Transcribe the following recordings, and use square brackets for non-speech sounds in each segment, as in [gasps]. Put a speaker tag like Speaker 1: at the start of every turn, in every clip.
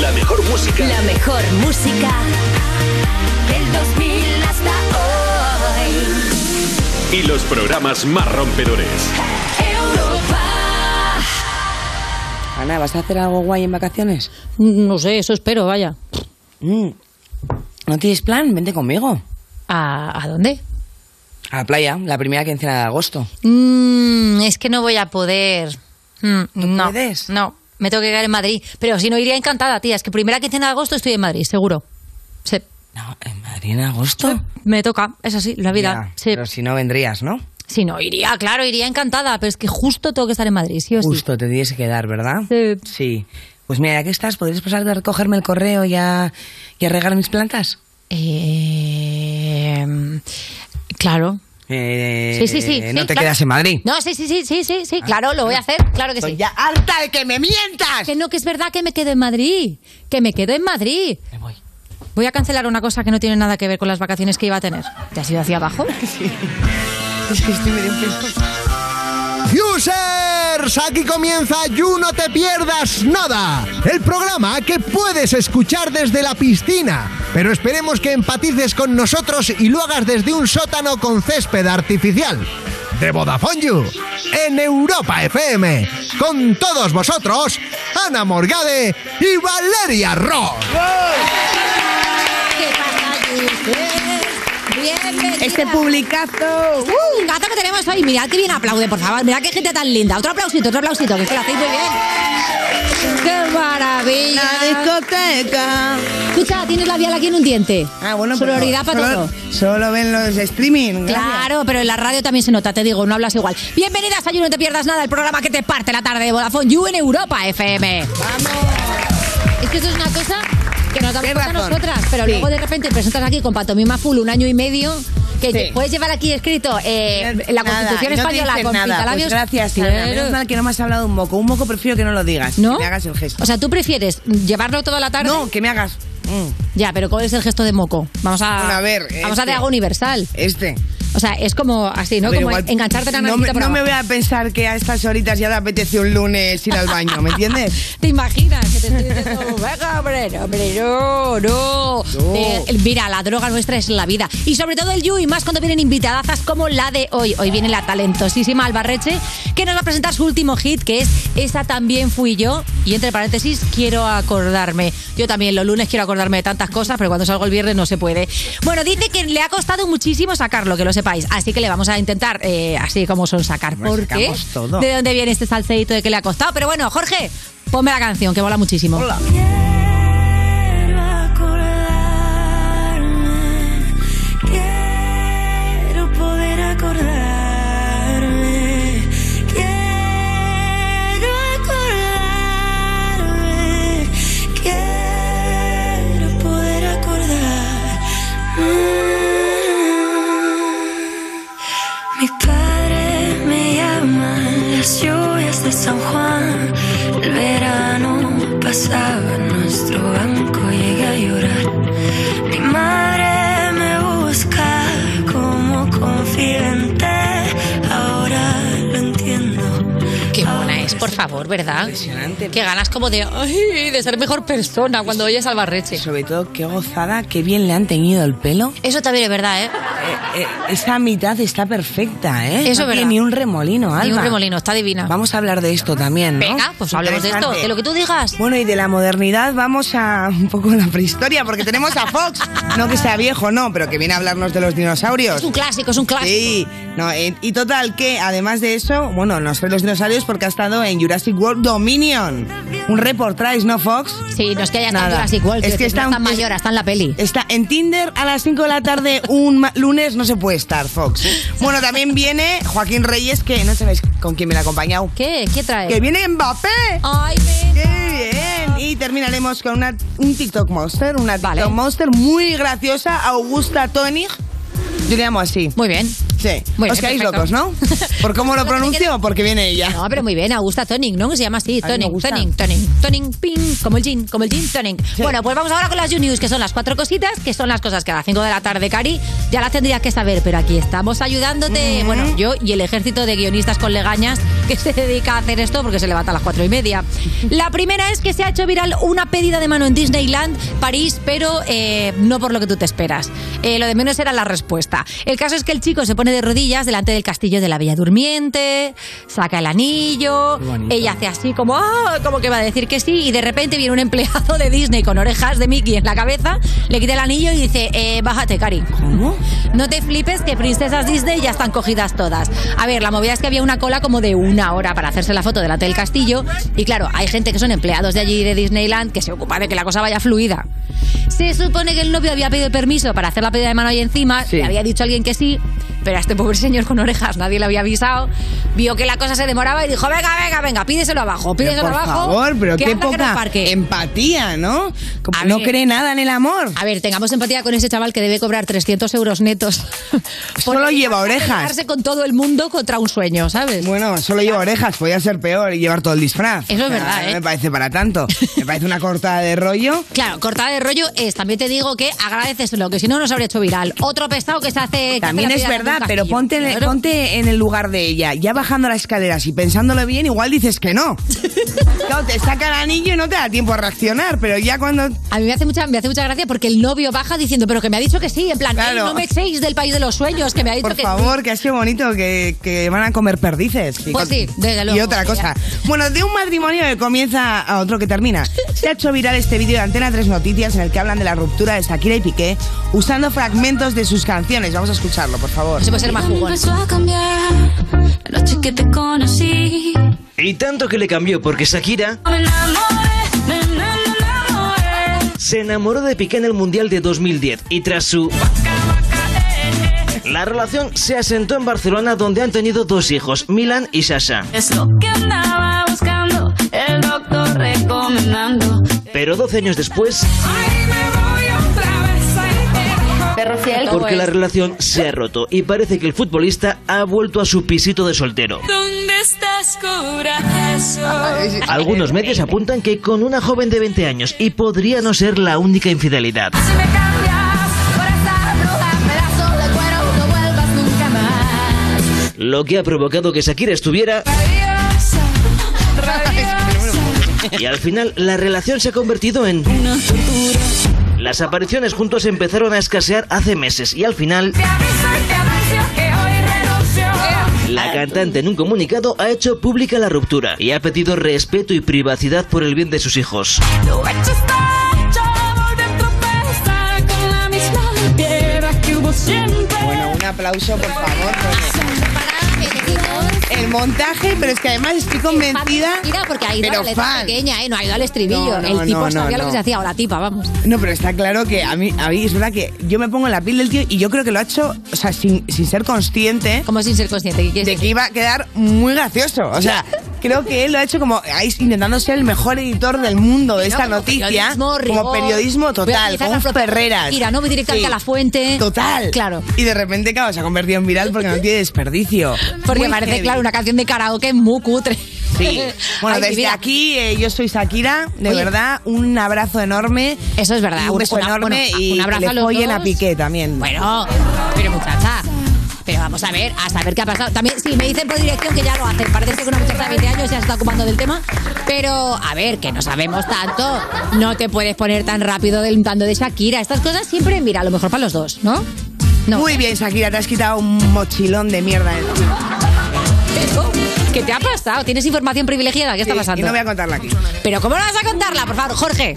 Speaker 1: La mejor música.
Speaker 2: La mejor música del 2000 hasta hoy.
Speaker 1: Y los programas más rompedores.
Speaker 2: Europa.
Speaker 3: Ana, ¿vas a hacer algo guay en vacaciones?
Speaker 4: Mm, No sé, eso espero, vaya.
Speaker 3: Mm. ¿No tienes plan? Vente conmigo.
Speaker 4: ¿A, a dónde?
Speaker 3: A la playa, la primera quincena de agosto.
Speaker 4: Mm, es que no voy a poder. Mm, no,
Speaker 3: puedes?
Speaker 4: no, me tengo que quedar en Madrid. Pero si no, iría encantada, tía. Es que primera quincena de agosto estoy en Madrid, seguro. Sí,
Speaker 3: No, en Madrid en agosto.
Speaker 4: me toca, es así, la vida.
Speaker 3: Ya,
Speaker 4: Sí.
Speaker 3: Pero si no vendrías, ¿no?
Speaker 4: Si no, iría, claro, iría encantada. Pero es que justo tengo que estar en Madrid, sí o sí.
Speaker 3: Justo te tienes que dar, ¿verdad?
Speaker 4: Sí.
Speaker 3: Pues mira, ya que estás, ¿podrías pasar a recogerme el correo y a, y a regar mis plantas?
Speaker 4: Eh, claro.
Speaker 3: Eh,
Speaker 4: Sí, sí, sí.
Speaker 3: No
Speaker 4: sí,
Speaker 3: te
Speaker 4: claro.
Speaker 3: quedas en Madrid.
Speaker 4: No, sí, sí, sí, sí, sí, sí, claro, lo voy a hacer, claro que
Speaker 3: Estoy
Speaker 4: sí.
Speaker 3: ya harta de que me mientas.
Speaker 4: Que no, que es verdad que me quedo en Madrid. Que me quedo en Madrid.
Speaker 3: Me voy.
Speaker 4: Voy a cancelar una cosa que no tiene nada que ver con las vacaciones que iba a tener. ¿Te has ido
Speaker 3: [laughs]
Speaker 4: hacia abajo?
Speaker 5: Users, aquí comienza You No Te Pierdas Nada, el programa que puedes escuchar desde la piscina. Pero esperemos que empatices con nosotros y lo hagas desde un sótano con césped artificial. De Vodafone You, en Europa FM. Con todos vosotros, Ana Morgade y Valeria Ross.
Speaker 4: ¿Qué pasa, Yusef? Bienvenida.
Speaker 6: Este publicazo. ¡uh!
Speaker 4: Un gato que tenemos hoy. Mirad que bien aplaude, por favor. Mirad qué gente tan linda. Otro aplausito, otro aplausito, que es que lo hacéis muy bien. ¡Qué maravilla!
Speaker 6: La discoteca.
Speaker 4: Escucha, tienes labial aquí en un diente.
Speaker 6: Ah, bueno,
Speaker 3: pues
Speaker 6: pero
Speaker 4: Sororidad para
Speaker 6: solo,
Speaker 4: todo.
Speaker 6: Solo ven los streaming. gracias.
Speaker 4: Claro, pero en la radio también se nota, te digo, no hablas igual. Bienvenidas a You, no te pierdas nada, el programa que te parte la tarde de Vodafone You en Europa FM. ¡Vamos! Es que eso es una cosa que nos damos
Speaker 6: Tienes
Speaker 4: cuenta
Speaker 6: razón.
Speaker 4: nosotras, pero
Speaker 6: Sí.
Speaker 4: luego de repente te presentas aquí con Pantomima Full un año y medio, que te puedes llevar aquí escrito eh, la
Speaker 6: Nada,
Speaker 4: Constitución
Speaker 6: no te
Speaker 4: Española
Speaker 6: dices
Speaker 4: con
Speaker 6: nada.
Speaker 4: pintalabios.
Speaker 6: Pues gracias, Silvia.
Speaker 4: Claro.
Speaker 6: Menos mal que no me has hablado de un moco. Un moco prefiero que no lo digas.
Speaker 4: ¿No?
Speaker 6: Que me hagas el gesto.
Speaker 4: O sea, ¿tú prefieres llevarlo toda la tarde?
Speaker 6: no, que me hagas. mm,
Speaker 4: Ya, pero ¿cuál es el gesto de moco? Vamos a,
Speaker 6: Bueno, a ver,
Speaker 4: vamos a
Speaker 6: este.
Speaker 4: de algo universal.
Speaker 6: Este.
Speaker 4: O sea, es como así, ¿no?
Speaker 6: Pero
Speaker 4: como
Speaker 6: igual-
Speaker 4: engancharte la
Speaker 6: no,
Speaker 4: naricita
Speaker 6: me,
Speaker 4: por
Speaker 6: no me
Speaker 4: abajo.
Speaker 6: voy a pensar que a estas horitas ya te apetece un lunes ir al baño, ¿me [laughs] entiendes?
Speaker 4: ¿Te imaginas que te estoy diciendo, [laughs] venga, hombre, no, hombre, no, no? Eh, mira, la droga nuestra es la vida. Y sobre todo el Yui, más cuando vienen invitadazas como la de hoy. Hoy viene la talentosísima Albarreche, que nos va a presentar su último hit, que es Esa también fui yo. Y entre paréntesis, quiero acordarme. Yo también los lunes quiero acordarme de tantas cosas, pero cuando salgo el viernes no se puede. Bueno, dice que le ha costado muchísimo sacarlo, que lo sepáis. Así que le vamos a intentar, eh, así como son sacar.
Speaker 6: Hombre,
Speaker 4: ¿Por qué?
Speaker 6: sacamos todo.
Speaker 4: ¿De dónde viene este salseíto de que le ha costado? Pero bueno, Jorge, ponme la canción, que mola muchísimo.
Speaker 6: Hola.
Speaker 7: Quiero acordarme, quiero poder acordarme, quiero acordarme, quiero poder acordarme. Mis padres me llaman las lluvias de San Juan. El verano pasaba en nuestro banco, llegué a llorar. Mi madre me busca como confidente. Ahora lo entiendo.
Speaker 4: Qué buena es, por favor, ¿verdad?
Speaker 6: Impresionante.
Speaker 4: Qué ganas como de, ay, de ser mejor persona cuando oyes Albarreche.
Speaker 6: Sobre todo, qué gozada, qué bien le han teñido el pelo.
Speaker 4: Eso también es verdad, ¿eh?
Speaker 6: Eh, eh, esa mitad está perfecta, ¿eh?
Speaker 4: Eso es
Speaker 6: no tiene
Speaker 4: verdad.
Speaker 6: ni un remolino, Alba.
Speaker 4: Ni un remolino, está divina.
Speaker 6: Vamos a hablar de esto también, ¿no?
Speaker 4: Venga, pues hablemos de esto,
Speaker 6: Interesante.
Speaker 4: de lo que tú digas.
Speaker 6: Bueno, y de la modernidad vamos a un poco a la prehistoria, porque tenemos a Fox. No que sea viejo, no, pero que viene a hablarnos de los dinosaurios.
Speaker 4: Es un clásico, es un clásico.
Speaker 6: Sí, no, eh, y total que además de eso, bueno, no sé los dinosaurios porque ha estado en Jurassic World Dominion. Un report traes, ¿no, Fox?
Speaker 4: Sí, no es que haya estado
Speaker 6: Nada.
Speaker 4: Jurassic igual,
Speaker 6: Es que está
Speaker 4: no
Speaker 6: un-
Speaker 4: está mayor, está en la peli.
Speaker 6: Está en Tinder a las 5 de la tarde un ma- lunes, no se puede estar, Fox. Bueno, también viene Joaquín Reyes, que no sabéis con quién me la ha acompañado.
Speaker 4: ¿Qué? ¿Qué trae?
Speaker 6: ¡Que viene Mbappé!
Speaker 4: Ay, me...
Speaker 6: ¡Qué bien! Y terminaremos con una, un TikTok Monster, una TikTok
Speaker 4: Vale.
Speaker 6: Monster muy graciosa, Augusta Tonig. Yo le llamo así.
Speaker 4: Muy bien.
Speaker 6: Sí.
Speaker 4: Muy bien,
Speaker 6: Os quedáis
Speaker 4: perfecto. Pues
Speaker 6: locos,
Speaker 4: [laughs]
Speaker 6: ¿no? ¿Por cómo lo pronuncio? Porque viene ella.
Speaker 4: No, pero muy bien, Augusta Toning, ¿no? Que se llama así,
Speaker 6: A mí me
Speaker 4: Toning,
Speaker 6: gusta.
Speaker 4: Toning, Toning, Toning, ping, como el gin, como el gin, Toning. Bueno, pues vamos ahora con las You News, que son las cuatro cositas, que son las cosas que a las 5 de la tarde, Cari, ya las tendrías que saber, pero aquí estamos ayudándote, bueno, yo y el ejército de guionistas con legañas que se dedica a hacer esto porque se levanta a las cuatro y media. La primera es que se ha hecho viral una pedida de mano en Disneyland París, pero eh, no por lo que tú te esperas. Eh, lo de menos era la respuesta. El caso es que el chico se pone de rodillas delante del castillo de la Bella Durmiente, saca el anillo,
Speaker 8: Qué bonito.
Speaker 4: ella hace así como, "Ah", como que va a decir que sí, y de repente viene un empleado de Disney con orejas de Mickey en la cabeza, le quita el anillo y dice, "Eh, bájate, Cari. No te flipes que princesas Disney ya están cogidas todas. A ver, la movida es que había una cola como de una hora para hacerse la foto delante del castillo, y claro, hay gente que son empleados de allí de Disneyland que se ocupa de que la cosa vaya fluida. Se supone que el novio había pedido permiso para hacer la pedida de mano ahí encima,
Speaker 6: Sí.
Speaker 4: le había dicho a alguien que sí, pero a este pobre señor con orejas nadie le había avisado, vio que la cosa se demoraba y dijo, venga, venga, venga, pídeselo abajo,
Speaker 6: Pero
Speaker 4: pídeselo
Speaker 6: por
Speaker 4: abajo.
Speaker 6: favor, pero
Speaker 4: que
Speaker 6: qué
Speaker 4: anda que no
Speaker 6: poca
Speaker 4: parque".
Speaker 6: empatía, ¿no? Como
Speaker 4: A
Speaker 6: no
Speaker 4: ver.
Speaker 6: cree nada en el amor.
Speaker 4: A ver, tengamos empatía con ese chaval que debe cobrar 300
Speaker 6: [laughs]
Speaker 4: euros netos. Solo lleva
Speaker 6: orejas.
Speaker 4: con todo el mundo contra un sueño, ¿sabes?
Speaker 6: Bueno, solo lleva orejas, podía ser peor y llevar todo el disfraz.
Speaker 4: Eso es
Speaker 6: O sea,
Speaker 4: verdad,
Speaker 6: No
Speaker 4: ¿eh?
Speaker 6: me parece para tanto. Me parece una cortada de rollo.
Speaker 4: Claro, cortada de rollo es. También te digo que agradeces lo que si no nos habría hecho viral. Otro pesado que se hace. que
Speaker 6: También es
Speaker 4: hace la vida de un
Speaker 6: verdad, pero
Speaker 4: castillo.
Speaker 6: ponte, en el- ponte en el lugar de ella. Ya bajando las escaleras y pensándolo bien, igual dices que
Speaker 4: [laughs]
Speaker 6: no. claro, te saca el anillo y no te da tiempo a reaccionar, pero ya cuando...
Speaker 4: A mí me hace mucha, me hace mucha gracia porque el novio baja diciendo, pero que me ha dicho que sí, en plan,
Speaker 6: Claro.
Speaker 4: "Ey, no me echéis del país de los sueños, que me ha dicho
Speaker 6: Por
Speaker 4: que
Speaker 6: favor, que ha sido bonito, que, que van a comer perdices. Y
Speaker 4: Pues
Speaker 6: con-
Speaker 4: sí, desde
Speaker 6: Y
Speaker 4: luego,
Speaker 6: otra cosa.
Speaker 4: ya.
Speaker 6: Bueno, de un matrimonio que comienza a otro que termina. Se ha hecho viral este vídeo de Antena 3 Noticias en el que hablan de la ruptura de Shakira y Piqué usando fragmentos de sus canciones. Vamos a escucharlo, por favor.
Speaker 4: Se puede ser más jugón.
Speaker 7: Empezó a cambiar la noche que te conocí.
Speaker 9: Y tanto que le cambió porque Shakira
Speaker 7: Me enamoré, me na- na- enamoré.
Speaker 9: se enamoró de Piqué en el Mundial de 2010 y tras su... La relación se asentó en Barcelona donde han tenido dos hijos, Milan y Sasha.
Speaker 7: Es lo que andaba buscando, el doctor recomendando.
Speaker 9: Pero 12 años después,
Speaker 7: Perro fiel.
Speaker 9: porque la relación se ha roto y parece que el futbolista ha vuelto a su pisito de soltero.
Speaker 7: ¿Dónde estás, corazón?
Speaker 9: Algunos medios apuntan que con una joven de 20 años y podría no ser la única infidelidad.
Speaker 7: Si me cambias por esa bruja, pedazo de cuero, no vuelvas nunca más.
Speaker 9: Lo que ha provocado que Shakira estuviera
Speaker 7: Rabiosa,
Speaker 4: [laughs]
Speaker 7: rabiosa.
Speaker 9: [laughs] y al final la relación se ha convertido en...
Speaker 7: Una tortura.
Speaker 9: Las apariciones juntos empezaron a escasear hace meses y al final
Speaker 7: Te aviso y te anuncio que hoy renuncio.
Speaker 9: la cantante en un comunicado ha hecho pública la ruptura y ha pedido respeto y privacidad por el bien de sus hijos.
Speaker 7: Tu hecho está hecho, volver a tropezar con la misma piedra que hubo siempre.
Speaker 6: Bueno, un aplauso, por favor. porque-
Speaker 4: eh,
Speaker 6: El montaje, pero es que además estoy convencida...
Speaker 4: Mira, porque ha ido a
Speaker 6: Pero
Speaker 4: la letra
Speaker 6: fan.
Speaker 4: pequeña, ¿eh? No ha ido al
Speaker 6: No,
Speaker 4: estribillo.
Speaker 6: no,
Speaker 4: el tipo
Speaker 6: no, no,
Speaker 4: sabía lo que
Speaker 6: no.
Speaker 4: se hacía, o la tipa, vamos.
Speaker 6: No, pero está claro que a mí, a mí es verdad que yo me pongo en la piel del tío y yo creo que lo ha hecho, o sea, sin, sin ser consciente
Speaker 4: Como sin ser consciente. ¿qué quieres
Speaker 6: de que iba a quedar muy gracioso. O
Speaker 4: [laughs]
Speaker 6: sea, creo que él lo ha hecho como ahí intentando ser el mejor editor del mundo de
Speaker 4: No,
Speaker 6: esta
Speaker 4: como
Speaker 6: noticia.
Speaker 4: periodismo,
Speaker 6: como
Speaker 4: rigor.
Speaker 6: periodismo
Speaker 4: Voy a
Speaker 6: total,
Speaker 4: utilizar
Speaker 6: con
Speaker 4: la
Speaker 6: unos
Speaker 4: flota-
Speaker 6: perreras.
Speaker 4: Mira, no voy directamente
Speaker 6: Sí,
Speaker 4: a la fuente.
Speaker 6: Total.
Speaker 4: Claro.
Speaker 6: Y de repente, claro, se ha convertido en viral porque no tiene desperdicio.
Speaker 4: [laughs] Porque
Speaker 6: Muy
Speaker 4: parece,
Speaker 6: heavy.
Speaker 4: claro, una canción de karaoke muy cutre. [laughs]
Speaker 6: Sí. Bueno,
Speaker 4: Ay, mi
Speaker 6: desde
Speaker 4: vida.
Speaker 6: aquí eh, yo soy Shakira, de
Speaker 4: Oye.
Speaker 6: verdad, un abrazo enorme.
Speaker 4: Eso es verdad.
Speaker 6: Y un beso
Speaker 4: Una-
Speaker 6: enorme
Speaker 4: bueno, ah,
Speaker 6: y
Speaker 4: un
Speaker 6: que
Speaker 4: abrazo a
Speaker 6: le
Speaker 4: los
Speaker 6: follen a
Speaker 4: dos.
Speaker 6: Piqué también.
Speaker 4: Bueno, pero muchacha. Pero vamos a ver, a saber qué ha pasado. También, sí, me dicen por dirección que ya lo hacen. Parece ser que una muchacha de 20 años ya se está ocupando del tema. Pero, a ver, que no sabemos tanto. No te puedes poner tan rápido del dando de Shakira. Estas cosas siempre, mira, a lo mejor para los dos, ¿no? No.
Speaker 6: Muy bien, Shakira, te has quitado un mochilón de mierda.
Speaker 4: Pero, ¿Qué te ha pasado? ¿Tienes información privilegiada? ¿Qué está
Speaker 6: Sí,
Speaker 4: pasando?
Speaker 6: Y no voy a contarla aquí.
Speaker 4: Pero, ¿cómo no vas a contarla, por favor, Jorge?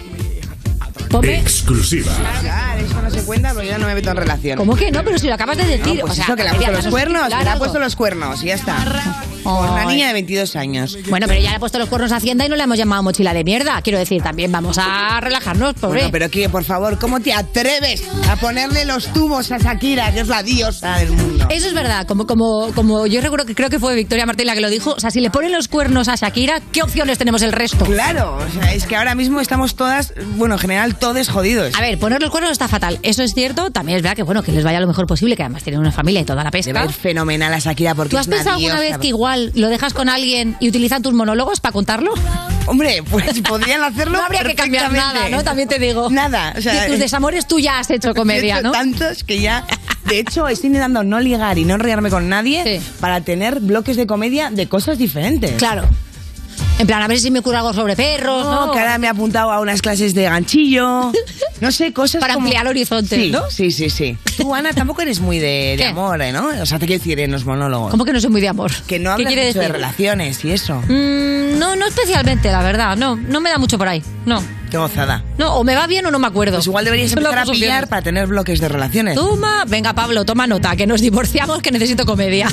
Speaker 4: Ponme-
Speaker 3: Exclusiva.
Speaker 6: Ya, eso no se cuenta porque yo no me meto en relación.
Speaker 4: ¿Cómo que no? Pero si lo acabas de decir.
Speaker 6: Pues
Speaker 4: o sea,
Speaker 6: eso, que le ha
Speaker 4: debería
Speaker 6: puesto los
Speaker 4: darnos
Speaker 6: cuernos,
Speaker 4: titular
Speaker 6: que le ha
Speaker 4: algo.
Speaker 6: puesto los cuernos y ya está. Por una
Speaker 4: Ay.
Speaker 6: niña de 22 años.
Speaker 4: Bueno, pero ya le ha puesto los cuernos a Hacienda y no le hemos llamado mochila de mierda. Quiero decir, también vamos a relajarnos, pobre.
Speaker 6: Bueno, pero que, por favor, ¿cómo te atreves a ponerle los tubos a Shakira, que es la diosa del mundo?
Speaker 4: Eso es verdad, como, como, como yo recuerdo que creo que fue Victoria Martín la que lo dijo. O sea, si le ponen los cuernos a Shakira, ¿qué opciones tenemos el resto?
Speaker 6: Claro, o sea, es que ahora mismo estamos todas, bueno, en general, todos jodidos.
Speaker 4: A ver, poner los cuernos está fatal. Eso es cierto. También es verdad que bueno, que les vaya lo mejor posible, que además tienen una familia y toda la
Speaker 6: Le va a
Speaker 4: pesca.
Speaker 6: ir fenomenal a Shakira porque
Speaker 4: ¿Tú
Speaker 6: es
Speaker 4: has
Speaker 6: una
Speaker 4: pensado alguna
Speaker 6: diosa.
Speaker 4: vez que igual lo dejas con alguien y utilizan tus monólogos para contarlo?
Speaker 6: Hombre, pues podrían hacerlo
Speaker 4: No habría que cambiar nada,
Speaker 6: perfectamente.
Speaker 4: ¿no? También te digo.
Speaker 6: Nada, o sea, eh,
Speaker 4: De tus desamores tú ya has hecho
Speaker 6: Yo he
Speaker 4: comedia,
Speaker 6: hecho
Speaker 4: ¿no?
Speaker 6: tantos que ya De hecho, estoy intentando no ligar y no enrollarme con nadie para tener bloques de comedia de cosas diferentes.
Speaker 4: Claro. En plan, a ver si me ocurre algo sobre perros,
Speaker 6: No,
Speaker 4: ¿no?
Speaker 6: que ahora me he apuntado a unas clases de
Speaker 4: [laughs]
Speaker 6: ganchillo. No sé, cosas
Speaker 4: Para
Speaker 6: como-
Speaker 4: ampliar horizontes,
Speaker 6: sí,
Speaker 4: ¿no?
Speaker 6: Sí, sí, sí. Tú, Ana, tampoco eres muy de, de
Speaker 4: ¿Qué?
Speaker 6: amor, ¿eh, ¿no? O sea, te quiero decir en los monólogos.
Speaker 4: ¿Cómo que no soy muy de amor?
Speaker 6: Que no hablas
Speaker 4: quiere
Speaker 6: mucho de
Speaker 4: decir?
Speaker 6: relaciones y eso.
Speaker 4: Mm, no, no especialmente, la verdad. No, no me da mucho por ahí. No.
Speaker 6: Qué gozada.
Speaker 4: No, o me va bien o no me acuerdo. Pues
Speaker 6: Igual deberías empezar a pillar para tener bloques de relaciones.
Speaker 4: Toma, venga Pablo, toma nota, que nos divorciamos, que
Speaker 6: [laughs]
Speaker 4: necesito comedia.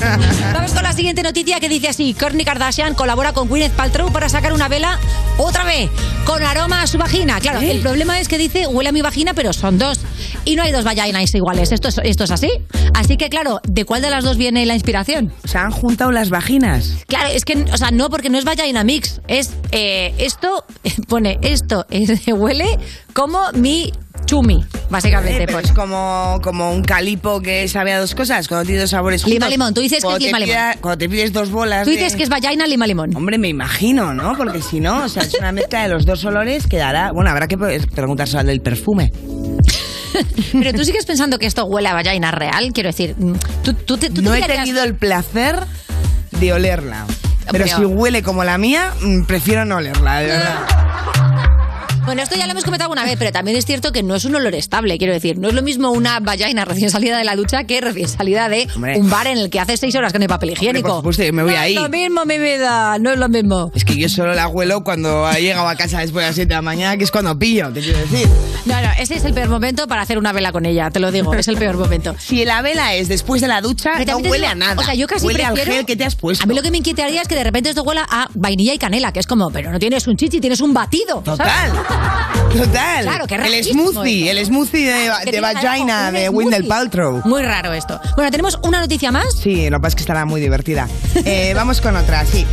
Speaker 4: Vamos con la siguiente noticia que dice así, Kourtney Kardashian colabora con Gwyneth Paltrow para sacar una vela otra vez, con aroma a su vagina. Claro,
Speaker 6: ¿Eh?
Speaker 4: el problema es que dice, huele a mi vagina, pero son dos. Y no hay dos vaginas iguales, esto es, esto es así. Así que claro, ¿de cuál de las dos viene la inspiración?
Speaker 6: O sea, han juntado las vaginas.
Speaker 4: Claro, es que, o sea, no, porque no es vagina mix. Es eh, esto, [laughs] pone esto, es- huele como mi chumi,
Speaker 6: Eh,
Speaker 4: básicamente.
Speaker 6: pero
Speaker 4: pues.
Speaker 6: es como, como un calipo que sabe a dos cosas, cuando tiene dos sabores
Speaker 4: Lima
Speaker 6: juntos.
Speaker 4: limón, tú dices que
Speaker 6: Cuando
Speaker 4: es
Speaker 6: te
Speaker 4: lima limón.
Speaker 6: pida- Cuando te pides dos bolas
Speaker 4: Tú
Speaker 6: de-
Speaker 4: dices que es vagina lima limón.
Speaker 6: Hombre, me imagino, ¿no? Porque si no, o sea, es una mezcla de los dos olores que dará... Bueno, habrá que pre- preguntarse al del perfume.
Speaker 4: Pero tú sigues pensando que esto huele a vagina real, quiero decir, mm, tú, tú te, tú te
Speaker 6: no he
Speaker 4: tirarías-
Speaker 6: tenido el placer de olerla. Pero,
Speaker 4: Pero-
Speaker 6: si huele como la mía, mm, prefiero no olerla, de verdad.
Speaker 4: [laughs] Bueno, esto ya lo hemos comentado alguna vez, pero también es cierto que no es un olor estable, quiero decir, no es lo mismo una vagina recién salida de la ducha que recién salida de
Speaker 6: Hombre.
Speaker 4: un bar en el que hace seis horas con el papel higiénico.
Speaker 6: por supuesto, yo me voy
Speaker 4: no
Speaker 6: ahí.
Speaker 4: Es lo mismo, mi vida, no es lo mismo.
Speaker 6: Es que yo solo la huelo cuando he llegado a casa después de las 7 de la mañana, que es cuando pillo, te quiero decir.
Speaker 4: No, no, ese es el peor momento para hacer una vela con ella, te lo digo, es el peor momento.
Speaker 6: [laughs] Si la vela es después de la ducha,
Speaker 4: Que
Speaker 6: no
Speaker 4: también te
Speaker 6: huele
Speaker 4: digo,
Speaker 6: a nada.
Speaker 4: O sea, yo casi
Speaker 6: huele
Speaker 4: prefiero-
Speaker 6: al gel que te has puesto.
Speaker 4: A mí lo que me inquietaría es que de repente esto huela a vainilla y canela, que es como, pero no tienes un chichi, tienes un batido. ¿sabes?
Speaker 6: Total. Total.
Speaker 4: Claro, qué
Speaker 6: El
Speaker 4: rarísimo
Speaker 6: smoothie,
Speaker 4: esto.
Speaker 6: el smoothie de,
Speaker 4: Que
Speaker 6: de
Speaker 4: tiene
Speaker 6: vagina
Speaker 4: algo, un
Speaker 6: de Wendell
Speaker 4: smoothie.
Speaker 6: Paltrow.
Speaker 4: Muy raro esto. Bueno, tenemos una noticia más.
Speaker 6: Sí, lo que pasa es que estará muy
Speaker 4: [laughs]
Speaker 6: divertida. Eh, vamos con otra, sí.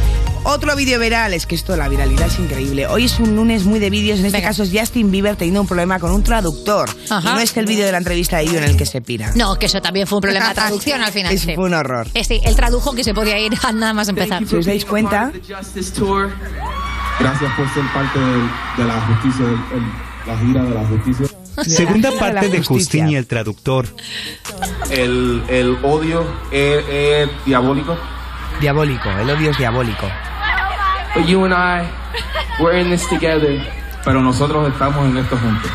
Speaker 6: Otro vídeo viral, es que esto, la viralidad es increíble. Hoy es un lunes muy de vídeos, en este caso es Justin Bieber teniendo un problema con un traductor.
Speaker 4: Ajá.
Speaker 6: Y no es el vídeo de la entrevista de You en el que se pira.
Speaker 4: No, que eso también fue un problema de traducción al
Speaker 6: [laughs]
Speaker 4: final.
Speaker 6: Es
Speaker 4: sí.
Speaker 6: un horror.
Speaker 4: Eh, sí, el tradujo que se podía ir [laughs] a nada más empezar.
Speaker 6: Si os dais cuenta,
Speaker 10: Gracias por ser parte del- de la justicia, del- el- la gira de la justicia.
Speaker 1: [laughs] Segunda
Speaker 6: La
Speaker 1: parte de
Speaker 6: justicia.
Speaker 1: Justin y el traductor.
Speaker 10: El, el odio es, es diabólico.
Speaker 6: diabólico, el odio es diabólico.
Speaker 10: But you and I, we're in this together. Pero nosotros estamos en esto juntos.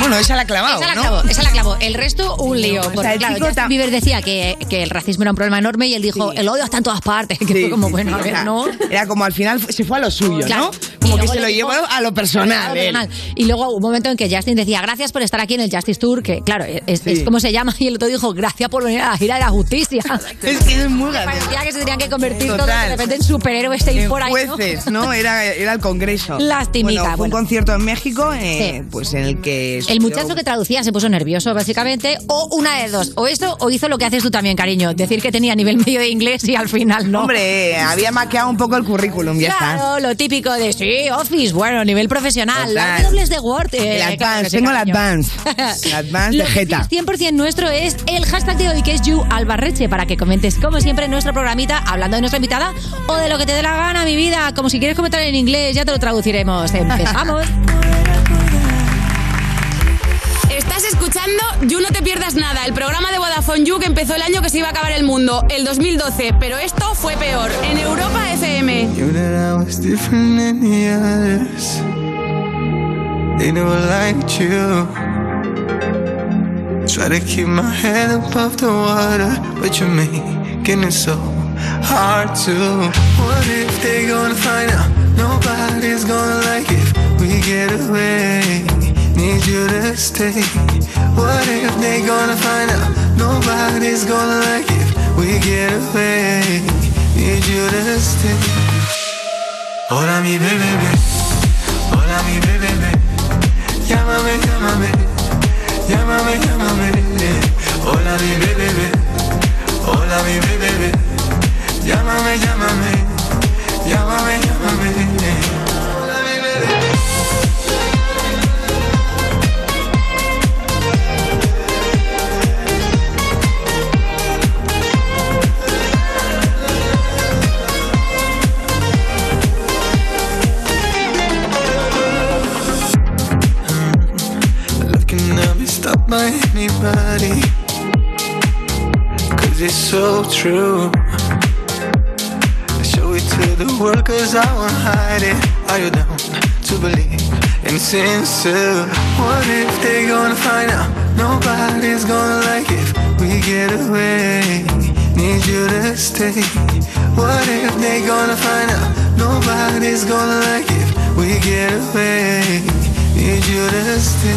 Speaker 6: Bueno, esa la ha clavado,
Speaker 4: Esa la
Speaker 6: ¿no?
Speaker 4: clavó, esa la clavó. El resto, un lío.
Speaker 6: sea,
Speaker 4: Porque,
Speaker 6: el
Speaker 4: claro,
Speaker 6: chico
Speaker 4: Justin
Speaker 6: ta-
Speaker 4: Bieber decía que, que el racismo era un problema enorme y él dijo, el odio está en todas partes. [laughs] Que
Speaker 6: Sí,
Speaker 4: fue como,
Speaker 6: sí,
Speaker 4: bueno,
Speaker 6: sí,
Speaker 4: a
Speaker 6: o sea,
Speaker 4: ver, ¿no?
Speaker 6: Era como al final se fue a lo suyo,
Speaker 4: Claro.
Speaker 6: ¿no?
Speaker 4: Y
Speaker 6: Como que se
Speaker 4: luego le
Speaker 6: lo
Speaker 4: dijo-
Speaker 6: llevó a lo
Speaker 4: A lo
Speaker 6: personal. él.
Speaker 4: personal. Y luego hubo un momento en que Justin decía, gracias por estar aquí en el Justice Tour, que claro, es, es como se llama, [laughs] y el otro dijo, gracias por venir a la gira de la justicia.
Speaker 6: [laughs] Es que es muy gracioso.
Speaker 4: Parecía que se tenían que convertir todos de
Speaker 6: Total.
Speaker 4: repente en superhéroes y
Speaker 6: En
Speaker 4: este por ahí. ¿no?
Speaker 6: jueces, ¿no? Era, era el Congreso.
Speaker 4: Lastimica,
Speaker 6: Bueno, fue
Speaker 4: bueno.
Speaker 6: un concierto en México, eh,
Speaker 4: Sí.
Speaker 6: pues en el que...
Speaker 4: El muchacho que traducía se puso nervioso, básicamente, o una de dos, o eso, o hizo lo que haces tú también, cariño, decir que tenía nivel medio de inglés y al final no.
Speaker 6: Hombre, eh, había maqueado un poco el currículum, ya está.
Speaker 4: Claro, lo típico de sí, Office, bueno, nivel profesional,
Speaker 6: Total.
Speaker 4: las dobles de Word. eh,
Speaker 6: El
Speaker 4: claro que
Speaker 6: advance,
Speaker 4: sí,
Speaker 6: tengo el
Speaker 4: cariño.
Speaker 6: advance. [laughs]
Speaker 4: [laughs]
Speaker 6: El advance
Speaker 4: Lo
Speaker 6: de
Speaker 4: que
Speaker 6: Jeta.
Speaker 4: sí es 100% nuestro es el hashtag de hoy, que es YouAlbarreche, para que comentes, como siempre, en nuestro programita, hablando de nuestra invitada, o de lo que te dé la gana, mi vida. Como si quieres comentar en inglés, ya te lo traduciremos. Empezamos.
Speaker 11: [laughs] Estás escuchando You No Te Pierdas Nada, el programa de Vodafone You que empezó el año que se iba a acabar el mundo, el 2012, pero esto fue peor, en Europa FM.
Speaker 12: Knew that I was different than the others. They never liked you. Try to keep my head above the water, but you're making it so hard to. What if they gonna find out? Nobody's gonna like it. We get away. Need you to stay. What if they gonna find out? Nobody's gonna like it. We get away. Need you to stay. Hola mi bebé, bebé. hola mi bebé, bebé. llámame, llámame, llámame, llámame. Hola mi bebé, bebé. hola mi bebé, bebé. llámame, llámame, llámame, llámame. Hola mi bebé. Looking at me, stopped by anybody. cause it's so true. Show it to the world cause I won't hide it. Are you down to believe in sincere? What if they gonna find out? Nobody's gonna like if we get away. Need you to stay. What if they gonna find out? Nobody's gonna like if we get away. Need you to stay.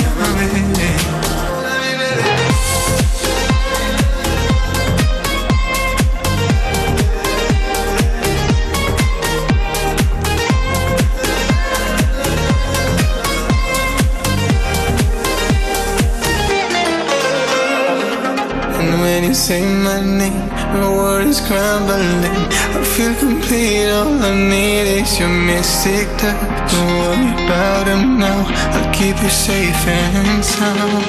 Speaker 12: llámame. Hola mi bebé. And when you say my name, my world is crumbling. I feel complete, all I need is your mystic touch. Don't worry about him now, I'll keep you safe and sound.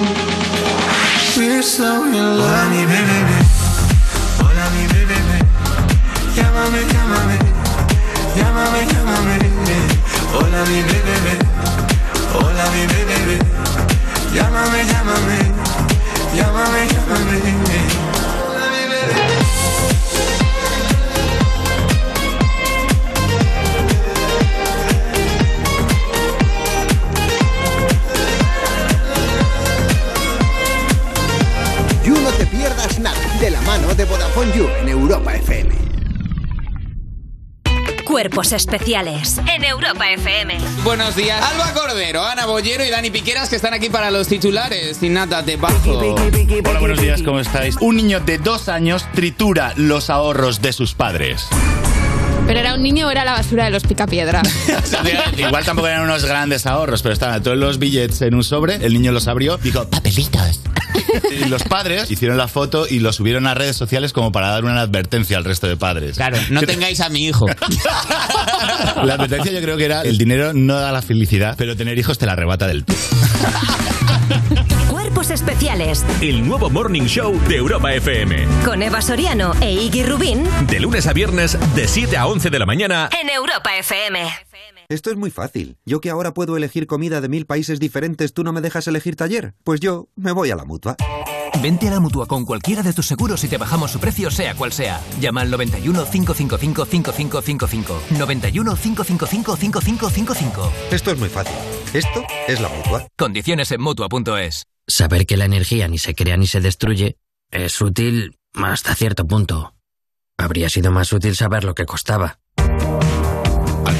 Speaker 12: We're so in love. Hola, mi bebé. Hola, mi bebé. Llámame, llámame. Llámame, llámame. Hola, mi bebé. Hola, mi bebé. Llámame, llámame. Llámame, llámame. Hola, mi bebé.
Speaker 5: You No Te Pierdas Nada, de la mano de Vodafone You en Europa FM.
Speaker 2: Cuerpos especiales en Europa FM.
Speaker 13: Buenos días. Alba Cordero, Ana Bollero y Dani Piqueras que están aquí para los titulares. Y nada, de bajo.
Speaker 14: Hola, buenos días, ¿cómo estáis? Un niño de dos años tritura los ahorros de
Speaker 13: [laughs]
Speaker 14: sus padres.
Speaker 15: Pero era un niño o era la basura de los
Speaker 4: [laughs]
Speaker 15: picapiedra.
Speaker 14: Igual tampoco eran unos grandes ahorros, pero estaban todos los billetes en un sobre, el niño los abrió, dijo,
Speaker 13: [laughs]
Speaker 14: papelitos. Y los padres hicieron la foto y lo subieron a redes sociales como para dar una advertencia al resto de padres. Claro,
Speaker 13: No
Speaker 14: [laughs]
Speaker 13: tengáis a mi hijo.
Speaker 14: La advertencia yo creo que era, el dinero no da la felicidad, pero tener hijos te la arrebata del todo.
Speaker 2: Cuerpos especiales
Speaker 16: El nuevo Morning Show de Europa FM.
Speaker 2: con Eva Soriano e Iggy Rubín
Speaker 16: De lunes a viernes, de 7 a 11 de la mañana.
Speaker 2: en Europa FM.
Speaker 17: Esto es muy fácil. Yo que ahora puedo elegir comida de mil países diferentes, ¿tú no me dejas elegir taller? Pues yo me voy a la mutua.
Speaker 18: Vente a la mutua con cualquiera de tus seguros y te bajamos su precio, sea cual sea. Llama al 91 555 5555. 91 555 5555.
Speaker 17: Esto es muy fácil. Esto es la mutua.
Speaker 18: Condiciones en mutua.es.
Speaker 9: Saber que la energía ni se crea ni se destruye es útil hasta cierto punto. Habría sido más útil saber lo que costaba.
Speaker 19: Al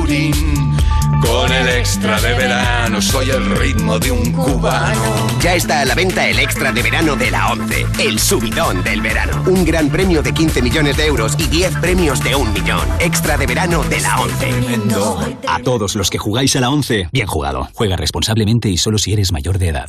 Speaker 1: Con el extra de verano, soy el ritmo de un cubano.
Speaker 20: Ya está a la venta el extra de verano de la 11, el subidón del verano. Un gran premio de 15 millones de euros y 10 premios de un millón. Extra de verano de la 11.
Speaker 21: A todos los que jugáis a la 11, bien jugado. Juega responsablemente y solo si eres mayor de edad.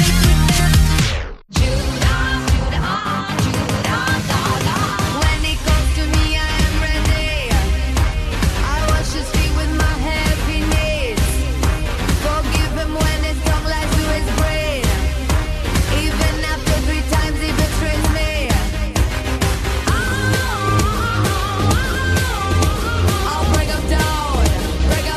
Speaker 7: When it goes to me, I am ready. I wash his feet with my happiness. Forgive him when his tongue lies to his brain. Even after three times he betrays me. I'll break him down, break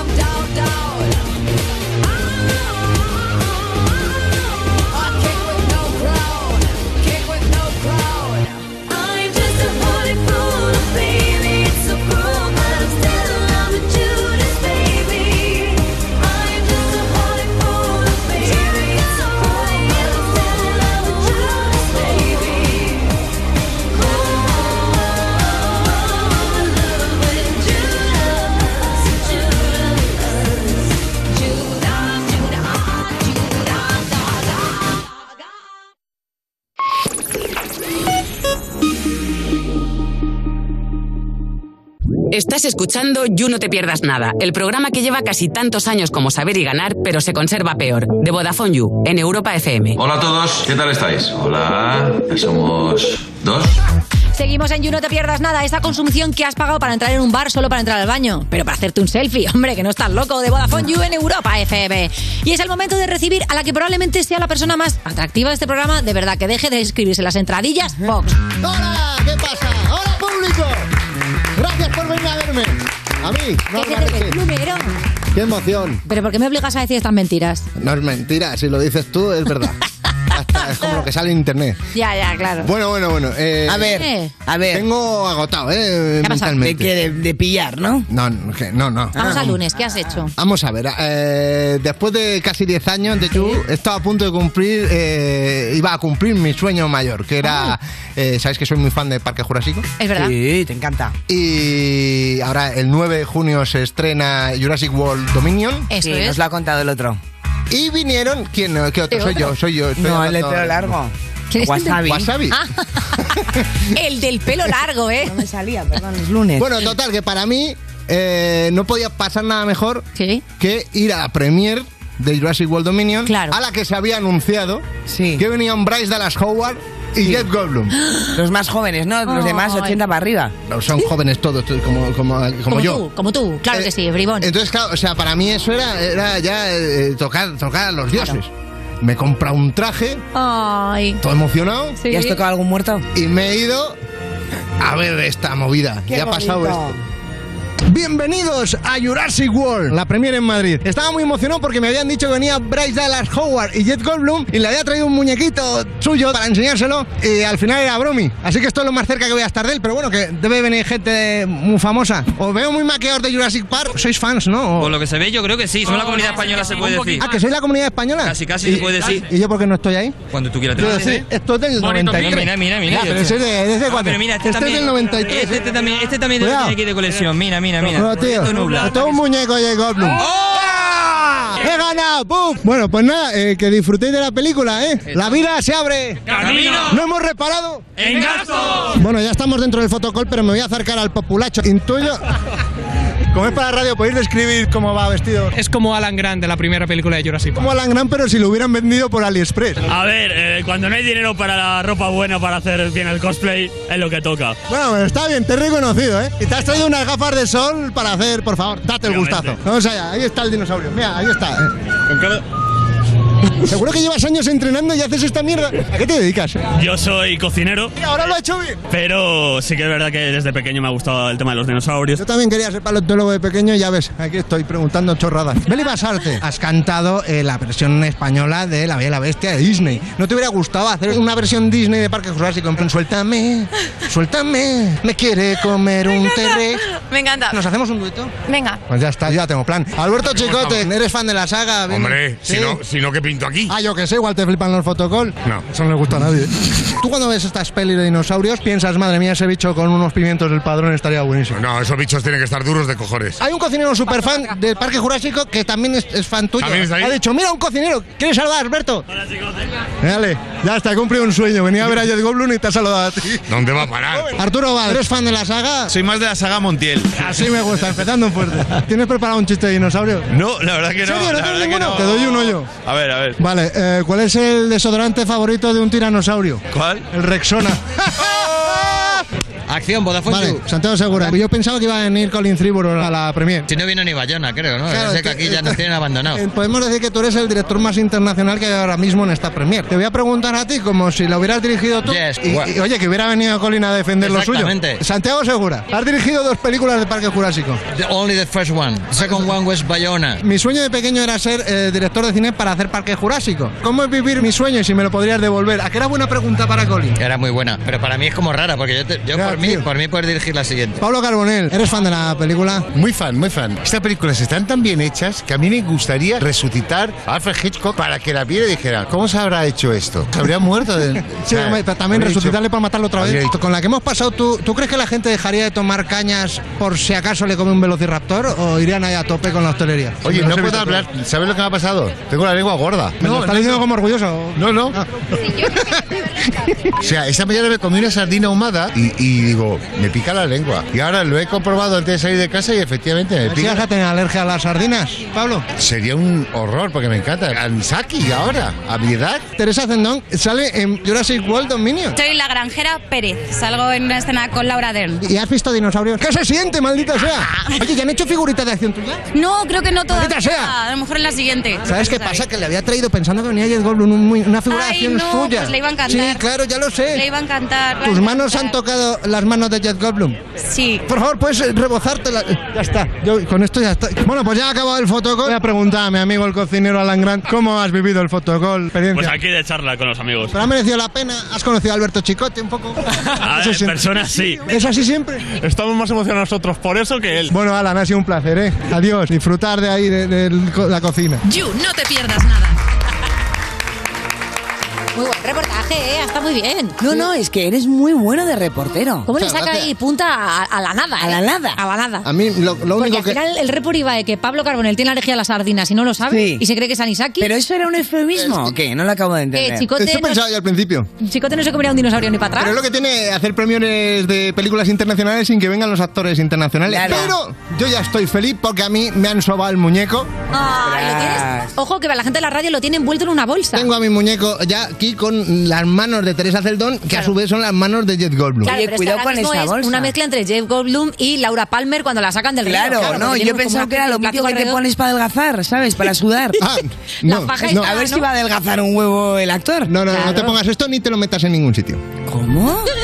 Speaker 22: Estás escuchando You No Te Pierdas Nada, el programa que lleva casi tantos años como saber y ganar, pero se conserva peor, de Vodafone You, en Europa FM.
Speaker 2: Hola a todos, ¿qué tal estáis? Hola, somos dos.
Speaker 4: Seguimos en You, no te pierdas nada. Esa consumición que has pagado para entrar en un bar solo para entrar al baño. Pero para hacerte un selfie, [laughs] hombre, que no estás loco. De Vodafone You en Europa FM. Y es el momento de recibir a la que probablemente sea la persona más atractiva de este programa. De verdad, que deje de escribirse las entradillas. Fox.
Speaker 5: ¡Hola! ¿Qué pasa? ¡Hola, público! Gracias por venir a verme. A mí, no
Speaker 4: ¿Qué, qué, qué, qué, plumero?
Speaker 5: ¡Qué emoción!
Speaker 4: ¿Pero por qué me obligas a decir estas mentiras?
Speaker 5: No es mentira, si lo dices tú es verdad. Ya está, es como lo que sale en internet.
Speaker 4: Ya, ya, claro.
Speaker 5: Bueno, bueno, bueno. eh,
Speaker 23: A ver, a ver.
Speaker 5: Tengo agotado, ¿eh?
Speaker 23: ¿Qué ha pasado? De
Speaker 5: mentalmente.
Speaker 23: que de- de pillar, ¿no?
Speaker 5: No, no, que- no. no.
Speaker 4: Vamos al lunes, ¿qué has hecho?
Speaker 5: Vamos a ver, eh, después de casi 10 años de You, estaba a punto de cumplir, eh, iba a cumplir mi sueño mayor, que
Speaker 23: Ah.
Speaker 5: era, eh, ¿sabéis que soy muy fan de Parque Jurásico?
Speaker 4: Es verdad.
Speaker 23: Sí, te encanta.
Speaker 5: Y ahora el 9 de junio se estrena Jurassic World Dominion.
Speaker 23: Eso Sí, es. nos lo ha contado el otro.
Speaker 5: Y vinieron, ¿quién? eh, ¿Qué otro?
Speaker 23: ¿Qué
Speaker 5: Soy
Speaker 23: otro?
Speaker 5: yo, soy yo. estoy
Speaker 23: No, el
Speaker 5: hablando-
Speaker 23: letrero largo. ¿Quién es este? el del- Wasabi.
Speaker 5: Wasabi.
Speaker 4: Ah, [laughs] el del pelo largo, ¿eh? No me salía, perdón, es lunes.
Speaker 5: Bueno, total, que para mí eh, no podía pasar nada mejor que ir a la premier de Jurassic World Dominion, a la que se había anunciado que venían Bryce Dallas Howard y Jeff
Speaker 4: [gasps]
Speaker 5: Goldblum.
Speaker 23: Los más jóvenes, ¿no? Los demás,
Speaker 4: Ay.
Speaker 23: 80 para arriba.
Speaker 5: No, Son jóvenes todos, tú, como, como, como
Speaker 4: Como
Speaker 5: yo. Eh,
Speaker 4: tú, como tú, claro que sí, bribón.
Speaker 5: Entonces, claro, o sea, para mí eso era, era ya eh, eh, tocar, tocar a los dioses. Me he comprado un traje,
Speaker 4: Ay.
Speaker 5: todo emocionado.
Speaker 4: Sí. ¿Y has tocado
Speaker 5: algún muerto? Y me he ido a ver esta movida.
Speaker 23: Qué
Speaker 5: ya ha pasado
Speaker 23: bonito.
Speaker 5: esto. Bienvenidos a Jurassic World, la premier en Madrid. Estaba muy emocionado porque me habían dicho que venía Bryce Dallas Howard y Jeff Goldblum y le había traído un muñequito suyo para enseñárselo y al final era Bromi. Así que esto es lo más cerca que voy a estar de él, pero bueno, que debe venir gente muy famosa. Os veo muy maqueados de Jurassic Park, sois fans, ¿no? O-
Speaker 24: Por lo que se ve, yo creo que sí. Son
Speaker 10: Oh,
Speaker 24: la comunidad española, se puede decir.
Speaker 5: Ah, que sois la comunidad española.
Speaker 24: Casi, casi
Speaker 5: Y-
Speaker 24: se puede decir.
Speaker 5: ¿Y yo por qué no estoy ahí?
Speaker 24: Ah, Cuando tú quieras. te
Speaker 5: Yo
Speaker 24: vas.
Speaker 5: sí, esto es del
Speaker 24: Bonito,
Speaker 5: 93.
Speaker 24: Mira, mira, mira.
Speaker 5: Ya, pero ese es de- de ese
Speaker 24: Ah,
Speaker 5: cuatro.
Speaker 24: pero mira, este,
Speaker 5: Este es
Speaker 24: también.
Speaker 5: del 93.
Speaker 24: Este, también, este también te lo
Speaker 5: Cuidado.
Speaker 24: tiene aquí de colección. Mira, mira, mira.
Speaker 5: No, tío.
Speaker 24: Proyecto Nubla.
Speaker 5: Esto es un muñeco de Goldblum.
Speaker 24: ¡Oh!
Speaker 5: ¡He ganado! ¡Pum! Bueno, pues nada, eh, que disfrutéis de la película, ¿eh? La vida se abre.
Speaker 24: ¡Camino!
Speaker 5: ¡No hemos reparado!
Speaker 24: ¡En gasto!
Speaker 5: Bueno, ya estamos dentro del fotocall, pero me voy a acercar al populacho. Intuyo. Como es para la radio, podéis describir cómo va vestido.
Speaker 25: Es como Alan Grant de la primera película de Jurassic Park.
Speaker 5: Como Alan Grant, pero si lo hubieran vendido por AliExpress.
Speaker 15: A ver, eh, cuando no hay dinero para la ropa buena para hacer bien el cosplay, es lo que toca.
Speaker 5: Bueno, pero está bien, te he reconocido, ¿eh? Y te has traído unas gafas de sol para hacer, por favor, date el
Speaker 15: Obviamente.
Speaker 5: gustazo. Vamos allá, ahí está el dinosaurio. Mira, ahí está. ¿eh? Seguro que llevas años entrenando y haces esta mierda. ¿A qué te dedicas?
Speaker 15: Yo soy cocinero,
Speaker 5: Ahora lo ha hecho bien.
Speaker 15: pero sí que es verdad que desde pequeño me ha gustado el tema de los dinosaurios.
Speaker 5: Yo también quería ser paleontólogo de pequeño y ya ves, aquí estoy preguntando chorradas. Beli Basarte, has cantado eh, la versión española de La Bella y la Bestia de Disney. ¿No te hubiera gustado hacer una versión Disney de Parque Jurásico? En plan, suéltame, suéltame, me quiere comer un terré.
Speaker 9: Me encanta.
Speaker 5: ¿Nos hacemos un dueto?
Speaker 9: Venga.
Speaker 5: Pues ya está, yo ya tengo plan. Alberto Chicote, eres fan de la saga. Ah, Bien.
Speaker 14: Hombre,
Speaker 5: Sí.
Speaker 14: si no, si no, ¿qué pinto aquí?
Speaker 5: Ah, yo que sé, igual te flipan los fotocol.
Speaker 14: No.
Speaker 5: Eso no le gusta a nadie. Tú cuando ves estas pelis de dinosaurios piensas, madre mía, ese bicho con unos pimientos del padrón estaría buenísimo.
Speaker 14: No, esos bichos tienen que estar duros de cojones.
Speaker 5: Hay un cocinero super fan del Parque Jurásico que también es, es fan tuyo.
Speaker 14: ¿También está ahí?
Speaker 5: Ha dicho, mira, un cocinero, ¿quieres saludar, Alberto? Hola, Dale, ya está, he cumplido un sueño. Venía a ver a Jet Goblin y te ha saludado a ti.
Speaker 14: ¿Dónde va a parar?
Speaker 5: Arturo Val, ¿eres fan de la saga?
Speaker 14: Soy más de la saga Montiel.
Speaker 5: Así me gusta, empezando fuerte. ¿Tienes preparado un chiste de dinosaurio?
Speaker 14: No, la verdad que
Speaker 5: ¿En
Speaker 14: no.
Speaker 5: serio? ¿No
Speaker 14: la
Speaker 5: tienes
Speaker 14: verdad que
Speaker 5: ninguno?
Speaker 14: no.
Speaker 5: Te doy uno yo.
Speaker 14: A ver, a ver.
Speaker 5: Vale, eh, ¿cuál es el desodorante favorito de un tiranosaurio?
Speaker 14: ¿Cuál?
Speaker 5: El Rexona.
Speaker 26: Acción, Vodafone
Speaker 5: Vale,
Speaker 26: You.
Speaker 5: Santiago Segura. Yo pensaba que iba a venir Colin Triburo a la Premier.
Speaker 26: Si no vino ni Bayona, creo, ¿no?
Speaker 5: Claro,
Speaker 26: sé que
Speaker 5: es que-
Speaker 26: aquí ya nos
Speaker 5: [laughs]
Speaker 26: tienen abandonados.
Speaker 5: Eh, Podemos decir que tú eres el director más internacional que hay ahora mismo en esta Premier. Te voy a preguntar a ti como si lo hubieras dirigido tú.
Speaker 26: Yes,
Speaker 5: y,
Speaker 26: well.
Speaker 5: y, oye, que hubiera venido Colin a defender lo suyo.
Speaker 26: Exactamente.
Speaker 5: Santiago Segura, has dirigido dos películas de Parque Jurásico.
Speaker 26: The only the first one. Second one was Bayona.
Speaker 5: Mi sueño de pequeño era ser eh, director de cine para hacer Parque Jurásico. ¿Cómo es vivir mi sueño y si me lo podrías devolver? ¿A qué era buena pregunta para Colin?
Speaker 26: Era muy buena, pero para mí es como rara, porque yo, te- yo por, mí, por mí puedes dirigir la siguiente.
Speaker 5: Pablo Carbonell, ¿eres fan de la película?
Speaker 27: Muy fan, muy fan. Estas películas están tan bien hechas que a mí me gustaría resucitar a Alfred Hitchcock para que la viera y dijera, ¿cómo se habrá hecho esto? ¿Se habría muerto? De...
Speaker 5: [laughs] Sí, hombre, pero también
Speaker 27: habría
Speaker 5: resucitarle
Speaker 27: dicho-
Speaker 5: para matarlo otra
Speaker 27: habría
Speaker 5: vez.
Speaker 27: dicho-
Speaker 5: Con la que hemos pasado, ¿tú, ¿tú crees que la gente dejaría de tomar cañas por si acaso le come un velociraptor o irían ahí a tope con la hostelería?
Speaker 27: Oye,
Speaker 5: Me
Speaker 27: no
Speaker 5: los
Speaker 27: puedo
Speaker 5: evito,
Speaker 27: hablar. ¿Sabes lo que me ha pasado? Tengo la lengua gorda.
Speaker 5: ¿Me lo estás diciendo como orgulloso? Ah.
Speaker 27: No, no. O sea, esa mañana me comí una sardina ahumada y, y
Speaker 1: digo, me pica la lengua. Y ahora lo he comprobado antes de salir de casa y efectivamente me
Speaker 5: ¿Así vas
Speaker 1: pica.
Speaker 5: a tener alergia a las sardinas, Pablo?
Speaker 1: Sería un horror porque me encanta. Anisaki ahora, a mi edad.
Speaker 5: Teresa Zendón sale en Jurassic World Dominion.
Speaker 28: Soy la granjera Pérez. Salgo en una escena con Laura Dern.
Speaker 5: ¿Y has visto dinosaurios? ¿Qué se siente, maldita sea?
Speaker 28: Ah.
Speaker 5: Oye, ¿ya han hecho figuritas de acción tuya?
Speaker 28: No, creo que no todavía.
Speaker 5: Maldita sea.
Speaker 28: A lo mejor en la siguiente.
Speaker 5: ¿Sabes qué pasa? Que le había traído pensando que venía Jeff Goldblum, un- muy- una figura de
Speaker 28: Ay,
Speaker 5: acción
Speaker 28: no,
Speaker 5: suya.
Speaker 28: pues le iba a encantar.
Speaker 5: Sí, claro, ya lo sé.
Speaker 28: Le iba a encantar.
Speaker 5: ¿Tus manos han tocado las manos de Jeff Goldblum?
Speaker 28: Sí.
Speaker 5: Por favor, puedes eh, rebozártela. Eh, Ya está. Yo con esto ya está. Bueno, pues ya ha acabado el fotocall. Voy a preguntar a mi amigo el cocinero Alan Grant cómo has vivido el fotocall,
Speaker 29: Pues
Speaker 5: experiencia.
Speaker 29: aquí de charla con los amigos.
Speaker 5: ¿Pero ha merecido la pena? ¿Has conocido a Alberto Chicote un poco?
Speaker 29: A ver, personas sí.
Speaker 5: ¿Es así siempre?
Speaker 14: Estamos más emocionados nosotros por eso que él.
Speaker 5: Bueno, Alan, ha sido un placer, ¿eh? Adiós. Disfrutar de ahí, de, de co- la cocina.
Speaker 4: You, no te pierdas nada. Muy buen reportaje, ¿eh? Está muy bien.
Speaker 6: No, no, es que eres muy bueno de reportero.
Speaker 4: ¿Cómo le
Speaker 6: Muchas
Speaker 4: saca
Speaker 6: gracias.
Speaker 4: ahí punta a, a la nada? eh?
Speaker 6: A la nada.
Speaker 4: A la nada.
Speaker 6: A mí lo, lo
Speaker 4: Porque
Speaker 6: único
Speaker 4: al
Speaker 6: que...
Speaker 4: final el report iba de que Pablo Carbonell tiene alergia a las sardinas y no lo sabe y se cree que es anisaki. Pero
Speaker 5: eso era un eufemismo. ¿O qué? No lo acabo de
Speaker 4: entender. Eh, chicote,
Speaker 5: Eso
Speaker 4: no-
Speaker 5: pensaba yo al principio.
Speaker 4: Chicote no se comería un dinosaurio ni para atrás.
Speaker 5: Pero es lo que tiene hacer premiones de películas internacionales sin que vengan los actores internacionales.
Speaker 4: Claro.
Speaker 5: Pero yo ya estoy feliz porque a mí me han sobado el muñeco.
Speaker 4: Ay, lo tienes- Ojo, que la gente de la radio lo tiene envuelto en una bolsa.
Speaker 5: Tengo a mi muñeco ya aquí con las manos de Teresa Celdón, que a su vez son las manos de Jet Goldblum.
Speaker 4: Claro, pero es que ahora mismo es Una mezcla entre Jeff Goldblum y Laura Palmer cuando la sacan del río.
Speaker 6: Claro, no, yo
Speaker 4: porque tienen como
Speaker 6: pensaba
Speaker 4: una
Speaker 6: que era lo
Speaker 4: plástico
Speaker 6: mítico que te
Speaker 4: alrededor.
Speaker 6: pones para adelgazar, ¿sabes? Para sudar.
Speaker 5: Ah,
Speaker 4: [laughs] La
Speaker 5: no,
Speaker 4: faja y
Speaker 5: no.
Speaker 4: nada,
Speaker 6: A ver si va a adelgazar un huevo el actor.
Speaker 5: No, no, no te pongas esto ni te lo metas en ningún sitio.
Speaker 6: ¿Cómo?
Speaker 5: [laughs]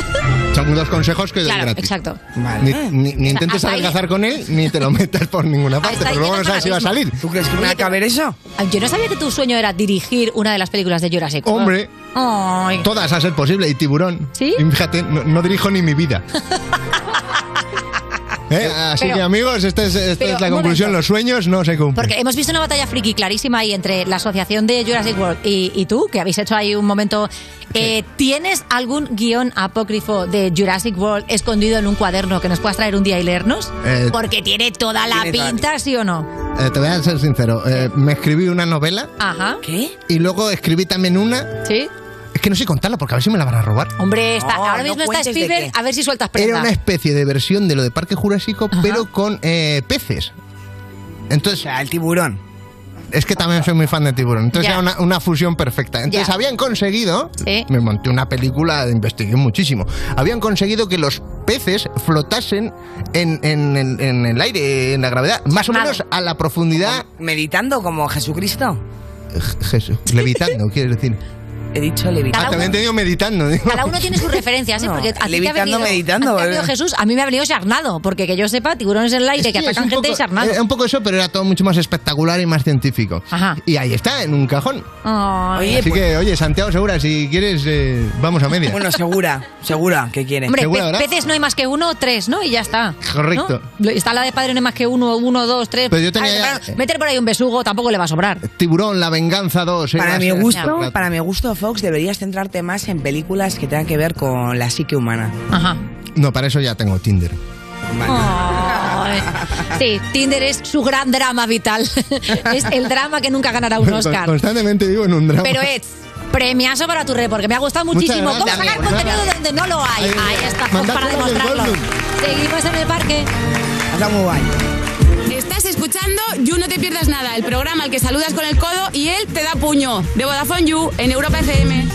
Speaker 5: Son dos consejos que doy
Speaker 4: Claro,
Speaker 5: gratis.
Speaker 4: exacto.
Speaker 5: Ni, ni- ni
Speaker 4: sea,
Speaker 5: intentes
Speaker 4: hasta ahí-
Speaker 5: adelgazar con él, ni
Speaker 4: [laughs]
Speaker 5: te lo metas por ninguna parte,
Speaker 4: Hasta ahí
Speaker 5: porque luego no
Speaker 4: llega
Speaker 5: sabes si va a
Speaker 4: todo
Speaker 5: salir.
Speaker 4: mismo.
Speaker 5: ¿Tú crees que me va a caber eso?
Speaker 4: Ay, Ah, Yo no sabía que tu sueño era dirigir una de las películas de Jurassic World.
Speaker 5: Hombre.
Speaker 4: Ay.
Speaker 5: Todas a ser posible, y tiburón.
Speaker 4: ¿Sí?
Speaker 5: Y fíjate, no, no dirijo ni
Speaker 4: [laughs]
Speaker 5: mi vida. Eh, Así
Speaker 4: Pero-
Speaker 5: que amigos, esta es, esta
Speaker 4: pero,
Speaker 5: es la
Speaker 4: un
Speaker 5: conclusión, los sueños no se cumplen.
Speaker 4: Porque hemos visto una batalla friki clarísima ahí entre la asociación de Jurassic World y, y tú, que habéis hecho ahí un momento. Eh, ¿Tienes algún guión apócrifo de Jurassic World escondido en un cuaderno que nos puedas traer un día y leernos?
Speaker 5: Eh,
Speaker 4: Porque tiene toda la
Speaker 5: tiene toda-
Speaker 4: pinta, ¿sí o no?
Speaker 5: Eh, te voy a ser sincero, eh, me escribí una novela
Speaker 4: Ajá.
Speaker 6: ¿Qué?
Speaker 5: y luego escribí también una.
Speaker 4: Sí.
Speaker 5: Es que no sé contarla porque a ver si me la van a robar.
Speaker 4: Hombre, está-
Speaker 6: No,
Speaker 4: ahora
Speaker 6: no
Speaker 4: mismo está
Speaker 6: cuentes de
Speaker 4: Spielberg,
Speaker 6: qué.
Speaker 4: a ver si sueltas
Speaker 5: Era
Speaker 4: prenda.
Speaker 5: una especie de versión de lo de Parque Jurásico, pero con eh, peces. Entonces,
Speaker 6: el tiburón.
Speaker 5: Es que también soy muy fan de tiburón. Entonces
Speaker 4: Ya.
Speaker 5: era una, una fusión perfecta. Entonces
Speaker 4: Ya.
Speaker 5: habían conseguido,
Speaker 4: Sí.
Speaker 5: me monté una película, investigué muchísimo, habían conseguido que los peces flotasen en, en- en- en el aire, en la gravedad, más o menos a la profundidad,
Speaker 6: Meditando como Jesucristo.
Speaker 5: Eh, Jesús,
Speaker 6: [laughs]
Speaker 5: levitando, quieres decir.
Speaker 6: He dicho
Speaker 5: Ah,
Speaker 6: levitando.
Speaker 5: también he tenido meditando. digo.
Speaker 4: Cada uno tiene sus referencias, ¿eh?
Speaker 5: No,
Speaker 4: Porque a ti te ha
Speaker 5: levitando,
Speaker 4: venido-
Speaker 5: meditando,
Speaker 4: a ti te ha
Speaker 6: eh.
Speaker 4: venido
Speaker 5: boludo.
Speaker 4: Jesús, a mí me ha venido Sarnado, porque que yo sepa, tiburones en el aire que
Speaker 5: Sí, es
Speaker 4: atacan
Speaker 5: un
Speaker 4: gente
Speaker 5: poco-
Speaker 4: y Sarnado.
Speaker 5: eh, un poco eso, pero era todo mucho más espectacular y más científico. Y ahí está, en un cajón.
Speaker 4: Ay.
Speaker 5: Así que, oye, Santiago Segura, si quieres, eh, vamos a media.
Speaker 6: pues- Bueno, segura, segura que quiere.
Speaker 4: Hombre,
Speaker 5: Segura,
Speaker 4: pe-
Speaker 5: ¿verdad?
Speaker 4: peces no hay más que uno, tres, ¿no? Y ya está.
Speaker 5: Correcto.
Speaker 4: ¿no? Está la de padre no hay más que uno, uno, dos, tres.
Speaker 5: Pero yo tenía
Speaker 4: A ver,
Speaker 5: ya-
Speaker 4: claro, meter por ahí un besugo tampoco le va a
Speaker 5: [laughs]
Speaker 4: sobrar.
Speaker 5: Tiburón, La Venganza 2.
Speaker 6: Para mi gusto,
Speaker 5: para
Speaker 6: para mi gusto, Fox, deberías centrarte más en películas que tengan que ver con la psique humana.
Speaker 4: Ajá.
Speaker 5: No, para eso ya tengo Tinder.
Speaker 4: Ay. Sí, Tinder es su gran drama vital. [laughs] es el drama que nunca ganará un
Speaker 5: Con-
Speaker 4: Oscar.
Speaker 5: Constantemente vivo en un drama.
Speaker 4: Pero es premiazo para tu red, porque me ha gustado
Speaker 5: Muchas
Speaker 4: muchísimo. ¿Cómo
Speaker 5: gracias,
Speaker 4: sacar
Speaker 5: amigo.
Speaker 4: contenido de donde no lo hay?
Speaker 5: Ahí,
Speaker 4: Ahí está, Fox,
Speaker 5: mandad
Speaker 4: para
Speaker 5: fuera del
Speaker 4: demostrarlo.
Speaker 5: Goldblum.
Speaker 4: Seguimos en el parque.
Speaker 6: Está muy guay.
Speaker 11: Estás escuchando You No Te Pierdas Nada, el programa al que saludas con el codo y él te da puño. De Vodafone You en Europa FM.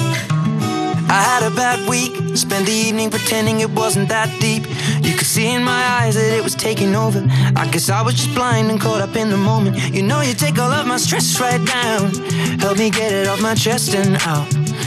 Speaker 30: I had a bad week, spent the evening pretending it wasn't that deep. You could see in my eyes that it was taking over. I guess I was just blind and caught up in the moment. You know, you take all of my stress right down. Help me get it off my chest and out.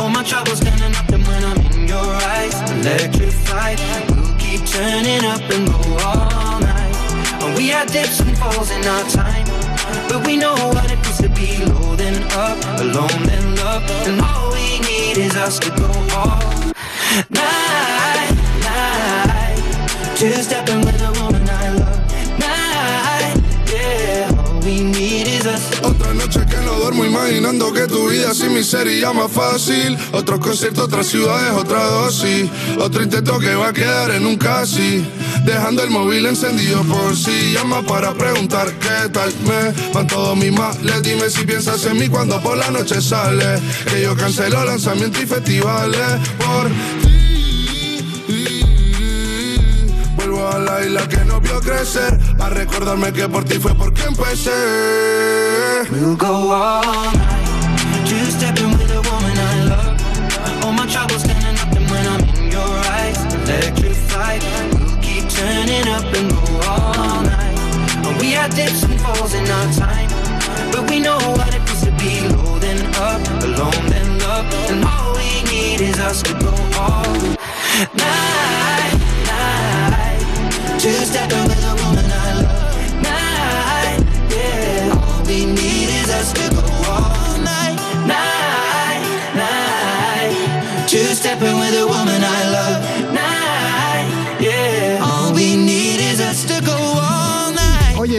Speaker 30: All my troubles standing up and when I'm in your eyes, electrified. We'll keep turning up and go all night. And we had dips and falls in our time.
Speaker 31: But we know what it means to be low then up, alone then loved. And all we need is us to go all night, night. Two stepping with a woman I love. Night, yeah. All we need is us.
Speaker 32: Otra noche que no duermo imaginando que tu vida sin miseria más fácil. Otros conciertos, otras ciudades, otra dosis. Otro intento que va a quedar en un casi. Dejando el móvil encendido por si llama para preguntar qué tal me van todos mis males. Dime si piensas en mí cuando por la noche sale. Que yo cancelo lanzamientos y festivales por Vuelvo a la isla que no vio crecer A recordarme que por ti fue porque empecé
Speaker 31: We'll go all night. Two stepping with a woman I love. All my troubles standing up, and when I'm in your eyes, electrified. We'll keep turning up and go all night. And we had dips and falls in our time, but we know what it means to be low then up, alone then loved. And all we need is us to go all night, night. Two stepping with a woman I love. Night, yeah. All we need is us to go all night, night, night. Two stepping with a woman I love. Night, yeah. All we need is us to go all night.
Speaker 5: Oye,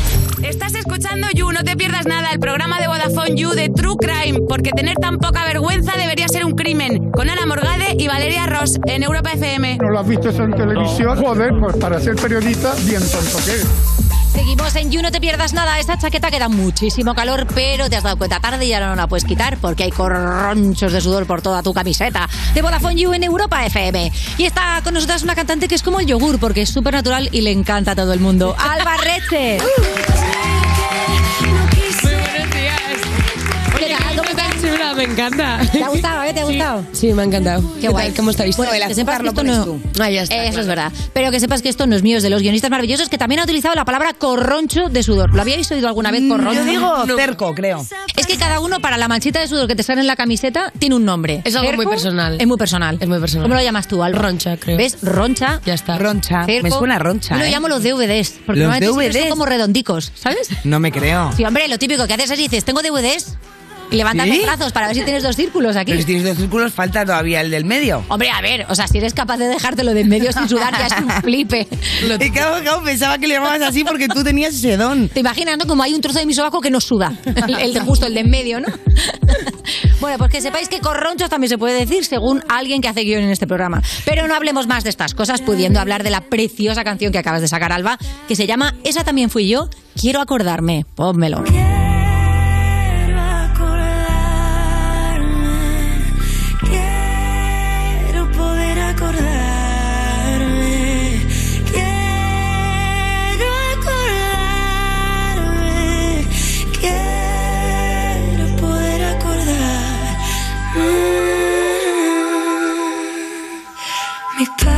Speaker 11: Estás escuchando You, no te pierdas nada, el programa de Vodafone You de True Crime, porque tener tan poca vergüenza debería ser un crimen. Con Ana Morgade y Valeria Ross en Europa FM.
Speaker 33: ¿No lo has visto eso en televisión? Joder, pues para ser periodista, bien tonto que eres.
Speaker 4: Seguimos en You, no te pierdas nada. Esta chaqueta que da muchísimo calor, pero te has dado cuenta tarde y ya no la puedes quitar porque hay corronchos de sudor por toda tu camiseta. De Vodafone You en Europa FM. Y está con nosotras una cantante que es como el yogur porque es súper natural y le encanta a todo el
Speaker 3: [laughs]
Speaker 4: mundo. Alba Reche.
Speaker 3: Muy buenos días. Oye, ¿qué cosa tan chula? Me encanta.
Speaker 4: ¿Te ha gustado, eh? ¿Te ha gustado?
Speaker 3: Sí, me ha encantado.
Speaker 4: Qué guay.
Speaker 3: tal? ¿Cómo estáis?
Speaker 4: Bueno, que sepas que esto no...
Speaker 3: Ah, ya está.
Speaker 4: Eso es verdad. Pero que sepas que esto no es mío, es de los guionistas maravillosos que también ha utilizado la palabra corroncho de sudor. ¿Lo habíais oído alguna
Speaker 3: Mm,
Speaker 4: vez, corroncho?
Speaker 6: Yo digo cerco, creo.
Speaker 4: Es que cada uno para la manchita de sudor que te sale en la camiseta tiene un nombre.
Speaker 3: Es algo muy
Speaker 4: Cerco,
Speaker 3: personal.
Speaker 4: Es muy personal.
Speaker 3: Es muy personal.
Speaker 4: ¿Cómo lo llamas tú, Alba?
Speaker 3: Roncha, creo.
Speaker 4: ¿Ves? Roncha.
Speaker 3: Ya está.
Speaker 6: Roncha.
Speaker 4: cerco.
Speaker 6: Me suena roncha.
Speaker 4: Yo lo
Speaker 6: ¿eh?
Speaker 4: llamo los DVDs. Porque
Speaker 6: Los
Speaker 4: normalmente siempre son
Speaker 6: DVDs.
Speaker 4: como redondicos, ¿sabes?
Speaker 6: No me creo.
Speaker 4: Sí, hombre, lo típico que haces es dices, tengo DVDs y levantas
Speaker 6: ¿Sí?
Speaker 4: los brazos para ver si tienes dos círculos aquí.
Speaker 6: Pero si tienes dos círculos, falta todavía el del medio.
Speaker 4: Hombre, a ver, o sea, si eres capaz de dejártelo de en medio sin sudar, ya
Speaker 6: [laughs]
Speaker 4: es un flipe.
Speaker 6: Y claro, claro, pensaba que le llamabas así porque tú tenías ese don.
Speaker 4: Te imaginas, ¿no? Como hay un trozo de mi sobaco que no suda. El, el de justo, el de en medio, ¿no? [laughs] Bueno, pues que sepáis que corronchos también se puede decir según alguien que hace guión en este programa. Pero no hablemos más de estas cosas, pudiendo hablar de la preciosa canción que acabas de sacar, Alba, que se llama Esa también fui yo, quiero acordarme. Pónmelo.
Speaker 7: Quiero acordarme, quiero poder acordarme, quiero acordarme, quiero poder acordarme. Mi padre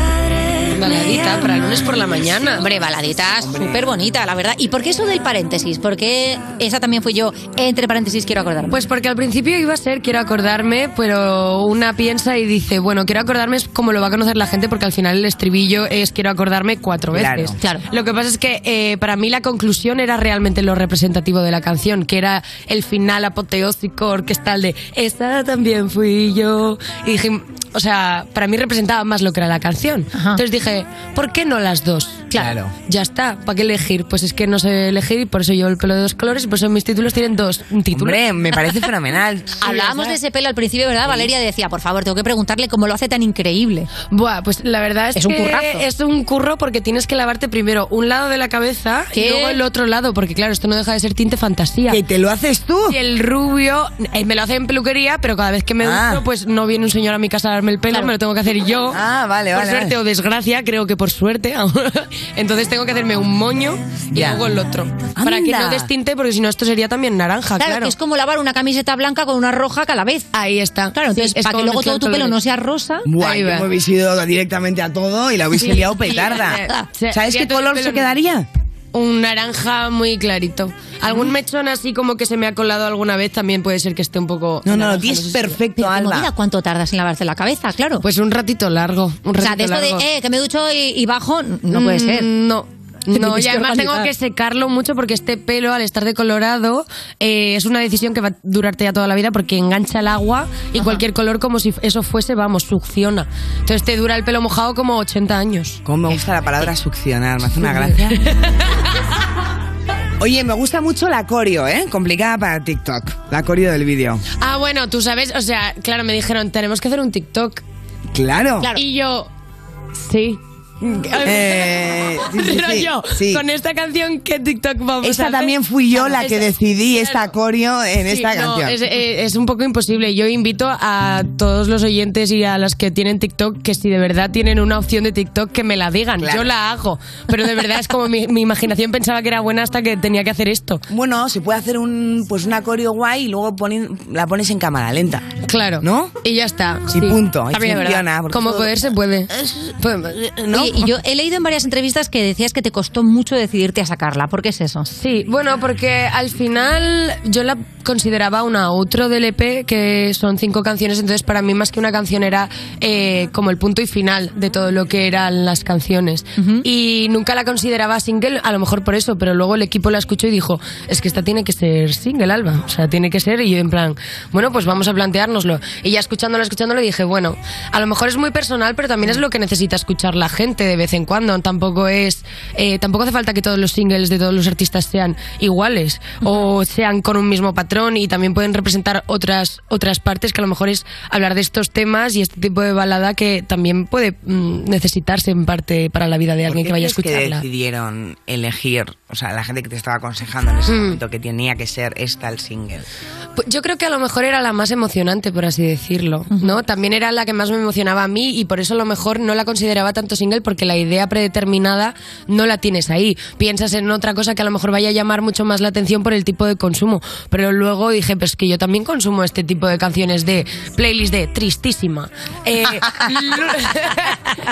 Speaker 3: Baladita para el lunes por la mañana.
Speaker 4: Hombre, baladita súper bonita, la verdad. ¿Y por qué eso del paréntesis? Porque esa también fui yo, entre paréntesis, quiero acordarme.
Speaker 3: Pues porque al principio iba a ser quiero acordarme, pero una piensa y dice, bueno, quiero acordarme es como lo va a conocer la gente, porque al final el estribillo es quiero acordarme cuatro
Speaker 6: Claro.
Speaker 3: veces. Lo que pasa es que eh, para mí la conclusión era realmente lo representativo de la canción, que era el final apoteósico orquestal de esa también fui yo. Y dije, o sea, para mí representaba más lo que era la canción. Entonces dije, ¿por ¿por qué no las dos? Claro. Ya está, ¿para qué elegir? Pues es que no sé elegir y por eso yo el pelo de dos colores y por eso mis títulos tienen dos títulos.
Speaker 6: Hombre, me parece
Speaker 3: [laughs]
Speaker 6: fenomenal.
Speaker 4: Hablábamos de ese pelo al principio, ¿verdad? Valeria decía, por favor, tengo que preguntarle cómo lo hace tan increíble.
Speaker 3: Buah, pues la verdad es,
Speaker 4: Es un
Speaker 3: que
Speaker 4: currazo.
Speaker 3: es un curro porque tienes que lavarte primero un lado de la cabeza
Speaker 4: ¿Qué?
Speaker 3: y luego el otro lado, porque claro, esto no deja de ser tinte fantasía.
Speaker 6: ¿Y te lo haces tú?
Speaker 3: Y el rubio, eh, me lo hacen en peluquería, pero cada vez que me
Speaker 6: Ah.
Speaker 3: ducho, pues no viene un señor a mi casa a darme el pelo, me lo tengo que hacer yo.
Speaker 6: Ah, vale,
Speaker 3: Por
Speaker 6: vale,
Speaker 3: suerte
Speaker 6: vale.
Speaker 3: o desgracia, creo que por suerte. [laughs] Entonces tengo que hacerme un moño y
Speaker 6: Ya.
Speaker 3: luego el otro. Para que
Speaker 4: Anda.
Speaker 3: no destinte, porque si no esto sería también naranja,
Speaker 4: Claro,
Speaker 3: claro.
Speaker 4: que es como lavar una camiseta blanca con una roja cada vez.
Speaker 3: Ahí está.
Speaker 4: Claro, entonces,
Speaker 3: Sí, es
Speaker 4: para que
Speaker 3: como
Speaker 4: luego todo
Speaker 3: mezclar
Speaker 4: tu pelo
Speaker 3: colores.
Speaker 4: no sea rosa.
Speaker 6: Buah,
Speaker 4: ahí
Speaker 6: yo
Speaker 4: va.
Speaker 6: me habéis ido directamente a todo y la habéis
Speaker 3: Sí,
Speaker 6: liado
Speaker 3: sí,
Speaker 6: petarda.
Speaker 3: sí, sí.
Speaker 6: ¿Sabes
Speaker 3: Sí,
Speaker 6: qué
Speaker 3: a todo el
Speaker 6: color
Speaker 3: pelo
Speaker 6: se
Speaker 3: no.
Speaker 6: quedaría?
Speaker 3: Un naranja muy clarito. Algún
Speaker 4: Mm.
Speaker 3: mechón así como que se me ha colado alguna vez también puede ser que esté un poco.
Speaker 6: No, no,
Speaker 3: naranja,
Speaker 6: lo tienes
Speaker 3: sé si-
Speaker 6: perfecto,
Speaker 4: Pero,
Speaker 6: Alba.
Speaker 4: movida, ¿cuánto tardas en lavarte la cabeza? Claro.
Speaker 3: Ah. Pues un ratito largo. Un
Speaker 4: o sea,
Speaker 3: ratito
Speaker 4: de esto de,
Speaker 3: largo.
Speaker 4: eh, que me ducho y, y bajo, no puede
Speaker 3: Mm,
Speaker 4: ser.
Speaker 3: No.
Speaker 4: Te
Speaker 3: No,
Speaker 4: tienes
Speaker 3: y
Speaker 4: que
Speaker 3: además tengo
Speaker 4: organizar.
Speaker 3: que secarlo mucho porque este pelo, al estar decolorado, eh, es una decisión que va a durarte ya toda la vida porque engancha el agua y cualquier color, como si eso fuese, vamos, succiona. Entonces te dura el pelo mojado como 80 años.
Speaker 6: Cómo me gusta la palabra succionar, me hace una
Speaker 3: [laughs]
Speaker 6: gracia. Oye, me gusta mucho la coreo, ¿eh? Complicada para TikTok. La coreo del vídeo.
Speaker 3: Ah, bueno, tú sabes, o sea, claro, me dijeron, tenemos que hacer un TikTok.
Speaker 6: Claro.
Speaker 3: Y yo, sí.
Speaker 6: Eh, [laughs] sí, sí, sí,
Speaker 3: Rollo,
Speaker 6: sí.
Speaker 3: con esta canción, ¿qué TikTok vamos a
Speaker 6: Esta
Speaker 3: hacer?
Speaker 6: también fui yo la que
Speaker 3: Esa-
Speaker 6: decidí esta coreo en
Speaker 3: Sí,
Speaker 6: esta
Speaker 3: no,
Speaker 6: canción.
Speaker 3: Es, eh, es un poco imposible. Yo invito a todos los oyentes y a las que tienen TikTok que si de verdad tienen una opción de TikTok que me la digan.
Speaker 6: Claro.
Speaker 3: Yo la hago. Pero de verdad es como mi, mi imaginación pensaba que era buena hasta que tenía que hacer esto.
Speaker 6: Bueno, se puede hacer un pues una coreo guay y luego ponen- la pones en cámara lenta.
Speaker 3: Claro.
Speaker 6: ¿No?
Speaker 3: Y ya está.
Speaker 6: Sí, punto. Y
Speaker 3: También es verdad.
Speaker 6: funciona, porque
Speaker 3: Como
Speaker 6: todo-
Speaker 3: poder se puede. Pues, ¿no?
Speaker 4: eh, Oye, y yo he leído en varias entrevistas que decías que te costó mucho decidirte a sacarla. ¿Por qué es eso?
Speaker 3: Sí, bueno, porque al final yo la consideraba una outro del EP, que son cinco canciones, entonces para mí más que una canción era eh, como el punto y final de todo lo que eran las canciones. Y nunca la consideraba single, a lo mejor por eso, pero luego el equipo la escuchó y dijo, es que esta tiene que ser single, Alba, o sea, tiene que ser, y yo en plan, bueno, pues vamos a planteárnoslo. Y ya escuchándolo, escuchándolo, dije, bueno, a lo mejor es muy personal, pero también es
Speaker 6: Mm.
Speaker 3: lo que necesita escuchar la gente de vez en cuando, tampoco es, eh, tampoco hace falta que todos los singles de todos los artistas sean iguales o sean con un mismo patrón y también pueden representar otras, otras partes que a lo mejor es hablar de estos temas y este tipo de balada que también puede mm, necesitarse en parte para la vida de alguien que vaya a
Speaker 6: ¿Por qué crees
Speaker 3: escucharla.
Speaker 6: que decidieron elegir, o sea, la gente que te estaba aconsejando en ese
Speaker 3: Mm.
Speaker 6: momento que tenía que ser esta el single?
Speaker 3: Pues Yo creo que a lo mejor era la más emocionante, por así decirlo, ¿no? También era la que más me emocionaba a mí y por eso a lo mejor no la consideraba tanto single porque la idea predeterminada no la tienes ahí. Piensas en otra cosa que a lo mejor vaya a llamar mucho más la atención por el tipo de consumo. Pero luego dije, pues que yo también consumo este tipo de canciones de playlist de tristísima. Eh, [laughs]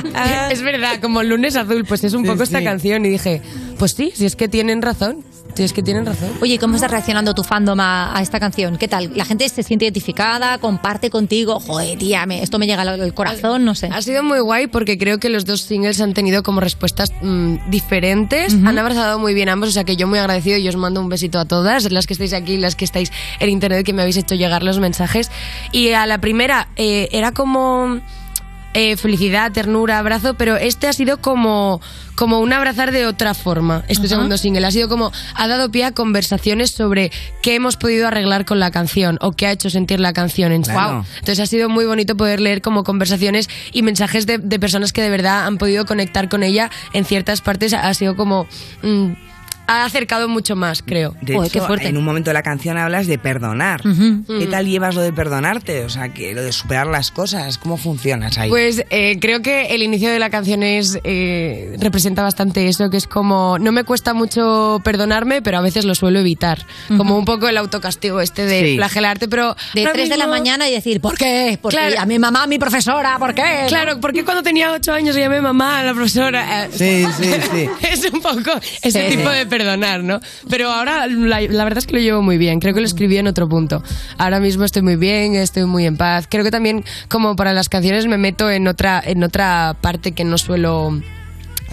Speaker 3: lu- [laughs] es verdad, como lunes azul, pues es un poco esta canción y dije, pues sí, si es que tienen razón, si es que tienen razón.
Speaker 4: Oye, ¿cómo está reaccionando tu fandom a, a esta canción? ¿Qué tal? ¿La gente se siente identificada? ¿Comparte contigo? Joder, tía, me- esto me llega al al corazón, no sé.
Speaker 3: Ha sido muy guay porque creo que los dos singles han tenido como respuestas mm, diferentes. Han abrazado muy bien ambos, o sea que yo muy agradecido y os mando un besito a todas, las que estáis aquí, las que estáis en internet, que me habéis hecho llegar los mensajes. Y a la primera eh, era como... eh, felicidad, ternura, abrazo, pero este ha sido como, como un abrazar de otra forma. Este segundo single ha sido como, ha dado pie a conversaciones sobre qué hemos podido arreglar con la canción o qué ha hecho sentir la canción en sí.
Speaker 6: Claro.
Speaker 3: Entonces ha sido muy bonito poder leer como conversaciones y mensajes de, de personas que de verdad han podido conectar con ella en ciertas partes. Ha sido como... mm, ha acercado mucho más, creo.
Speaker 6: De
Speaker 3: Joder,
Speaker 6: hecho,
Speaker 3: qué fuerte.
Speaker 6: en un momento de la canción hablas de perdonar. ¿Qué tal llevas lo de perdonarte? O sea, que lo de superar las cosas, ¿cómo funcionas ahí?
Speaker 3: Pues eh, creo que el inicio de la canción es eh, representa bastante eso, que es como no me cuesta mucho perdonarme, pero a veces lo suelo evitar, como un poco el autocastigo este de
Speaker 4: Sí.
Speaker 3: flagelarte, pero
Speaker 4: De
Speaker 3: ahora
Speaker 4: 3 de la
Speaker 3: mismo-
Speaker 4: mañana y decir, ¿por qué? Porque
Speaker 3: Claro.
Speaker 4: a mi mamá, a mi profesora, ¿por qué?
Speaker 3: Claro, porque cuando tenía ocho años llamé mamá a la profesora. eh,
Speaker 6: Sí, sí, sí.
Speaker 3: [laughs] es un poco ese
Speaker 4: Sí,
Speaker 3: tipo
Speaker 4: sí.
Speaker 3: de perdonar, ¿no? Pero ahora la, la verdad es que lo llevo muy bien. Creo que lo escribí en otro punto. Ahora mismo estoy muy bien, estoy muy en paz. Creo que también como para las canciones me meto en otra en otra parte que no suelo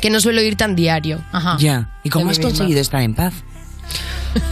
Speaker 3: que no suelo ir tan diario.
Speaker 4: Ajá.
Speaker 6: ya. ¿Y
Speaker 3: de
Speaker 6: cómo
Speaker 3: mí
Speaker 6: has
Speaker 3: misma.
Speaker 6: conseguido estar en paz?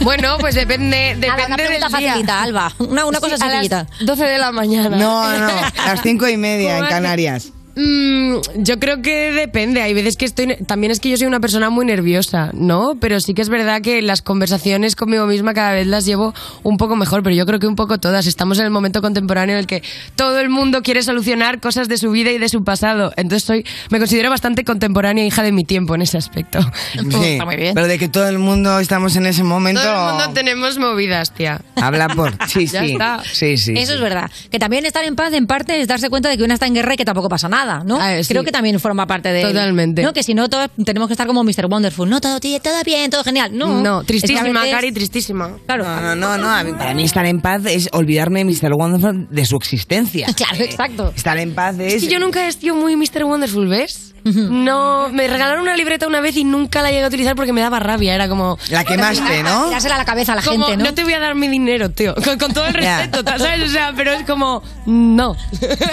Speaker 3: Bueno, pues
Speaker 4: [laughs]
Speaker 3: depende depende
Speaker 4: Nada, una pregunta
Speaker 3: del día.
Speaker 4: facilita, Alba. Una, una cosa
Speaker 3: Sí, a las
Speaker 4: sencillita.
Speaker 3: [laughs] 12 de la mañana.
Speaker 6: No, no, las cinco y media en
Speaker 3: ¿Cómo has-
Speaker 6: Canarias.
Speaker 3: Mm, yo creo que depende. Hay veces que estoy. También es que yo soy una persona muy nerviosa, ¿no? Pero sí que es verdad que las conversaciones conmigo misma cada vez las llevo un poco mejor. Pero yo creo que un poco todas. Estamos en el momento contemporáneo en el que todo el mundo quiere solucionar cosas de su vida y de su pasado. Entonces soy, me considero bastante contemporánea hija de mi tiempo en ese aspecto. Pues,
Speaker 6: Está muy bien. Pero de que todo el mundo estamos en ese momento.
Speaker 3: Todo el mundo tenemos movidas, tía.
Speaker 6: Habla por. Sí,
Speaker 4: Ya
Speaker 6: sí.
Speaker 4: está.
Speaker 6: Sí, sí.
Speaker 4: Eso es verdad. Que también estar en paz, en parte, es darse cuenta de que una está en guerra y que tampoco pasa nada, ¿no? Creo que también forma parte de.
Speaker 3: Ah, eh, Totalmente.
Speaker 4: No, que si no, todos tenemos que estar como Mr. Wonderful. No, todo, ti- todo bien, todo genial. No,
Speaker 3: No,
Speaker 4: Es que
Speaker 3: tristísima,
Speaker 4: a veces-
Speaker 3: Cari, tristísima.
Speaker 4: Claro.
Speaker 6: No, no, no. a mí- para mí estar en paz es olvidarme de Mr. Wonderful de su
Speaker 3: [laughs]
Speaker 6: existencia.
Speaker 4: Claro, exacto.
Speaker 6: eh, Estar en paz es...
Speaker 3: Es que yo nunca he sido muy Mr. Wonderful, ¿ves? No, me regalaron una libreta una vez y nunca la llegué a utilizar porque me daba rabia. Era como.
Speaker 6: La quemaste, ¿no?
Speaker 4: Dásela a la cabeza a la
Speaker 3: Como,
Speaker 4: gente, ¿no?
Speaker 3: te voy a dar mi dinero, tío. Con, con
Speaker 6: [laughs]
Speaker 3: todo el
Speaker 4: Ya.
Speaker 3: respeto, ta- ¿sabes? O sea, pero es como.
Speaker 4: [laughs]
Speaker 3: No.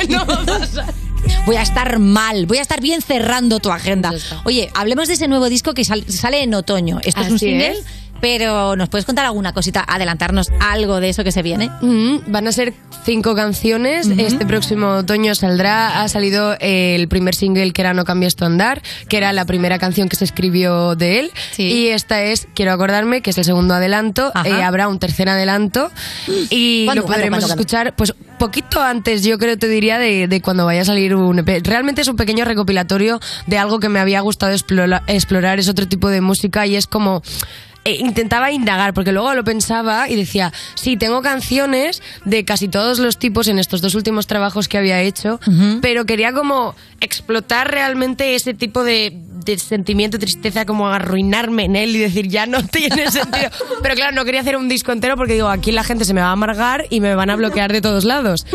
Speaker 3: no
Speaker 4: Voy a estar mal, voy a estar bien cerrando tu agenda. Oye, hablemos de ese nuevo disco que sal- sale en otoño. Esto es un
Speaker 3: Así
Speaker 4: single,
Speaker 3: es.
Speaker 4: pero ¿nos puedes contar alguna cosita, adelantarnos algo de eso que se viene?
Speaker 3: Mm, Van a ser cinco canciones. Este próximo otoño saldrá. Ha salido el primer single que era No cambies tu andar, que era la primera canción que se escribió de él. Y esta es Quiero acordarme, que es el segundo adelanto.
Speaker 4: Ajá.
Speaker 3: Eh, habrá un tercer adelanto y
Speaker 4: [gasps] ¿Cuándo,
Speaker 3: lo podremos
Speaker 4: cuándo, cuándo, cuándo?
Speaker 3: escuchar pues poquito antes, yo creo, te diría, de, de cuando vaya a salir un EP. Realmente es un pequeño recopilatorio de algo que me había gustado explora- explorar, es otro tipo de música y es como... eh, intentaba indagar, porque luego lo pensaba y decía, sí, tengo canciones de casi todos los tipos en estos dos últimos trabajos que había hecho, pero quería como explotar realmente ese tipo de, de sentimiento, tristeza, como arruinarme en él y decir, ya no [laughs] tiene sentido. Pero claro, no quería hacer un disco entero porque digo, aquí la gente se me va a amargar y me van a bloquear de todos lados.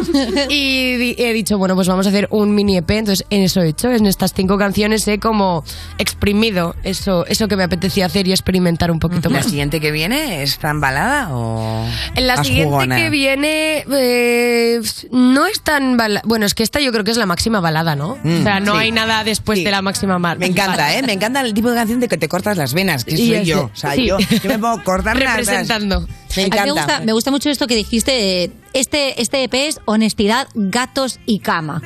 Speaker 3: Y di- he dicho, bueno, pues vamos a hacer un mini EP, entonces en eso he hecho, en estas cinco canciones he como exprimido eso, eso que me apetecía hacer y experimentar un poquito
Speaker 6: ¿La
Speaker 3: más.
Speaker 6: siguiente que viene es tan balada o...?
Speaker 3: En la
Speaker 6: más
Speaker 3: siguiente
Speaker 6: jugona?
Speaker 3: que viene eh, no es tan bala- bueno es que esta yo creo que es la máxima balada, ¿no?
Speaker 6: Mm,
Speaker 3: o sea, no
Speaker 6: sí.
Speaker 3: hay nada después de la máxima mar.
Speaker 6: Me encanta, ¿eh? Me encanta el tipo de canción de que te cortas las venas, que
Speaker 3: Y
Speaker 6: soy
Speaker 3: ese,
Speaker 6: yo. O sea,
Speaker 3: sí.
Speaker 6: yo, yo
Speaker 3: [laughs]
Speaker 6: me puedo cortar las venas.
Speaker 3: Representando.
Speaker 6: Me
Speaker 4: A mí me
Speaker 6: encanta.
Speaker 4: gusta, me gusta mucho esto que dijiste. eh, Este, este EP es honestidad, gatos y [laughs] cama.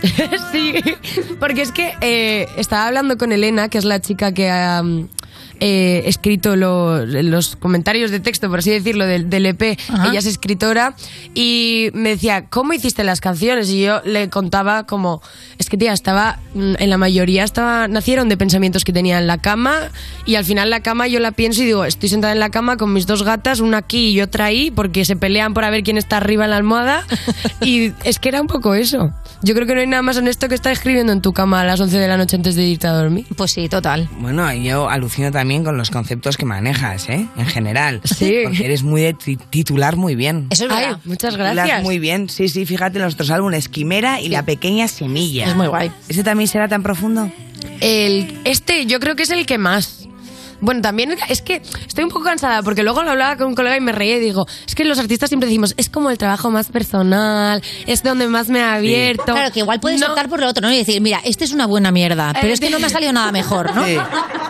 Speaker 3: sí, porque es que eh, estaba hablando con Elena, que es la chica que ha mm, eh, escrito lo- los comentarios de texto, por así decirlo, del, del EP.
Speaker 9: Ajá.
Speaker 3: Ella es escritora y me decía, ¿cómo hiciste las canciones? Y yo le contaba como, es que tía, estaba, mm, en la mayoría estaba, nacieron de pensamientos que tenía en la cama y al final la cama yo la pienso y digo, estoy sentada en la cama con mis dos gatas, una aquí y otra ahí, porque se pelean por a ver quién está arriba en la
Speaker 4: [laughs]
Speaker 3: almohada. y es que era un poco eso. Yo creo que no hay nada más honesto que estar escribiendo en tu cama a las 11 de la noche antes de irte a dormir.
Speaker 4: Pues sí, total.
Speaker 6: Bueno, y yo alucino también con los conceptos que manejas, ¿eh? En general.
Speaker 3: Sí.
Speaker 6: Porque eres muy de ti- titular muy bien.
Speaker 4: Eso es verdad.
Speaker 3: muchas
Speaker 6: Titular
Speaker 3: gracias.
Speaker 6: muy bien. Sí, sí, fíjate en los otros álbumes, Quimera y La Pequeña Semilla. Es muy
Speaker 3: guay.
Speaker 6: ¿Ese también será tan profundo?
Speaker 3: El, este yo creo que es el que más. Bueno, también es que estoy un poco cansada porque luego lo hablaba con un colega y me reía y digo, es que los artistas siempre decimos, es como el trabajo más personal, es donde más me ha abierto.
Speaker 4: Claro, que igual puedes optar por lo otro, ¿no? Y decir, mira, este es una buena
Speaker 3: Eh,
Speaker 4: mierda, pero es que no me ha salido nada mejor, ¿no?
Speaker 3: Sí.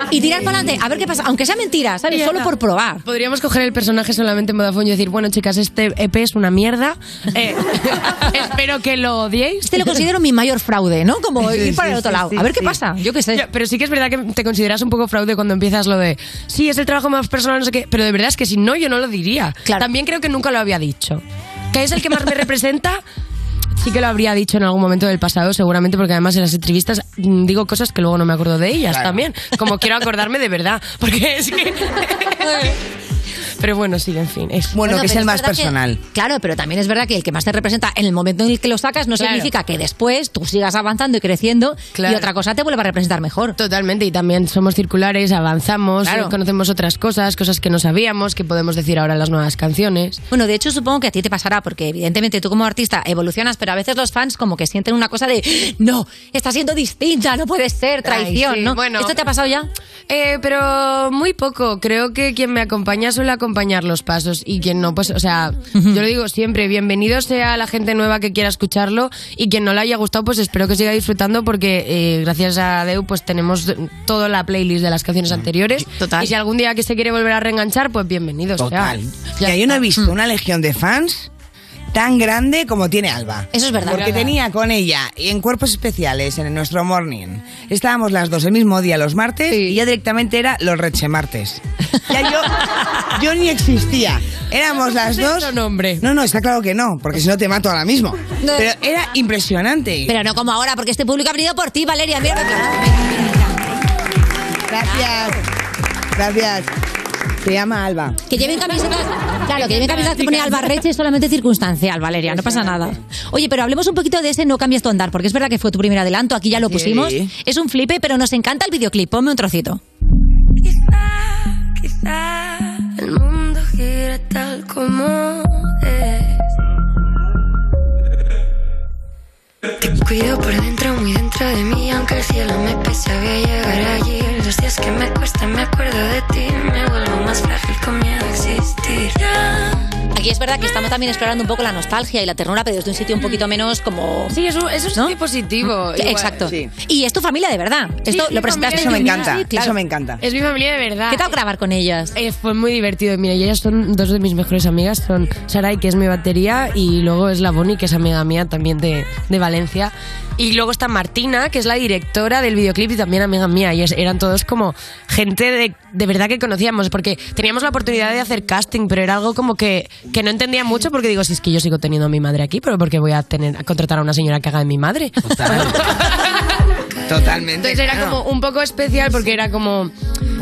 Speaker 4: Y tirar para adelante, a ver qué pasa, aunque sea mentira, ¿sabes?
Speaker 3: Ya
Speaker 4: Solo
Speaker 3: está.
Speaker 4: por probar.
Speaker 3: Podríamos coger el personaje solamente en Vodafone y decir, bueno, chicas, este EP es una mierda. eh, [laughs] espero que lo odiéis.
Speaker 4: Este lo considero mi mayor fraude, ¿no? Como
Speaker 3: Sí,
Speaker 4: ir para
Speaker 3: sí,
Speaker 4: el otro
Speaker 3: sí,
Speaker 4: lado.
Speaker 3: sí,
Speaker 4: a ver qué
Speaker 3: sí.
Speaker 4: pasa, yo qué sé.
Speaker 3: Ya, pero sí que es verdad que te consideras un poco fraude cuando empiezas lo de, sí, es el trabajo más personal, no sé qué. Pero de verdad es que si no, yo no lo diría. También creo que nunca lo había dicho. Que es el que más me representa. Sí que lo habría dicho en algún momento del pasado, seguramente, porque además en las entrevistas mm, digo cosas que luego no me acuerdo de ellas
Speaker 6: Claro.
Speaker 3: también. Como quiero acordarme de verdad, porque es
Speaker 4: [laughs]
Speaker 3: que... Pero bueno, sí, en fin. Es...
Speaker 4: Bueno, pero es verdad que- claro, pero también es verdad que el que más te representa en el momento en el que lo sacas no
Speaker 3: Claro.
Speaker 4: significa que después tú sigas avanzando y creciendo y
Speaker 3: Claro.
Speaker 4: otra cosa te vuelva a representar mejor.
Speaker 3: Totalmente, y también somos circulares, avanzamos,
Speaker 4: Claro.
Speaker 3: eh, conocemos otras cosas, cosas que no sabíamos, que podemos decir ahora en las nuevas canciones.
Speaker 4: Bueno, de hecho supongo que a ti te pasará porque evidentemente tú como artista evolucionas, pero a veces los fans como que sienten una cosa de no, está siendo distinta, no puede ser, traición,
Speaker 3: Ay, sí,
Speaker 4: ¿no?
Speaker 3: bueno.
Speaker 4: ¿Esto te ha pasado ya?
Speaker 3: Eh, pero muy poco. Creo que quien me acompaña suele acompañar los pasos y quien no, pues, o sea, yo lo digo siempre, bienvenido sea la gente nueva que quiera escucharlo y quien no le haya gustado, pues espero que siga disfrutando porque eh, gracias a Deu pues tenemos toda la playlist de las
Speaker 4: Mm,
Speaker 3: canciones anteriores. Total. Y si algún día que se quiere volver a reenganchar, pues bienvenido sea.
Speaker 4: Mm.
Speaker 6: Total. Mira, yo no he visto una legión de fans tan grande como tiene Alba.
Speaker 4: Eso es verdad.
Speaker 6: Porque
Speaker 4: Verdad.
Speaker 6: tenía con ella y en cuerpos especiales en nuestro morning. Estábamos las dos el mismo día los martes y ya directamente era los rechemartes. Ya yo, yo ni existía. Éramos las dos. No, no, no, está claro que no, porque si no te mato ahora mismo.
Speaker 4: No.
Speaker 6: Pero era impresionante.
Speaker 4: Pero no como ahora, porque este público ha venido por ti, Valeria. Mira, claro.
Speaker 6: Gracias. Gracias. Se llama Alba.
Speaker 4: Que lleven camisetas. Claro, que lleven camisetas que pone Albarreche es solamente circunstancial, Valeria, no pasa nada. Oye, pero hablemos un poquito de ese No cambies tu andar, porque es verdad que fue tu primer adelanto, aquí ya lo
Speaker 6: Sí.
Speaker 4: pusimos. Es un flipe, pero nos encanta el videoclip. Ponme un trocito.
Speaker 3: Quizá el mundo gira tal como es. Te cuido por dentro, muy dentro de mí, aunque el cielo me pese, voy a llegar allí. Los días que me cuesta, me acuerdo de ti, me vuelvo más frágil con miedo a existir. Ya
Speaker 4: Aquí es verdad que estamos también explorando un poco la nostalgia y la ternura, pero desde un sitio un poquito menos como.
Speaker 3: Sí, eso, eso
Speaker 4: es
Speaker 3: muy positivo.
Speaker 6: igual.
Speaker 4: Exacto.
Speaker 6: Sí.
Speaker 4: Y es tu familia de verdad. Esto
Speaker 6: mi
Speaker 4: lo
Speaker 6: familia
Speaker 4: presentaste.
Speaker 6: Eso me
Speaker 4: en tu
Speaker 6: encanta,
Speaker 4: videoclip, claro.
Speaker 6: eso me encanta.
Speaker 3: Es mi familia de verdad.
Speaker 4: ¿Qué tal grabar con ellas?
Speaker 3: Eh, fue muy divertido. Mira, y ellas son dos de mis mejores amigas. Son Sarai, que es mi batería, y luego es la Bonnie, que es amiga mía también de, de Valencia. Y luego está Martina, que es la directora del videoclip y también amiga mía. Y es- eran todos como gente de, de verdad que conocíamos, porque teníamos la oportunidad de hacer casting, pero era algo como que, que no entendía mucho, porque digo, si es que yo sigo teniendo a mi madre aquí, pero porque voy a, tener, a contratar a una señora que haga de mi madre.
Speaker 6: Totalmente.
Speaker 3: Entonces era
Speaker 6: claro.
Speaker 3: como un poco especial porque era como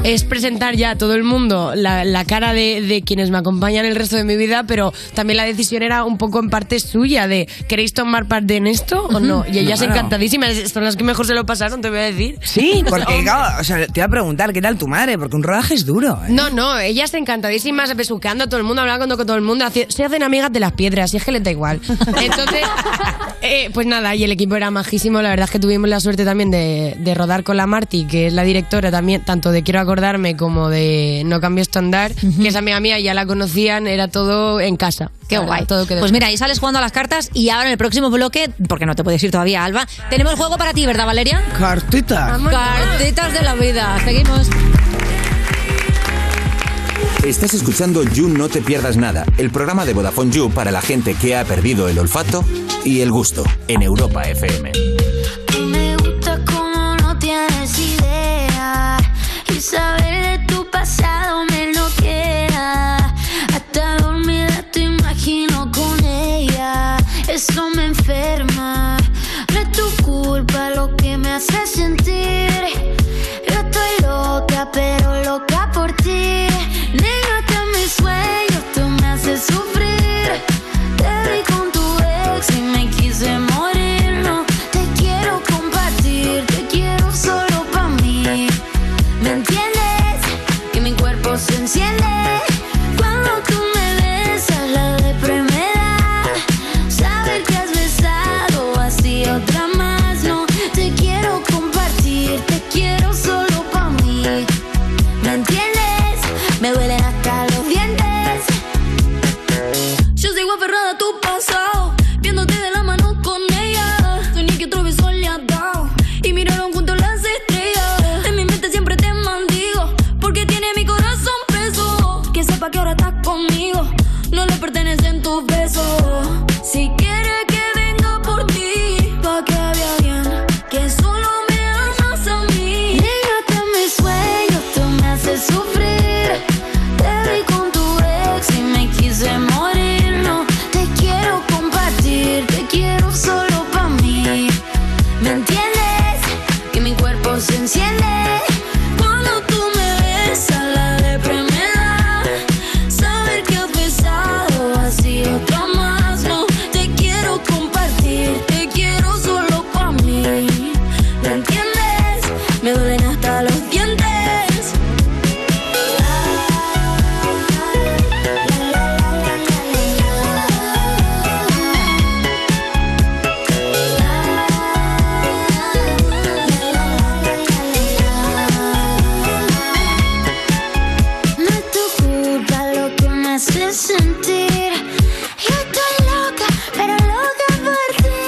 Speaker 3: es presentar ya a todo el mundo la, la cara de, de quienes me acompañan el resto de mi vida, pero también la decisión era un poco en parte suya de ¿queréis tomar parte en esto o no? Y ellas
Speaker 6: Claro.
Speaker 3: encantadísimas, son las que mejor se lo pasaron, te voy a decir.
Speaker 4: [laughs]
Speaker 6: Sí, porque
Speaker 3: Hombre.
Speaker 6: claro, o sea, te iba a preguntar, ¿qué tal tu madre? Porque un rodaje es duro. ¿eh?
Speaker 3: No, no, ellas encantadísimas, besuqueando a todo el mundo, hablando con todo el mundo, haci- se hacen amigas de las piedras, y es que les da igual. Entonces, eh, pues nada, y el equipo era majísimo, la verdad es que tuvimos la suerte también de, de rodar con la Marti, que es la directora también, tanto de Quiero Acordarme como de No Cambies tu Andar, que es amiga mía, ya la conocían, era todo en casa.
Speaker 4: Qué
Speaker 3: Era
Speaker 4: guay.
Speaker 3: Todo quedó
Speaker 4: Pues mira, ahí sales jugando a las cartas y ahora en el próximo bloque, porque no te puedes ir todavía, Alba, tenemos juego para ti, ¿verdad, Valeria?
Speaker 6: Cartita.
Speaker 4: Cartitas de la vida. Seguimos.
Speaker 1: Estás escuchando You No Te Pierdas Nada, el programa de Vodafone You para la gente que ha perdido el olfato y el gusto en Europa FM.
Speaker 7: Me gusta como no tienes idea Y saber de tu pasado me lo queda Hasta dormida te imagino con ella Eso me enferma No es tu culpa lo que me hace sentir Yo estoy loca pero loca por ti Negate a mis sueños, tú me haces sufrir Te vi con tu ex y me quise morir No te quiero compartir, te quiero solo para mí ¿Me entiendes? Que mi cuerpo se enciende Cuando tú me besas la de primera Saber que has besado así otra más No te quiero compartir, te quiero solo para mí ¿Me entiendes? Me duelen hasta los dientes
Speaker 3: Yo sigo aferrada a tu pasado, viéndote de la mano con ella. Soñé que otro beso le has dado y miraron juntos las estrellas. En mi mente siempre te mandigo, porque tiene mi corazón preso. Que sepa que ahora estás conmigo, no le pertenecen tus besos. Si quieres que venga por ti, pa' que había bien, que solo me amas a mí.
Speaker 7: Negate a mis sueños, tú me haces sufrir. Te vi con tu ex y me quise morir. No te quiero compartir, te quiero solo para mí. ¿Me entiendes? Que mi cuerpo se enciende cuando tú me besas la de primera. Saber que has besado así otra más. No te quiero compartir, te quiero solo para mí. ¿Me entiendes? Me duelen hasta los dientes. No es tu culpa lo que me hace sentir. Yo estoy loca, pero loca por ti.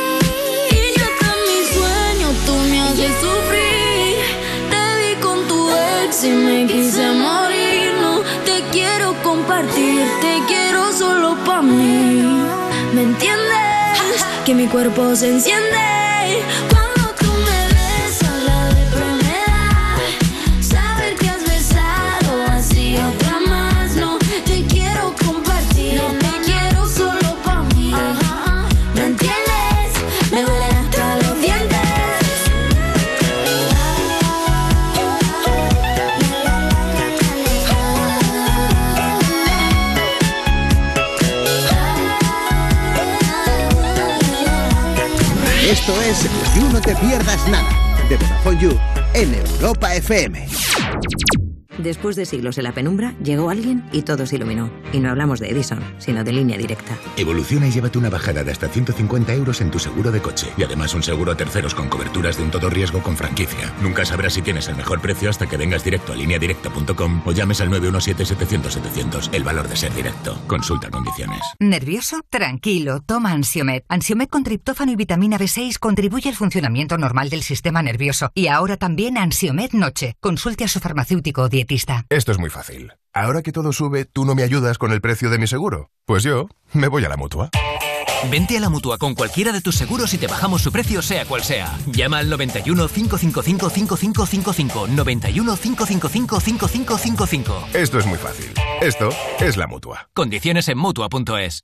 Speaker 7: Y yo con mis sueños tú me haces sufrir. Te vi con tu ex y me quise morir. No te quiero compartir, te quiero solo para mí. ¿Me me entiendes, que mi cuerpo se enciende. Cuando tú me besas, la depresión me da. Saber que has besado así otra más, no te quiero compartir, no te quiero solo para mí. ¿Me entiendes? Me duelen hasta los dientes.
Speaker 23: Esto es You No Te Pierdas Nada, de Vodafone You, en Europa FM.
Speaker 34: Después de siglos en la penumbra, llegó alguien y todo se iluminó. Y no hablamos de Edison, sino de línea directa.
Speaker 35: Evoluciona y llévate una bajada de hasta 150 euros en tu seguro de coche. Y además un seguro a terceros con coberturas de un todo riesgo con franquicia. Nunca sabrás si tienes el mejor precio hasta que vengas directo a lineadirecta.com o llames al 917-700-700. El valor de ser directo. Consulta condiciones.
Speaker 36: ¿Nervioso? Tranquilo, toma Ansiomed. Ansiomed con triptófano y vitamina B6 contribuye al funcionamiento normal del sistema nervioso. Y ahora también Ansiomed Noche. Consulte a su farmacéutico o dietista.
Speaker 1: Esto es muy fácil. Ahora que todo sube, tú no me ayudas con el precio de mi seguro. Pues yo me voy a la mutua.
Speaker 18: Vente a la mutua con cualquiera de tus seguros y te bajamos su precio, sea cual sea. Llama al 91 555 5555. 91 555 5555.
Speaker 1: Esto es muy fácil. Esto es la mutua.
Speaker 18: Condiciones en mutua.es.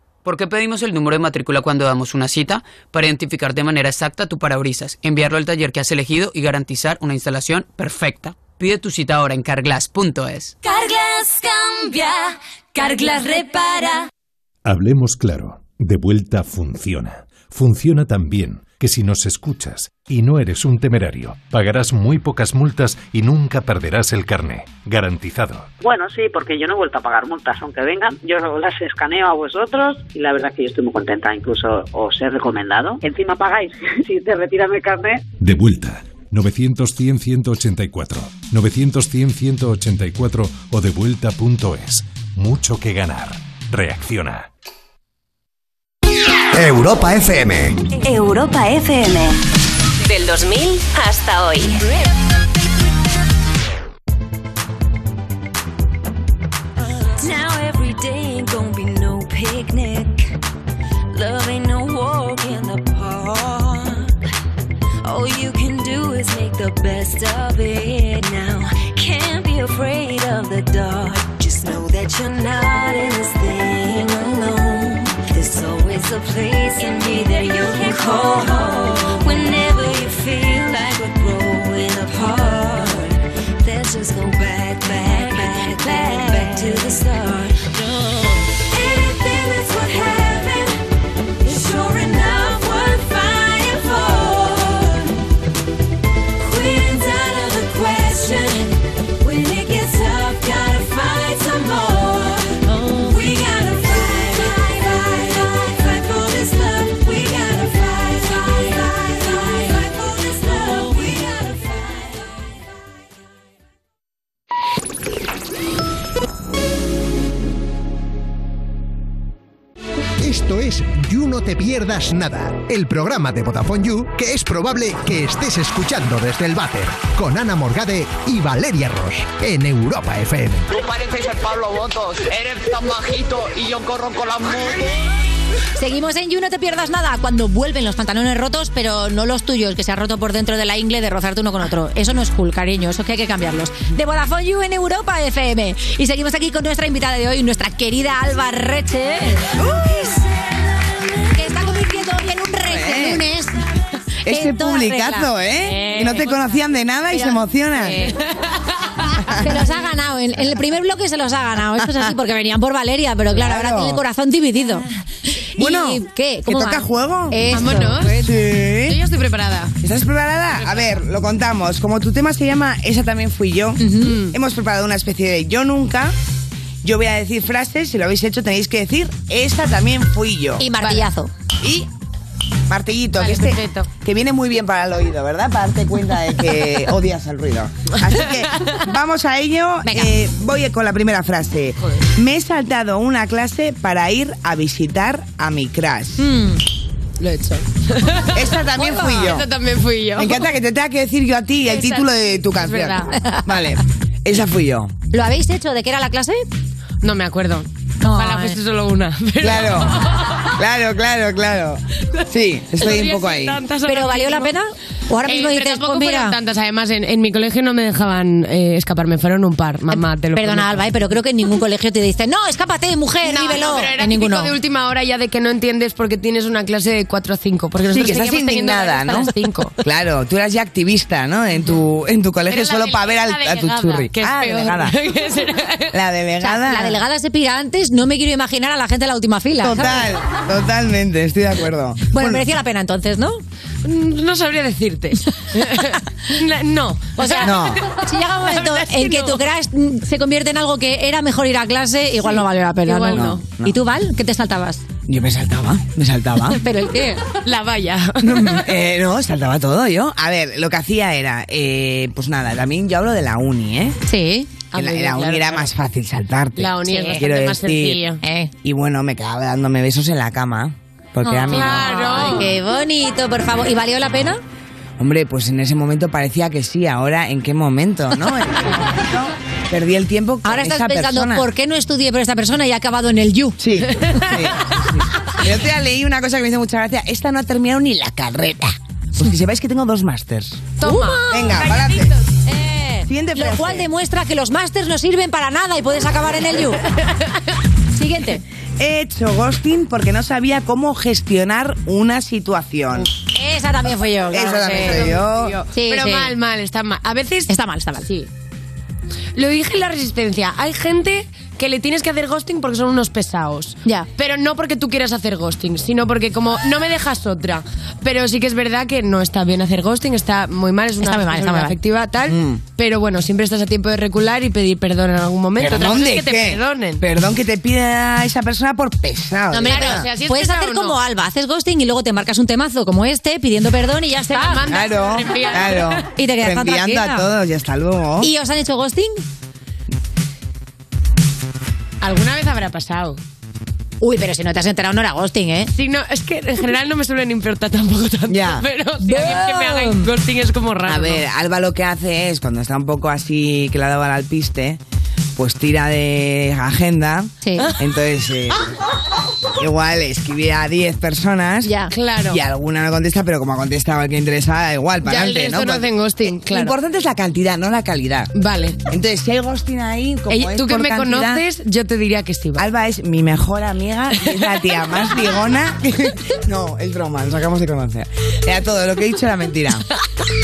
Speaker 13: ¿Por qué pedimos el número de matrícula cuando damos una cita? Para identificar de manera exacta tu parabrisas, enviarlo al taller que has elegido y garantizar una instalación perfecta. Pide tu cita ahora en carglass.es.
Speaker 7: Carglass cambia, Carglass repara.
Speaker 37: Hablemos claro, de vuelta funciona. Funciona tan bien que si nos escuchas y no eres un temerario, pagarás muy pocas multas y nunca perderás el carné. Garantizado.
Speaker 11: Bueno, sí, porque yo no he vuelto a pagar multas, aunque vengan, yo las escaneo a vosotros y la verdad que yo estoy muy contenta, incluso os he recomendado. Encima pagáis, [laughs] si te retiran el carnet.
Speaker 37: De vuelta. 900-100-184. 900-100-184 o devuelta.es. Mucho que ganar. Reacciona.
Speaker 23: Europa FM.
Speaker 5: [laughs] Europa FM. Del 2000 hasta hoy.
Speaker 7: Now every day ain't gonna be no picnic. Love ain't no walk in the park. All you can do is make the best of it now. Can't be afraid of the dark. Just know that you're not in this thing alone. There's always a place in me that you can call home. Whenever you feel like we're growing apart. Let's just go back, back, back, back, back to the start. No. Anything that's what happened is sure enough worth fighting for. Queens out of the question. When it gets tough, gotta fight some more. We gotta fight, fight, fight, fight, fight for this love. We gotta fight, fight, fight, fight, fight for this love. We gotta fight.
Speaker 5: Esto es You No Te Pierdas Nada, el programa de Vodafone You que es probable que estés escuchando desde el váter, con Ana Morgade y Valeria Ross, en Europa FM.
Speaker 37: Tú pareces el Pablo Botos, eres tan bajito y yo corro con las motos.
Speaker 4: Seguimos en You, no te pierdas nada. Cuando vuelven los pantalones rotos, pero no los tuyos, que se ha roto por dentro de la ingle de rozarte uno con otro. Eso no es cool, cariño. Eso es que hay que cambiarlos. De Vodafone You en Europa FM. Y seguimos aquí con nuestra invitada de hoy, nuestra querida Alba Reche. Que está convirtiendo hoy en un rey lunes.
Speaker 6: Este
Speaker 4: En toda
Speaker 6: publicazo,
Speaker 4: regla.
Speaker 6: ¿eh?
Speaker 4: Eh.
Speaker 6: Que no te conocían de nada y se emocionan.
Speaker 4: Eh. Se los ha ganado, en, en el primer bloque se los ha ganado. Eso es así, porque venían por Valeria, pero claro, ahora
Speaker 6: Claro.
Speaker 4: tiene el corazón dividido.
Speaker 6: Bueno,
Speaker 4: ¿Y qué? ¿Cómo
Speaker 6: ¿que toca
Speaker 4: van?
Speaker 6: juego?
Speaker 4: Esto.
Speaker 6: Sí.
Speaker 3: Yo ya estoy preparada.
Speaker 6: ¿Estás preparada? A ver, lo contamos. Como tu tema se llama Esa también fui yo, hemos preparado una especie de yo nunca. Yo voy a decir frases, si lo habéis hecho tenéis que decir Esa también fui yo.
Speaker 4: Y martillazo.
Speaker 6: Y Martillito, que, este- que viene muy bien para el oído, ¿verdad? Para darte cuenta de que odias el ruido. Así que vamos a ello. Eh, voy con la primera frase. Me he saltado una clase para ir a visitar a mi crush.
Speaker 3: Lo he hecho.
Speaker 6: Esta también fui yo.
Speaker 3: Esta también fui yo.
Speaker 6: Me encanta que te tenga que decir yo a ti el
Speaker 4: Esa
Speaker 6: título de
Speaker 4: sí,
Speaker 6: tu
Speaker 4: es
Speaker 6: canción.
Speaker 4: verdad.
Speaker 6: Vale, esa fui yo.
Speaker 4: ¿Lo habéis hecho? ¿De qué era la clase?
Speaker 3: No me acuerdo. Ojalá fuese pues solo una. [laughs] pero-
Speaker 6: Claro, claro, claro, claro. Sí, estoy un
Speaker 3: Podría
Speaker 6: poco
Speaker 3: ser
Speaker 6: ahí.
Speaker 3: tantas
Speaker 4: ¿Pero
Speaker 3: ahora
Speaker 4: valió la
Speaker 3: mismo.
Speaker 4: pena? ¿O ahora
Speaker 3: Eh,
Speaker 4: mismo
Speaker 3: pero
Speaker 4: dices,
Speaker 3: tampoco
Speaker 4: pues
Speaker 3: fueron
Speaker 4: mira?
Speaker 3: tantas. Además, en, en mi colegio no me dejaban eh, escaparme. Fueron un par. Mamá, te lo
Speaker 4: Perdona,
Speaker 3: prometo.
Speaker 4: Alba, eh, pero creo que en ningún colegio te dicen, no, escápate, mujer,
Speaker 3: No,
Speaker 4: vívelo.
Speaker 3: no, pero era
Speaker 4: en
Speaker 3: típico
Speaker 4: ninguno.
Speaker 3: de última hora ya de que no entiendes porque tienes una clase de 4 a 5. Porque
Speaker 6: Sí,
Speaker 3: nosotros
Speaker 6: que estás
Speaker 3: seguíamos teniendo
Speaker 6: indignada,
Speaker 3: hasta
Speaker 6: ¿no?
Speaker 3: las 5.
Speaker 6: [laughs] Claro, tú eras ya activista, ¿no? En tu, en tu colegio
Speaker 3: Pero la
Speaker 6: solo
Speaker 3: del-
Speaker 6: para ver al-
Speaker 3: la
Speaker 6: a tu
Speaker 3: delegada,
Speaker 6: churri.
Speaker 3: que es
Speaker 6: ah,
Speaker 3: peor.
Speaker 6: delegada.
Speaker 3: [laughs] Que es-
Speaker 6: La delegada.
Speaker 4: La delegada se pira antes, no me quiero imaginar a la gente de la última fila.
Speaker 6: Total,
Speaker 4: ¿sabes?
Speaker 6: totalmente, estoy de acuerdo.
Speaker 4: Bueno, merecía la pena entonces, ¿no?
Speaker 3: Mm, No sabría
Speaker 4: [laughs]
Speaker 3: decirte. La- no.
Speaker 4: O sea,
Speaker 6: No.
Speaker 4: si llega un momento en que tu crash mm, se convierte en algo que era mejor ir a clase, igual no valió la pena.
Speaker 3: igual no.
Speaker 4: ¿Y tú, Val? ¿Qué te saltabas?
Speaker 6: Yo me saltaba, me saltaba.
Speaker 4: [laughs] ¿Pero el qué?
Speaker 3: La valla.
Speaker 6: [laughs] Eh, no, saltaba todo yo. A ver, lo que hacía era, eh, pues nada, también yo hablo de la uni, ¿eh?
Speaker 4: Sí.
Speaker 6: En la, en la uni era más fácil saltarte.
Speaker 3: La uni es bastante
Speaker 6: quiero
Speaker 3: más
Speaker 6: decir. eh,
Speaker 3: sencillo.
Speaker 6: Y bueno, me quedaba dándome besos en la cama. Porque
Speaker 3: Ah,
Speaker 6: era mi
Speaker 4: Ay, qué bonito, por favor. ¿Y valió la pena?
Speaker 6: Hombre, pues en ese momento parecía que sí, ahora en qué momento,
Speaker 4: [laughs]
Speaker 6: ¿no? En qué momento Perdí el tiempo con
Speaker 4: Ahora estás
Speaker 6: esa
Speaker 4: pensando,
Speaker 6: persona.
Speaker 4: ¿por qué no estudié por esta persona y he acabado en el You? [laughs]
Speaker 6: Sí. El otro día leí una cosa que me hizo mucha gracia. Esta no ha terminado ni la carrera. Pues que sepáis que tengo dos másters.
Speaker 4: Toma.
Speaker 6: Venga,
Speaker 4: Calladitos.
Speaker 6: pa'lante.
Speaker 4: Eh, Lo cual demuestra que los másters no sirven para nada y puedes acabar en el
Speaker 6: [laughs]
Speaker 4: You. Siguiente.
Speaker 6: He hecho ghosting porque no sabía cómo gestionar una situación.
Speaker 4: Esa también fui yo.
Speaker 6: Esa
Speaker 4: claro,
Speaker 6: también
Speaker 4: sí.
Speaker 6: soy yo.
Speaker 4: Sí,
Speaker 3: pero
Speaker 4: sí.
Speaker 3: mal, mal, está mal. A veces.
Speaker 4: Está mal, está mal.
Speaker 3: Sí. Lo dije en la resistencia. Hay gente que le tienes que hacer ghosting porque son unos pesados.
Speaker 4: Ya.
Speaker 3: Pero no porque tú quieras hacer ghosting, sino porque como no me dejas otra. Pero sí que es verdad que no está bien hacer ghosting, está muy mal, es una
Speaker 4: Está muy mal, está muy mal.
Speaker 3: afectiva tal.
Speaker 6: Mm.
Speaker 3: Pero bueno, siempre estás a tiempo de recular y pedir perdón en algún momento. Otra
Speaker 6: ¿Perdón
Speaker 3: cosa
Speaker 6: de
Speaker 3: es que
Speaker 6: qué?
Speaker 3: te perdonen.
Speaker 6: Perdón que te pida esa persona por pesado.
Speaker 4: No, hombre,
Speaker 6: Claro,
Speaker 4: pero
Speaker 6: o sea, si es
Speaker 4: puedes
Speaker 6: pesado
Speaker 4: hacer
Speaker 6: o no.
Speaker 4: como Alba, haces ghosting y luego te marcas un temazo como este pidiendo perdón y ya está.
Speaker 6: Claro, claro.
Speaker 4: Y te quedas tan
Speaker 6: Reenviando
Speaker 4: tranquila.
Speaker 6: a todos y hasta luego.
Speaker 4: ¿Y os han hecho ghosting?
Speaker 3: Alguna vez habrá pasado.
Speaker 4: Uy, pero si no te has enterado no era ghosting, ¿eh?
Speaker 3: Sí, no, es que en general no me suelen importar tampoco tanto.
Speaker 6: Ya.
Speaker 3: Pero si alguien que me haga
Speaker 6: Damn.
Speaker 3: ghosting es como raro.
Speaker 6: A
Speaker 3: ¿no?
Speaker 6: ver, Alba lo que hace es, cuando está un poco así que la daba al alpiste, pues tira de agenda.
Speaker 4: Sí.
Speaker 6: Entonces, eh, igual escribe a 10 personas.
Speaker 4: Ya,
Speaker 3: claro.
Speaker 6: Y alguna no contesta, pero como ha contestado al que interesada, da igual, para
Speaker 3: Ya el
Speaker 6: adelante,
Speaker 3: resto
Speaker 6: ¿no?
Speaker 3: no,
Speaker 6: Pues-
Speaker 3: hacen ghosting,
Speaker 6: Lo
Speaker 3: claro.
Speaker 6: importante es la cantidad, no la calidad.
Speaker 3: Vale.
Speaker 6: Entonces, si hay ghosting ahí, como
Speaker 3: Ella-
Speaker 6: es
Speaker 3: tú que
Speaker 6: por
Speaker 3: me
Speaker 6: cantidad,
Speaker 3: conoces, yo te diría que sí. va.
Speaker 6: Alba es mi mejor amiga, es la tía más ligona. [laughs] no, es broma, nos acabamos de conocer. Era todo, lo que he dicho era mentira.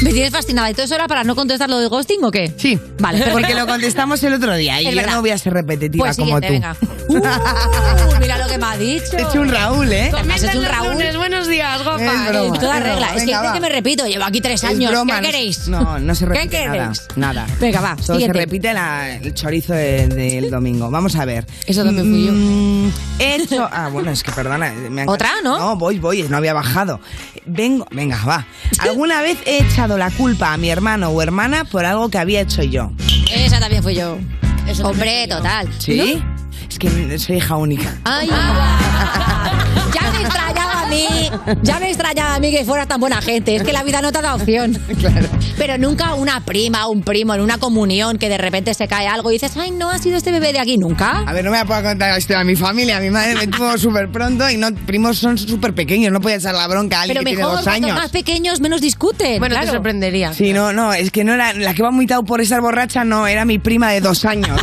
Speaker 4: Me tienes fascinada. ¿Y todo eso era para no contestar lo de ghosting o qué?
Speaker 6: Sí.
Speaker 4: Vale, perfecto.
Speaker 6: Porque lo contestamos el otro día y
Speaker 4: Es
Speaker 6: yo
Speaker 4: verdad.
Speaker 6: no voy a ser repetitiva
Speaker 4: Pues
Speaker 6: como tú.
Speaker 4: siguiente, venga. Uh, mira lo que me ha dicho.
Speaker 6: He hecho un Raúl, ¿eh?
Speaker 4: Además, es un
Speaker 3: los
Speaker 4: Raúl.
Speaker 3: lunes, buenos días, guapa.
Speaker 6: Es broma.
Speaker 4: En toda
Speaker 6: es
Speaker 4: regla.
Speaker 6: broma.
Speaker 4: Es que
Speaker 6: Venga,
Speaker 4: es
Speaker 6: va.
Speaker 4: que me repito, llevo aquí tres
Speaker 6: Es
Speaker 4: años.
Speaker 6: broma,
Speaker 4: ¿Qué
Speaker 6: no se-
Speaker 4: queréis?
Speaker 6: No, no se
Speaker 4: ¿Qué
Speaker 6: repite nada.
Speaker 4: queréis?
Speaker 6: Nada.
Speaker 4: Venga, va,
Speaker 6: Solo
Speaker 4: siguiente.
Speaker 6: se repite la- el chorizo de- del domingo. Vamos a ver.
Speaker 3: Eso también fui yo.
Speaker 6: Mm, He
Speaker 4: [laughs]
Speaker 6: hecho... Ah, bueno, es que perdona. me han-
Speaker 4: ¿Otra, no?
Speaker 6: No, voy, voy. No había bajado. Vengo... Venga, va. ¿Alguna vez he echado la culpa a mi hermano o hermana por algo que había hecho yo?
Speaker 4: Esa también fui yo. Hombre, total.
Speaker 6: ¿Sí? Es que soy hija única.
Speaker 4: Ay,
Speaker 3: Ah.
Speaker 4: guau. [laughs] ya me extrañaba a mí, ya me extrañaba a mí que fueras tan buena gente. Es que la vida no te
Speaker 6: [laughs]
Speaker 4: da opción. Pero nunca una prima, un primo, en una comunión que de repente se cae algo y dices, ay, no ha sido este bebé de aquí nunca.
Speaker 6: A ver, no me la puedo contar la historia de mi familia. Mi madre me tuvo súper pronto y no, primos son súper pequeños. No podía echar la bronca a alguien
Speaker 4: Pero
Speaker 6: que
Speaker 4: mejor,
Speaker 6: tiene
Speaker 4: cuantos
Speaker 6: dos
Speaker 4: más
Speaker 6: años.
Speaker 4: pequeños, menos discuten.
Speaker 3: Bueno, te
Speaker 4: claro.
Speaker 3: sorprendería.
Speaker 6: Sí, no, no, es que no era la que va muy tao por estar borracha, no, era mi prima de dos
Speaker 4: [laughs]
Speaker 6: años.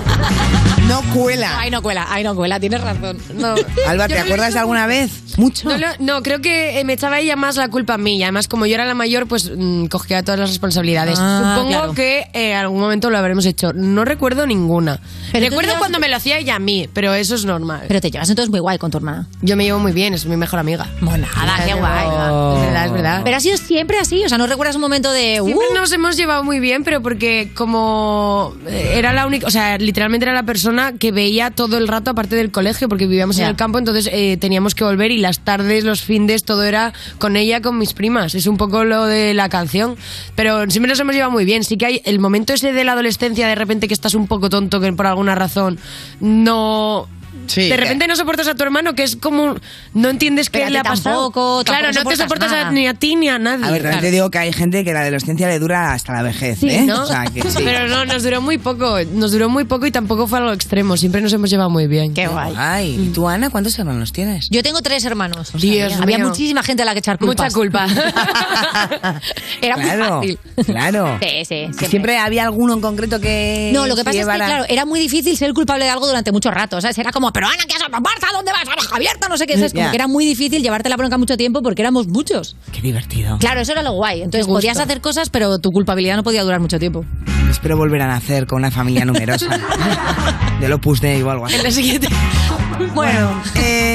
Speaker 6: No cuela.
Speaker 4: Ay, no cuela, ay, no cuela, tienes razón.
Speaker 3: No.
Speaker 6: [laughs] Alba,
Speaker 3: Yo
Speaker 6: ¿te
Speaker 3: me lo
Speaker 6: acuerdas
Speaker 3: hizo-
Speaker 6: alguna vez? Mucho.
Speaker 3: No, lo- no, creo que eh, me echaba ella más la culpa a mí. Y además, como yo era la mayor, pues mm, cogía todas las responsabilidades.
Speaker 4: Ah,
Speaker 3: Supongo
Speaker 4: claro.
Speaker 3: que eh, en algún momento lo habremos hecho. No recuerdo ninguna.
Speaker 4: Pero tú
Speaker 3: recuerdo
Speaker 4: llevas-
Speaker 3: cuando me lo hacía ella a mí, pero eso es normal.
Speaker 4: Pero te llevas entonces muy guay con tu hermana.
Speaker 3: yo me llevo muy bien, es mi mejor amiga.
Speaker 4: Monada, qué guay.
Speaker 3: Es verdad, es verdad.
Speaker 4: Pero ha sido siempre así, o sea, no recuerdas un momento de... "Uh,
Speaker 3: Siempre nos hemos llevado muy bien, pero porque como eh, era la única, o sea, literalmente era la persona persona que veía todo el rato aparte del colegio, porque vivíamos en
Speaker 4: Ya.
Speaker 3: el campo, entonces eh, teníamos que volver y las tardes, los findes, todo era con ella, con mis primas. Es un poco lo de la canción, pero siempre nos hemos llevado muy bien. Sí que hay el momento ese de la adolescencia, de repente que estás un poco tonto, que por alguna razón no...
Speaker 6: Sí,
Speaker 3: de
Speaker 6: que-
Speaker 4: eh.
Speaker 3: repente no soportas a tu hermano, que es como... No entiendes
Speaker 4: Pero
Speaker 3: qué
Speaker 4: a ti
Speaker 3: le ha pasado.
Speaker 4: tampoco,
Speaker 3: claro,
Speaker 4: tampoco
Speaker 3: no te
Speaker 4: soportas
Speaker 3: soportas a-
Speaker 4: nada.
Speaker 3: ni a ti ni a nadie.
Speaker 6: A ver, también te digo que hay gente que la adolescencia le dura hasta la vejez,
Speaker 3: Sí,
Speaker 6: ¿eh?
Speaker 3: ¿no?
Speaker 6: O
Speaker 4: [laughs]
Speaker 6: sea, que sí.
Speaker 3: Pero no, nos duró muy poco, nos duró muy poco y tampoco fue algo extremo, siempre nos hemos llevado muy bien. Qué
Speaker 6: guay. Ay, ¿y tú, Ana, cuántos hermanos tienes?
Speaker 4: Yo tengo tres hermanos. o sea,
Speaker 3: Dios
Speaker 4: mira, había
Speaker 3: mío.
Speaker 4: muchísima gente a la que echar culpas.
Speaker 3: Mucha culpa.
Speaker 4: [laughs] Era muy
Speaker 6: Claro,
Speaker 4: fácil.
Speaker 6: claro.
Speaker 4: Sí, sí, siempre.
Speaker 6: Siempre. había alguno en concreto que.
Speaker 4: No, lo que pasa
Speaker 6: llevara-
Speaker 4: es que, claro, era muy difícil ser culpable de algo durante mucho rato. ¿sabes? Era como, pero Ana, ¿qué haces? Marta, ¿dónde vas? Ana, Javierta, no sé qué. ¿sabes? Como
Speaker 6: Mm, Ya.
Speaker 4: que era muy difícil llevarte la bronca mucho tiempo porque éramos muchos.
Speaker 6: Qué divertido.
Speaker 4: Claro, eso era lo guay. Entonces podías hacer cosas, pero tu culpabilidad no podía durar mucho tiempo.
Speaker 6: Espero volver a nacer con una familia
Speaker 4: [laughs]
Speaker 6: numerosa. Del Opus Dei o algo así.
Speaker 4: Bueno,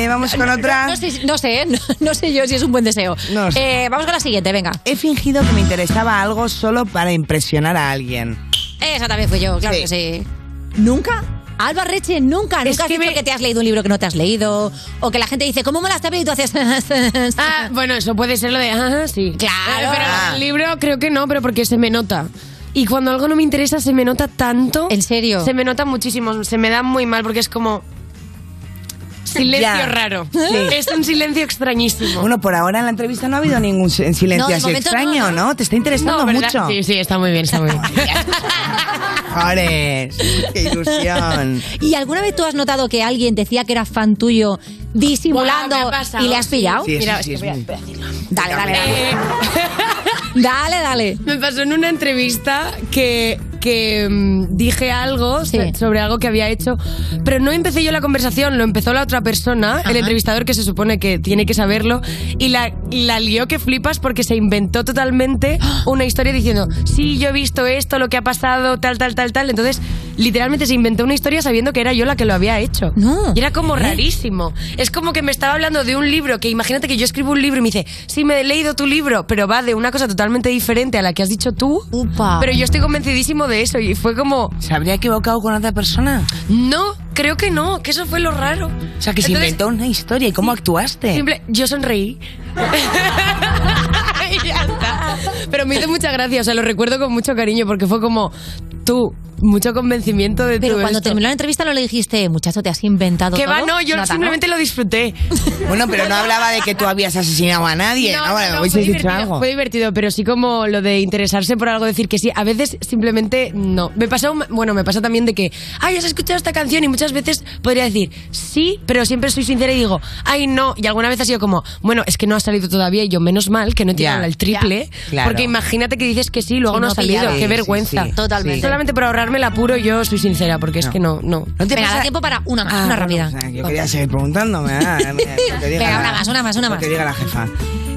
Speaker 6: vamos con otra.
Speaker 4: [laughs] No, sé, no sé, ¿eh? no, no sé yo si es un buen deseo. Eh, vamos con la siguiente, venga.
Speaker 6: He fingido que me interesaba algo solo para impresionar a alguien.
Speaker 4: Eh, Esa también fui yo, claro que sí. ¿Nunca? Alba Reche, nunca, nunca has dicho que te has leído un libro que no te has leído o que la gente dice, ¿cómo me la has leído? Y tú haces...
Speaker 3: [laughs]
Speaker 4: [laughs]
Speaker 3: Ah, bueno, eso puede ser lo de... Ah, sí.
Speaker 4: Claro.
Speaker 3: Pero
Speaker 6: Ah.
Speaker 3: el libro creo que no, pero porque se me nota. Y cuando algo no me interesa, se me nota tanto. ¿En
Speaker 4: serio?
Speaker 3: Se me nota muchísimo, se me da muy mal porque es como... Silencio
Speaker 6: Ya.
Speaker 3: raro.
Speaker 6: Sí.
Speaker 3: Es un silencio extrañísimo.
Speaker 6: Bueno, por ahora en la entrevista no ha habido ningún si- silencio
Speaker 3: No, de
Speaker 6: así
Speaker 3: momento no,
Speaker 6: extraño, no, Te está interesando
Speaker 3: No, ¿verdad?
Speaker 6: mucho.
Speaker 3: Sí, sí, está muy bien, está muy bien.
Speaker 6: Jores, qué ilusión.
Speaker 4: ¿Y alguna vez tú has notado que alguien decía que era fan tuyo disimulando
Speaker 3: Buah, me ha pasado,
Speaker 4: y le has
Speaker 3: sí.
Speaker 4: pillado?
Speaker 3: Sí, sí, Mira, sí, es que es voy a- muy- voy
Speaker 4: Dale, dale, dale.
Speaker 3: Eh,
Speaker 4: [laughs] Dale, dale.
Speaker 3: Me pasó en una entrevista que, que mm, dije algo so- sobre algo que había hecho, pero no empecé yo la conversación, lo empezó la otra persona, el entrevistador que se supone que tiene que saberlo, y la, y la lió que flipas porque se inventó totalmente una historia diciendo, sí, yo he visto esto, lo que ha pasado, tal, tal, tal, tal. Entonces, literalmente se inventó una historia sabiendo que era yo la que lo había hecho. Y era como rarísimo. Es como que me estaba hablando de un libro que imagínate que yo escribo un libro y me dice, sí, me he leído tu libro, pero va de una cosa totalmente diferente a la que has dicho tú. [laughs] Pero yo estoy convencidísimo de eso y fue como...
Speaker 6: ¿Se habría equivocado con otra persona?
Speaker 3: No, creo que no, que eso fue lo raro.
Speaker 6: O sea, que se
Speaker 3: Entonces-
Speaker 6: inventó una historia. ¿Y cómo actuaste?
Speaker 3: Simple, yo sonreí. [laughs] Y ya está. Pero me hizo mucha gracia, o sea, lo recuerdo con mucho cariño porque fue como tú, mucho convencimiento de
Speaker 4: Pero
Speaker 3: todo
Speaker 4: cuando
Speaker 3: esto.
Speaker 4: terminó la entrevista no le dijiste, muchacho, te has inventado
Speaker 3: Que
Speaker 4: todo.
Speaker 3: va, no, yo
Speaker 4: Nada,
Speaker 3: simplemente lo disfruté.
Speaker 6: Bueno, pero no hablaba de que tú habías asesinado a nadie. No, Bueno,
Speaker 3: no,
Speaker 6: hubieses
Speaker 3: fue,
Speaker 6: dicho
Speaker 3: divertido,
Speaker 6: algo.
Speaker 3: fue divertido, pero sí como lo de interesarse por algo, decir que sí. A veces simplemente no. Me pasó, un- bueno, me pasa también de que, ay, has escuchado esta canción y muchas veces podría decir sí, pero siempre soy sincera y digo, ay, no. Y alguna vez ha sido como, bueno, es que no ha salido todavía y yo, menos mal que no he tirado
Speaker 6: Ya,
Speaker 3: al triple.
Speaker 6: ya. Claro.
Speaker 3: Porque imagínate que dices que sí, luego
Speaker 6: Sí,
Speaker 3: no,
Speaker 6: no
Speaker 3: ha salido.
Speaker 6: pillado. Sí,
Speaker 3: Qué
Speaker 6: sí,
Speaker 3: vergüenza.
Speaker 6: sí, Totalmente. sí.
Speaker 3: Solamente por ahorrarme el apuro, yo soy sincera, porque es que no, no.
Speaker 6: ¿No te
Speaker 4: Venga,
Speaker 6: pasa-
Speaker 4: da tiempo para una
Speaker 3: Ah,
Speaker 4: más, una rápida.
Speaker 6: O sea, yo quería seguir preguntándome. ah,
Speaker 4: [laughs]
Speaker 6: lo que diga
Speaker 4: Venga,
Speaker 6: la-
Speaker 4: una más, una más, una
Speaker 6: lo
Speaker 4: más.
Speaker 6: que diga la jefa.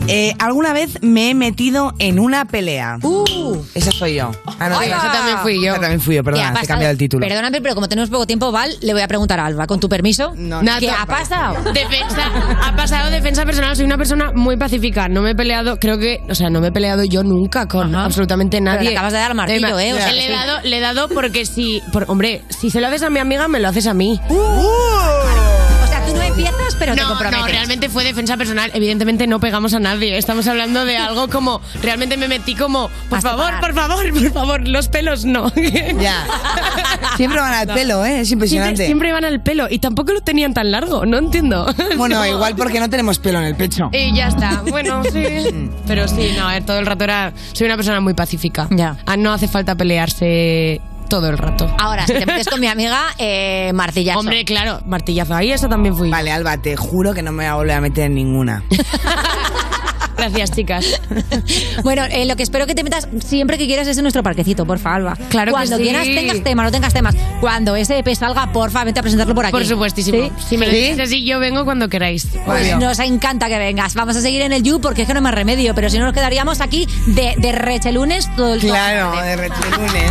Speaker 6: Eh, ¿Alguna vez me he metido en una pelea?
Speaker 4: Uh.
Speaker 6: Esa soy yo. Ah, no,
Speaker 4: Ay,
Speaker 6: digo,
Speaker 4: va.
Speaker 6: esa también fui yo. Esa también fui yo,
Speaker 4: ¿Qué ha
Speaker 6: perdona, te he
Speaker 4: pasado?
Speaker 6: cambiado el título.
Speaker 4: Perdóname, pero como tenemos poco tiempo, Val, le voy a preguntar a Alba, con tu permiso.
Speaker 3: no,
Speaker 4: ¿Qué
Speaker 3: no, vale.
Speaker 4: ha pasado?
Speaker 3: Defensa, ha pasado defensa personal. Soy una persona muy pacífica. No me he peleado, creo que, o sea, no me he peleado yo nunca con absolutamente
Speaker 4: Pero
Speaker 3: nadie.
Speaker 4: le acabas de dar al martillo, ¿eh? O sea,
Speaker 3: le,
Speaker 4: sí.
Speaker 3: he dado, le he dado porque si, por- hombre, si se lo haces a mi amiga, me lo haces a mí.
Speaker 4: O sea, tú no empiezas, Uh. pero te comprometes.
Speaker 3: No, realmente fue defensa personal. Evidentemente no pegamos a nadie. Estamos hablando de algo como, realmente me metí como, por favor, por favor, por favor, los pelos no.
Speaker 6: [laughs] Ya. Siempre van al pelo, ¿eh? Es impresionante.
Speaker 3: Siempre, siempre van al pelo y tampoco lo tenían tan largo, no entiendo. [laughs]
Speaker 6: Bueno, igual porque no tenemos pelo en el pecho.
Speaker 3: Y ya está. Bueno,
Speaker 4: [laughs]
Speaker 3: sí. Pero sí, no, a ver, todo el rato era. Soy una persona muy pacífica. Ya. no hace falta pelearse todo el rato.
Speaker 4: Ahora, si te metes con mi amiga, eh, martillazo.
Speaker 3: Hombre, claro, martillazo. Ahí eso también fui.
Speaker 6: Vale, Alba, te juro que no me voy a volver a meter en ninguna.
Speaker 3: Gracias, chicas.
Speaker 4: [laughs] Bueno, eh, lo que espero que te metas siempre que quieras es en nuestro parquecito, porfa, Alba.
Speaker 3: Claro que
Speaker 4: Cuando
Speaker 3: sí.
Speaker 4: quieras tengas temas, no tengas temas. Cuando ese EP salga, porfa, vente a presentarlo por aquí.
Speaker 3: Por supuestísimo.
Speaker 4: ¿Sí?
Speaker 3: Si me lo dices así, yo vengo cuando queráis.
Speaker 4: Pues nos encanta que vengas. Vamos a seguir en el You porque es que no hay más remedio, pero si no nos quedaríamos aquí de, de rechelunes todo el toda la
Speaker 6: Claro,
Speaker 4: tarde.
Speaker 6: de rechilunes.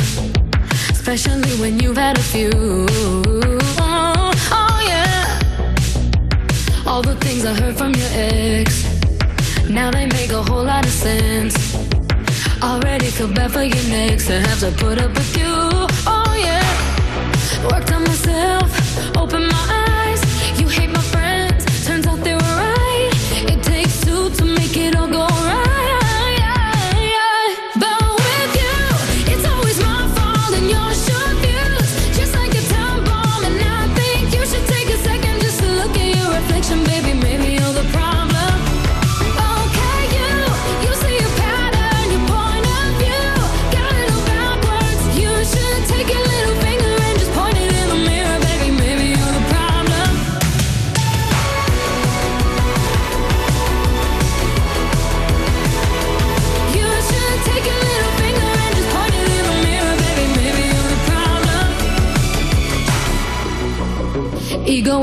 Speaker 23: Especially when you've had a few. Oh, oh yeah. All the things I heard from your ex. Now they make a whole lot of sense. Already feel bad for your next to have to put up with you. Oh yeah. Worked on myself, opened my eyes. You hate my friends, turns out they were right. It takes two to make it all go right. Yeah, yeah. But with you, it's always my fault and yours should fuse. Just like a time bomb, and I think you should take a second just to look at your reflection, baby. Maybe you're the problem. Okay, you, you see a pattern, your point of view. Got a little backwards. You should take your little finger and just point it in the mirror, baby. Maybe you're the problem. You should take your little finger and just point it in the mirror, baby. Maybe you're the problem. Ego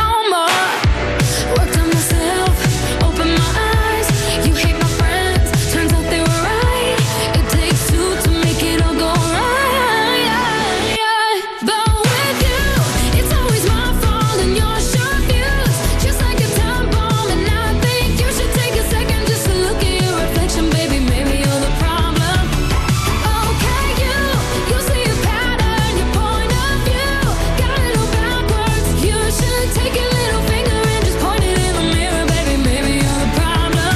Speaker 23: no more. Worked on myself, opened my eyes. You hate my friends, turns out they were right. It takes two to make it all go right. Yeah, yeah. But with you, it's always my fault and yours sure fuse. Just like a time bomb, and I think you should take a second just to look at your reflection, baby. Maybe you're the problem. Okay, you, you see a pattern, your point of view. Got it all backwards. You should take your little finger and just point it in the mirror, baby. Maybe you're the problem.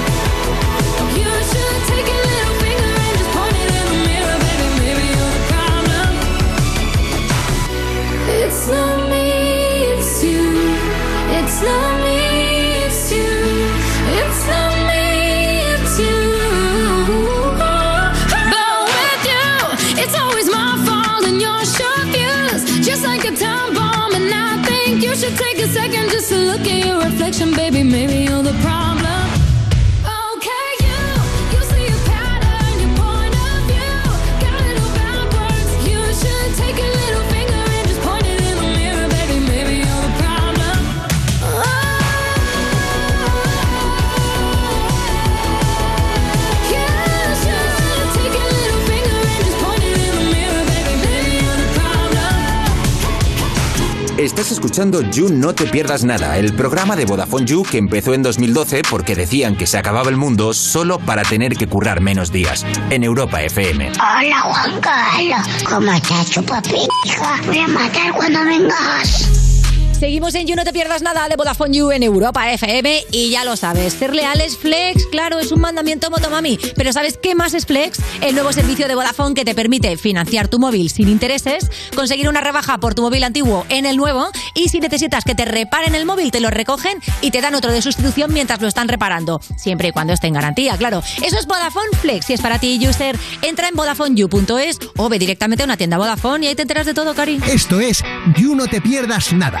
Speaker 23: You should take your little finger and just point it in the mirror, baby. Maybe you're the problem. It's not me, it's you. It's not me, it's you. It's not me, it's you. But with you, it's always my fault and your short fuse. Just like a time bomb, and I think you should take a second just to look at your reflection, baby. Maybe you're the problem. Okay, you, you see a pattern, your point of view. Got it all backwards. You should take your little finger and just point it in the mirror, baby. Maybe you're the problem.
Speaker 1: Estás escuchando You No Te Pierdas Nada, el programa de Vodafone You que empezó en 2012 porque decían que se acababa el mundo solo para tener que currar menos días, en Europa FM.
Speaker 15: Hola, Juan Carlos. ¿Cómo estás,
Speaker 23: pues.
Speaker 15: chupapija? Voy a matar cuando vengas.
Speaker 4: Seguimos en You No Te Pierdas Nada de Vodafone You en Europa FM y ya lo sabes, ser leales, Flex, claro, es un mandamiento motomami, pero ¿sabes qué más es Flex? El nuevo servicio de Vodafone que te permite financiar tu móvil sin intereses, conseguir una rebaja por tu móvil antiguo en el nuevo y si necesitas que te reparen el móvil, te lo recogen y te dan otro de sustitución mientras lo están reparando, siempre y cuando esté en garantía, claro. Eso es Vodafone Flex, si es para ti, user, entra en vodafoneyou.es o ve directamente a una tienda Vodafone y ahí te enteras de todo, Cari.
Speaker 5: Esto es You No Te Pierdas Nada,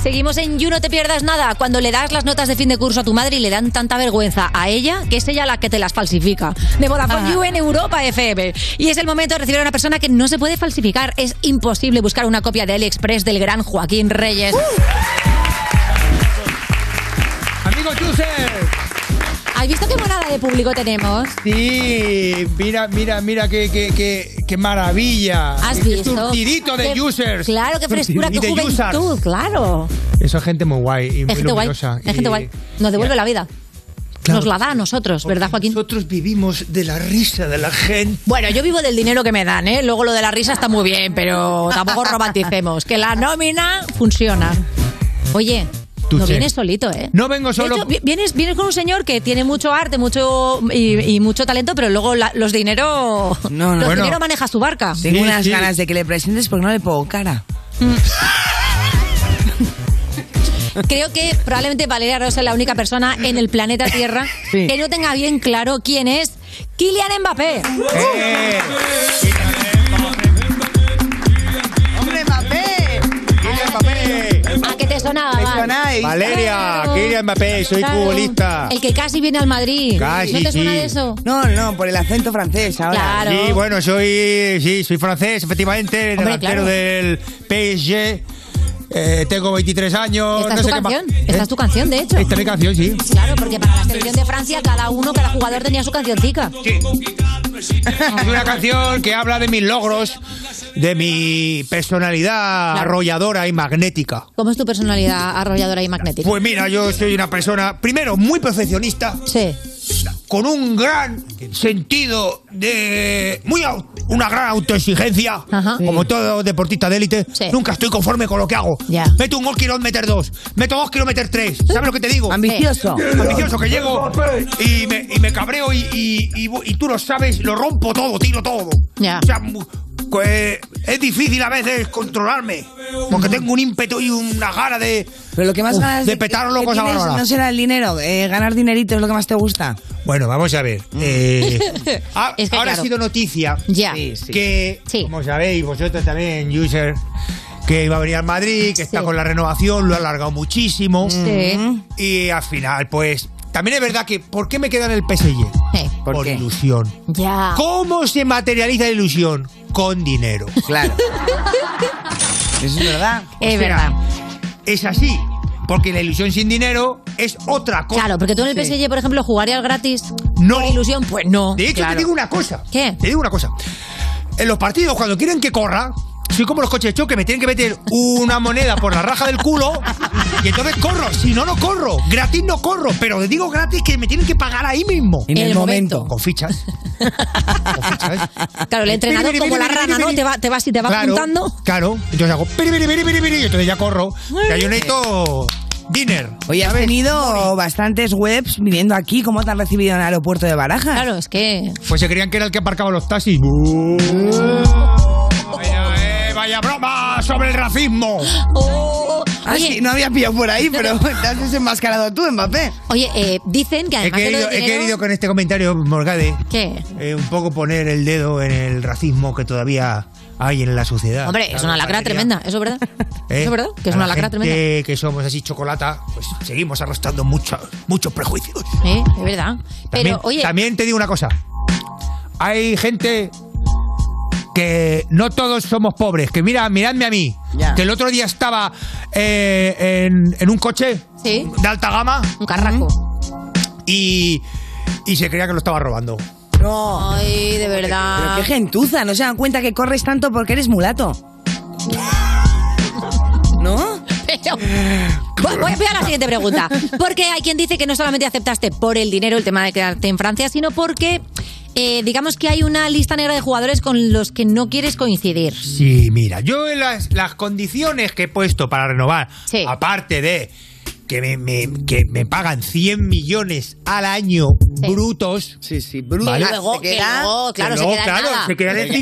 Speaker 4: Seguimos en You, no te pierdas nada. Cuando le das las notas de fin de curso a tu madre y le dan tanta vergüenza a ella, que es ella la que te las falsifica. De Vodafone You en Europa FM. Y es el momento de recibir a una persona que no se puede falsificar. Es imposible buscar una copia de AliExpress del gran Joaquín Reyes.
Speaker 33: Uh, Amigo Chuse.
Speaker 4: ¿Has visto qué morada de público tenemos?
Speaker 33: Sí, mira, mira, mira qué, qué, qué, qué maravilla.
Speaker 4: ¿Has
Speaker 33: Qué
Speaker 4: visto?
Speaker 33: Surtidito de
Speaker 4: Qué-
Speaker 33: users.
Speaker 4: Claro, qué frescura,
Speaker 33: Y
Speaker 4: qué
Speaker 33: de users.
Speaker 4: juventud, claro.
Speaker 33: Eso es gente muy guay y muy
Speaker 4: Es gente guay. Es
Speaker 33: luminosa.
Speaker 4: gente
Speaker 33: Y-
Speaker 4: guay. Nos devuelve la vida. Nos la da a nosotros, ¿verdad, Joaquín?
Speaker 33: Nosotros vivimos de la risa de la gente.
Speaker 4: Bueno, yo vivo del dinero que me dan, ¿eh? Luego lo de la risa está muy bien, pero tampoco romanticemos. Que la nómina funciona. Oye,
Speaker 33: Tú
Speaker 4: no
Speaker 33: sé.
Speaker 4: vienes solito, ¿eh?
Speaker 33: No vengo
Speaker 4: De
Speaker 33: solo.
Speaker 4: hecho, vi- vienes, vienes con un señor que tiene mucho arte mucho y, y mucho talento, pero luego la- los dinero.
Speaker 6: No, no.
Speaker 4: los
Speaker 6: Bueno.
Speaker 4: dinero maneja su barca.
Speaker 6: Tengo unas ganas de que le presentes porque no le pongo cara.
Speaker 3: Mm.
Speaker 4: Creo que probablemente Valeria Rosa es la única persona en el planeta Tierra que no tenga bien claro quién es Kylian Mbappé.
Speaker 6: nada. he visto.
Speaker 33: Valeria,
Speaker 4: Claro,
Speaker 33: Kylian Mbappé, soy
Speaker 4: claro.
Speaker 33: futbolista.
Speaker 4: El que casi viene al Madrid.
Speaker 33: Casi,
Speaker 4: ¿No te suena
Speaker 33: sí.
Speaker 4: de eso?
Speaker 6: No, no, por el acento francés ahora.
Speaker 4: Claro.
Speaker 33: Sí, bueno, soy, sí, soy francés, efectivamente, delantero
Speaker 4: claro.
Speaker 33: del PSG. eh, tengo 23 años.
Speaker 4: Esta es
Speaker 33: no
Speaker 4: tu
Speaker 33: sé qué más. ¿Eh?
Speaker 4: canción. Esta es tu canción, de hecho.
Speaker 33: Esta es mi
Speaker 4: [laughs]
Speaker 33: canción, sí.
Speaker 4: Claro, porque para la selección de Francia cada uno, cada jugador tenía su cancioncica.
Speaker 33: Es una canción que habla de mis logros, de mi personalidad
Speaker 4: Claro.
Speaker 33: arrolladora y magnética.
Speaker 4: ¿Cómo es tu personalidad arrolladora y magnética?
Speaker 33: Pues mira, yo soy una persona, primero, muy perfeccionista.
Speaker 4: Sí.
Speaker 33: Con un gran sentido de. Muy au- una gran autoexigencia. Como todo deportista de élite. Nunca estoy conforme con lo que hago. Meto un gol, quiero meter dos. Meto dos, quiero meter tres. ¿Sabes lo que te digo?
Speaker 6: Ambicioso.
Speaker 33: Ambicioso, que llego y me, y me cabreo y, y- y vo- y tú lo sabes, lo rompo todo, tiro todo.
Speaker 4: Ya.
Speaker 33: O sea, mu- que Pues, es difícil a veces controlarme. Porque tengo un ímpetu y una gana de.
Speaker 6: Pero lo que más ganas
Speaker 33: de petar
Speaker 6: ¿Qué
Speaker 33: locos a
Speaker 6: tienes?
Speaker 33: Barona.
Speaker 6: No será el dinero, eh, ganar dinerito es lo que más te gusta.
Speaker 33: Bueno, vamos a ver. eh,
Speaker 4: [laughs]
Speaker 33: [laughs] ha-
Speaker 6: Es que
Speaker 33: ahora
Speaker 6: claro.
Speaker 33: ha sido noticia
Speaker 6: Ya.
Speaker 33: que, como sabéis, vosotros también, user, que iba a venir al Madrid, que está con la renovación, lo ha alargado muchísimo. Mm.
Speaker 4: Sí.
Speaker 33: Y al final, pues, también es verdad que, ¿por qué me queda en el PSG?
Speaker 6: ¿Por,
Speaker 33: ilusión.
Speaker 4: Eh. Ya.
Speaker 33: ¿Cómo se materializa la ilusión? Con dinero.
Speaker 4: [laughs]
Speaker 6: Claro. Eso es verdad.
Speaker 4: Es
Speaker 33: O sea,
Speaker 4: verdad.
Speaker 33: Es así. Porque la ilusión sin dinero es otra cosa.
Speaker 4: Claro, porque tú en el
Speaker 33: Sí.
Speaker 4: PSG, por ejemplo, jugarías gratis.
Speaker 33: No.
Speaker 4: Por ilusión, pues no.
Speaker 33: De hecho, te digo una cosa.
Speaker 4: ¿Qué?
Speaker 33: Te digo una cosa. En los partidos, cuando quieren que corra, soy como los coches de choque, me tienen que meter una moneda por la raja del culo y entonces corro. Si no, no corro. Gratis no corro, pero les digo gratis que me tienen que pagar ahí mismo.
Speaker 6: En el El momento.
Speaker 33: Con fichas.
Speaker 4: Claro, el entrenador
Speaker 33: Vení, vení,
Speaker 4: como la
Speaker 33: vení,
Speaker 4: rana,
Speaker 33: vení,
Speaker 4: ¿no?
Speaker 33: vení.
Speaker 4: Te va, te vas y te va
Speaker 33: claro,
Speaker 4: juntando.
Speaker 33: Claro. Entonces hago piri, piri, piri, piri, piri, y entonces ya corro. Ya yo necesito dinner.
Speaker 6: Oye, has tenido bastantes webs viniendo aquí. ¿Cómo te han recibido en el aeropuerto de Barajas?
Speaker 4: Claro, es que.
Speaker 33: Pues se creían que era el que aparcaba los taxis. vaya, eh, vaya broma sobre el racismo.
Speaker 4: Oh,
Speaker 6: Ah, sí, no había pillado por
Speaker 4: [laughs]
Speaker 6: ahí, pero te has desenmascarado tú, Mbappé.
Speaker 4: Oye, eh, dicen que
Speaker 33: He
Speaker 4: además de lo
Speaker 33: querido,
Speaker 4: del
Speaker 33: he
Speaker 4: dinero-
Speaker 33: querido con este comentario, Morgade,
Speaker 4: ¿Qué?
Speaker 33: eh, un poco poner el dedo en el racismo que todavía hay en la sociedad.
Speaker 4: Hombre, es
Speaker 33: ¿Sabes?
Speaker 4: una lacra
Speaker 33: Parecería,
Speaker 4: tremenda, eso es verdad.
Speaker 33: ¿eh?
Speaker 4: Eso es verdad, que es
Speaker 33: A
Speaker 4: una
Speaker 33: la
Speaker 4: lacra
Speaker 33: gente
Speaker 4: tremenda.
Speaker 33: que somos así chocolata, pues seguimos arrastrando muchos muchos prejuicios.
Speaker 4: Eh, es verdad.
Speaker 33: También,
Speaker 4: Pero, oye,
Speaker 33: también te digo una cosa. Hay gente que no todos somos pobres. Que mira, miradme a mí.
Speaker 4: Ya.
Speaker 33: Que el otro día estaba eh, en, en un coche de alta gama.
Speaker 4: Un carraco.
Speaker 33: Y, y se creía que lo estaba robando.
Speaker 6: No.
Speaker 4: Ay, de verdad.
Speaker 6: Pero qué gentuza, no se dan cuenta que corres tanto porque eres mulato. ¿No?
Speaker 4: Pero- Voy- Voy a voy a la siguiente pregunta. Porque hay quien dice que no solamente aceptaste por el dinero el tema de quedarte en Francia, sino porque eh, digamos que hay una lista negra de jugadores con los que no quieres coincidir.
Speaker 33: Sí, mira, yo en las, las condiciones que he puesto para renovar, aparte de que me, me- que me pagan 100 millones al año brutos.
Speaker 6: Sí, sí,
Speaker 33: brutos.
Speaker 4: Que luego- que luego, claro, se queda en
Speaker 33: claro,
Speaker 4: nada.
Speaker 33: se quedan en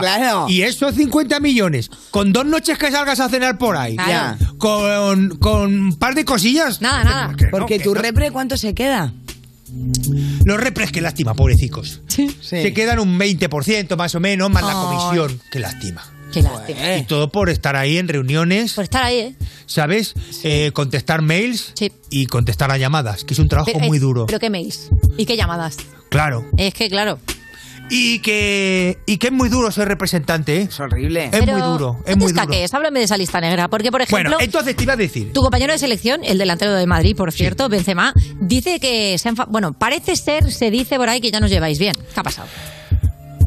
Speaker 6: [laughs] Claro.
Speaker 33: Y esos 50 millones, con dos noches que salgas a cenar por ahí,
Speaker 6: Claro.
Speaker 33: con, con un par de cosillas.
Speaker 4: Nada, nada.
Speaker 33: que no,
Speaker 6: Porque
Speaker 33: que
Speaker 6: tu
Speaker 33: no.
Speaker 6: repre, ¿cuánto se queda?
Speaker 33: Los repres, qué lástima, pobrecicos. Se quedan un 20% más o menos, más la
Speaker 4: Ay.
Speaker 33: comisión. Qué lástima.
Speaker 4: Qué lástima.
Speaker 33: Y todo por estar ahí en reuniones. Por
Speaker 4: estar ahí, ¿eh?
Speaker 33: ¿Sabes? Eh, contestar mails y contestar a llamadas, que es un trabajo
Speaker 4: Pero, eh,
Speaker 33: muy duro.
Speaker 4: Pero qué mails y qué llamadas.
Speaker 33: Claro.
Speaker 4: Es que, claro.
Speaker 33: Y que, y que es muy duro ser representante, ¿eh? Es
Speaker 6: horrible.
Speaker 33: Es
Speaker 4: Pero
Speaker 33: muy duro, es
Speaker 4: no
Speaker 33: muy
Speaker 4: te
Speaker 33: duro.
Speaker 4: escaques, háblame de esa lista negra. Porque, por ejemplo,
Speaker 33: Bueno, eh, entonces te iba a decir.
Speaker 4: tu compañero de selección, el delantero de Madrid, por cierto, Benzema, dice que se han fa- Bueno, parece ser, se dice por ahí que ya nos lleváis bien. ¿Qué ha pasado?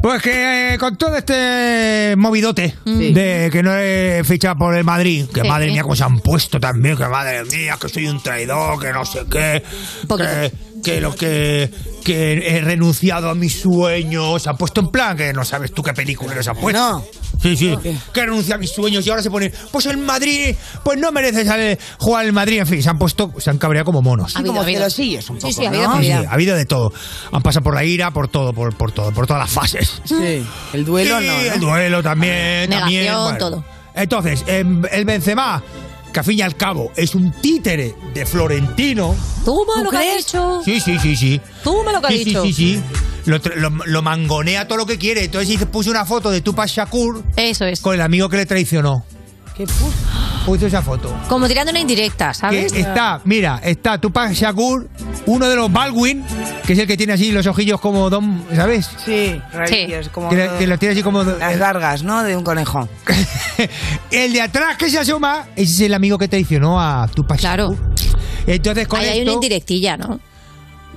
Speaker 33: Pues que eh, con todo este movidote de que no he fichado por el Madrid, que
Speaker 4: Mm. Sí.
Speaker 33: madre mía, cómo se han puesto también, que madre mía, que soy un traidor, que no sé qué, que, que lo que, que he renunciado a mis sueños, se han puesto en plan, que no sabes tú qué película se han puesto. Sí, sí, que renuncia a mis sueños y ahora se ponen, pues el Madrid, pues no merece salir- jugar el Madrid, en fin, se han puesto, se han cabreado como monos.
Speaker 6: Ha habido, como ha habido. celosillos un
Speaker 4: Sí,
Speaker 6: poco,
Speaker 4: sí, ha habido,
Speaker 6: ¿no?
Speaker 4: ha
Speaker 33: Sí,
Speaker 4: habido.
Speaker 33: ha habido de todo. Han pasado por la ira, por todo, por, por todo, por todas las fases.
Speaker 6: Sí, el duelo
Speaker 33: Sí,
Speaker 6: no, ¿no?
Speaker 33: El duelo también.
Speaker 4: Negación,
Speaker 33: también,
Speaker 4: todo.
Speaker 33: Entonces, em, el Benzema, que al fin y al cabo es un títere de Florentino.
Speaker 4: Toma lo que ha hecho.
Speaker 33: Sí, sí, sí, sí.
Speaker 4: Toma lo que ha
Speaker 33: Sí, sí,
Speaker 4: dicho.
Speaker 33: Sí, sí, Lo, tra- lo- lo mangonea todo lo que quiere. Entonces dice, puse una foto de Tupac Shakur
Speaker 4: Eso es.
Speaker 33: con el amigo que le traicionó.
Speaker 6: Qué pu-
Speaker 33: puso esa foto.
Speaker 4: Como tirando una indirecta,
Speaker 33: Que
Speaker 4: ¿sabes?
Speaker 33: está, mira, está Tupac Shakur, uno de los Baldwin, que es el que tiene así los ojillos como Don, ¿sabes?
Speaker 6: Sí, rarillos, como
Speaker 33: Que, lo- que los tiene así como... Las
Speaker 6: largas, ¿no? De un conejo.
Speaker 33: [laughs] el de atrás que se asoma, ese es el amigo que traicionó a Tupac Shakur. Claro. Entonces con
Speaker 4: Ahí hay
Speaker 33: esto-
Speaker 4: una indirectilla, ¿no?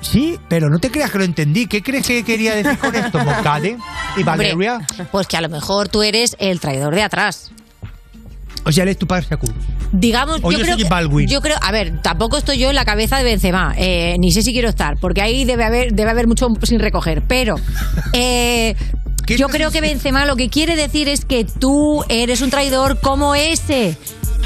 Speaker 33: Sí, pero no te creas que lo entendí. ¿Qué crees que quería decir con esto, Mocade y
Speaker 4: Hombre,
Speaker 33: Valeria?
Speaker 4: pues que a lo mejor tú eres el traidor de atrás.
Speaker 33: O sea, él es Tupac Shakur.
Speaker 4: Digamos,
Speaker 33: O
Speaker 4: yo,
Speaker 33: yo
Speaker 4: creo
Speaker 33: soy
Speaker 4: que-
Speaker 33: Baldwin.
Speaker 4: yo creo, a ver, tampoco estoy yo en la cabeza de Benzema, eh, ni sé si quiero estar, porque ahí debe haber debe haber mucho sin recoger,
Speaker 33: [laughs]
Speaker 4: pero eh, yo creo que Benzema lo que quiere decir es que tú eres un traidor como ese.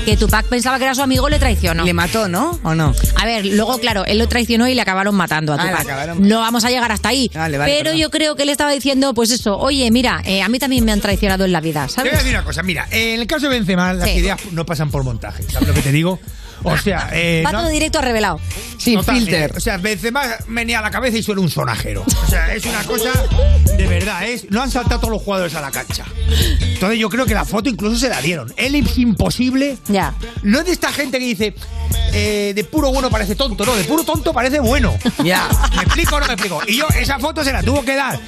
Speaker 4: Que Tupac pensaba que era su amigo, le traicionó. Le
Speaker 6: mató, ¿no? ¿O no?
Speaker 4: A ver, luego, claro, él lo traicionó y le acabaron matando a
Speaker 6: Ah, le
Speaker 4: Tupac.
Speaker 6: acabaron-
Speaker 4: no vamos a llegar hasta ahí.
Speaker 6: vale,
Speaker 4: pero
Speaker 6: perdón.
Speaker 4: yo creo que le estaba diciendo, pues eso, oye, mira, eh, a mí también me han traicionado en la vida,
Speaker 33: Te voy
Speaker 4: ¿sabes?
Speaker 33: a decir una cosa, mira, en el caso de Benzema las
Speaker 4: Sí.
Speaker 33: ideas no pasan por montaje, ¿sabes lo que te digo? O sea, eh,
Speaker 4: Va
Speaker 33: no-
Speaker 4: todo directo a revelado. Sin
Speaker 33: Totalmente.
Speaker 4: filter.
Speaker 33: O sea, Benzema menea la cabeza y suena un sonajero. O sea, es una cosa de verdad, es. No han saltado todos los jugadores a la cancha. Entonces yo creo que la foto incluso se la dieron. Elips imposible.
Speaker 4: Ya.
Speaker 33: No es de esta gente que dice eh, de puro bueno parece tonto, no, de puro tonto parece bueno. Ya. ¿Me explico o no me explico? Y yo esa foto se la tuvo que dar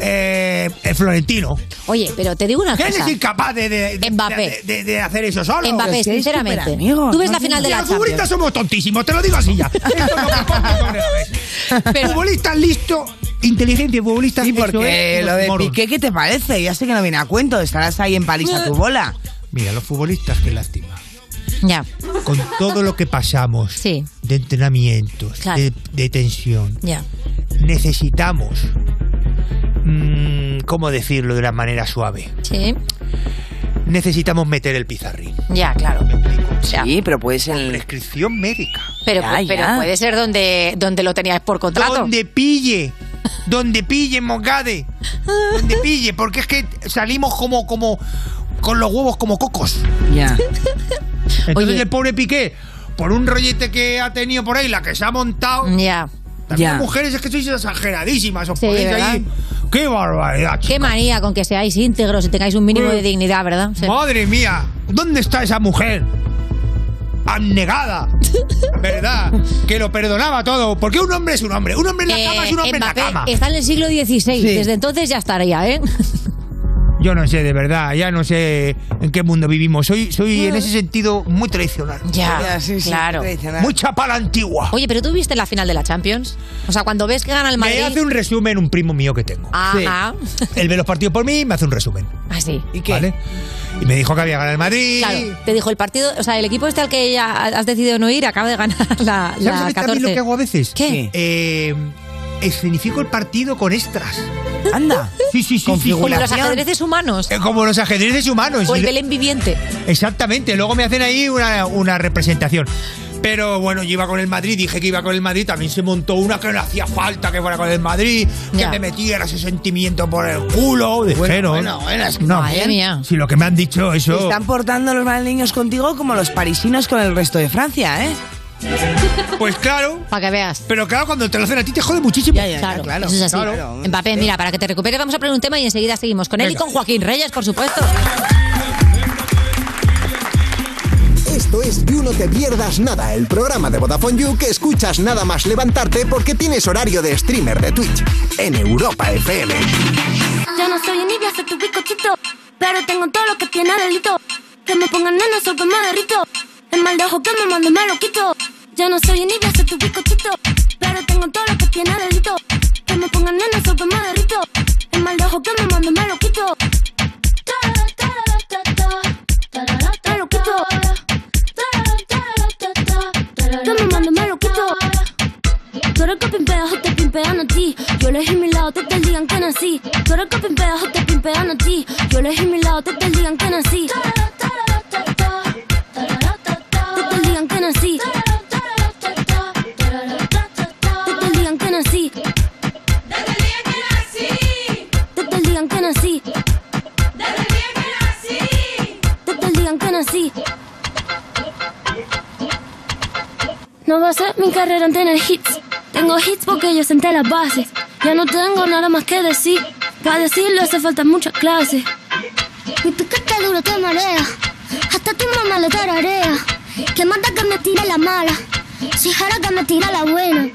Speaker 33: eh, el Florentino.
Speaker 4: Oye, pero te digo una
Speaker 33: ¿Quién
Speaker 4: cosa.
Speaker 33: es incapaz de, de- de-
Speaker 4: Mbappé.
Speaker 33: de- de- de hacer eso solo?
Speaker 4: Mbappé,
Speaker 33: Pues sois
Speaker 4: sinceramente.
Speaker 33: superamigos,
Speaker 4: Tú ves
Speaker 33: ¿no?
Speaker 4: la final de la
Speaker 33: Los futbolistas
Speaker 4: Champions.
Speaker 33: somos tontísimos, te lo digo así ya. Esto es lo que
Speaker 6: [laughs]
Speaker 33: pasa con el Alavés. Futbolista listo, inteligente, futbolista... ¿eh?
Speaker 6: Sí,
Speaker 33: eso
Speaker 6: porque
Speaker 33: es,
Speaker 6: lo
Speaker 33: los
Speaker 6: de
Speaker 33: moros.
Speaker 6: Piqué, ¿qué te parece? Ya sé que no viene a cuento, estarás ahí en paliza tu bola.
Speaker 33: Mira, los futbolistas, qué lástima.
Speaker 4: Ya.
Speaker 33: Con todo lo que pasamos
Speaker 4: Sí.
Speaker 33: de entrenamientos,
Speaker 4: Claro.
Speaker 33: de, de tensión,
Speaker 4: Ya.
Speaker 33: necesitamos... mm, ¿Cómo decirlo de una manera suave?
Speaker 4: Sí.
Speaker 33: Necesitamos meter el pizarrín.
Speaker 4: Ya, claro.
Speaker 6: Sí, pero puede ser.
Speaker 33: Prescripción médica.
Speaker 4: Pero, pero puede ser donde, donde lo tenías por contrato.
Speaker 33: Donde pille. Donde
Speaker 4: [laughs]
Speaker 33: pille, Mongade. Donde pille. Porque es que salimos como, como. con los huevos como cocos.
Speaker 6: Ya.
Speaker 33: Entonces el pobre Piqué, por un rollete que ha tenido por ahí, la que se ha montado.
Speaker 4: Ya.
Speaker 33: También
Speaker 4: Ya.
Speaker 33: las mujeres es que sois exageradísimas. Os
Speaker 4: Sí,
Speaker 33: ponéis
Speaker 4: ¿verdad?
Speaker 33: ahí. ¡Qué barbaridad!
Speaker 4: Qué manía con que seáis íntegros y tengáis un mínimo
Speaker 33: Eh.
Speaker 4: de dignidad, ¿verdad? Sí.
Speaker 33: Madre mía, ¿dónde está esa mujer?
Speaker 4: [laughs]
Speaker 33: Abnegada, ¿verdad? Que lo perdonaba todo. Porque un hombre es un hombre. Un hombre en la
Speaker 4: Eh,
Speaker 33: cama es un hombre
Speaker 4: Mbappé
Speaker 33: en la cama.
Speaker 4: está en el siglo XVI. Desde entonces ya estaría, ¿eh?
Speaker 33: Yo no sé, de verdad, ya no sé en qué mundo vivimos. Soy, soy en ese sentido muy tradicional.
Speaker 4: Mm. Ya, Ya, sí, sí, claro. tradicional.
Speaker 33: Muy chapa la antigua.
Speaker 4: Oye, pero tú viste la final de la Champions. O sea, cuando ves que gana el Madrid.
Speaker 33: Me hace un resumen un primo mío que tengo.
Speaker 4: Ajá.
Speaker 33: Él ve los partidos por mí y me hace un resumen.
Speaker 4: Así.
Speaker 33: ¿Y qué? Y me dijo que había ganado el Madrid.
Speaker 4: Claro, te dijo el partido, o sea, el equipo este al que ya has decidido no ir acaba de ganar la,
Speaker 33: ¿Sabes
Speaker 4: la
Speaker 33: a
Speaker 4: 14.
Speaker 33: mí también lo que hago a veces?
Speaker 4: ¿Qué?
Speaker 33: Eh, escenifico el partido con extras.
Speaker 6: Anda.
Speaker 33: Sí, sí, sí. sí,
Speaker 4: Como
Speaker 33: sí.
Speaker 4: los ajedrezes humanos.
Speaker 33: Eh, Como los ajedrezes humanos.
Speaker 4: O el Belén viviente.
Speaker 33: Exactamente, luego me hacen ahí una, una representación. Pero bueno, yo iba con el Madrid, dije que iba con el Madrid, también se montó una que no hacía falta que fuera con el Madrid,
Speaker 4: Ya.
Speaker 33: que me metiera ese sentimiento por el culo de
Speaker 6: Bueno,
Speaker 33: cero.
Speaker 6: bueno, bueno, es que
Speaker 33: no,
Speaker 6: madre mía.
Speaker 33: Si lo que me han dicho,
Speaker 6: Se
Speaker 33: eso.
Speaker 6: [laughs] están portando los madrileños contigo como los parisinos con el resto de Francia, ¿eh?
Speaker 33: Pues claro.
Speaker 4: Para que veas.
Speaker 33: Pero claro, cuando te lo hacen a ti te jode muchísimo.
Speaker 4: Claro, eso es así. Mbappé, mira, para que te recuperes vamos a poner un tema y enseguida seguimos con él y
Speaker 5: Venga.
Speaker 4: con Joaquín Reyes, por supuesto.
Speaker 5: Esto es You No Te Pierdas Nada, el programa de Vodafone You que escuchas nada más levantarte porque tienes horario de streamer de Twitch en Europa FM.
Speaker 25: Yo no soy envidia, soy tu picochito. Pero tengo todo lo que tiene delito. Que me pongan nena, solo que me derrito. El mal de ojo que me mando me lo quito. Yo no soy envidia, soy tu picochito. Pero tengo todo lo que tiene delito. Que me pongan nena, solo que me derrito. El mal de ojo que me mando me lo quito. Tarara, tarara, ta, ta. Tarara, Me lo quito. Tarara, tarara, ta, ta. Que me mando me lo quito. Tú eres que pimpeas o te pimpean a ti. Yo elegí mi lado, te te digan que nací. Tú eres que pimpeas o te pimpean a ti. Yo elegí mi lado, te te digan que nací. Te te digan que nací. Te te digan que nací. Te te digan que nací. Te te digan que nací. No va a ser mi carrera en tener hits. Tengo hits porque yo senté las bases. Ya no tengo nada más que decir. Para decirlo hace falta mucha clase.
Speaker 38: Mi piquete duro te marea.
Speaker 15: Hasta tu hermana le tararea. Que manda que me tira la mala. Si jara que me tira la buena.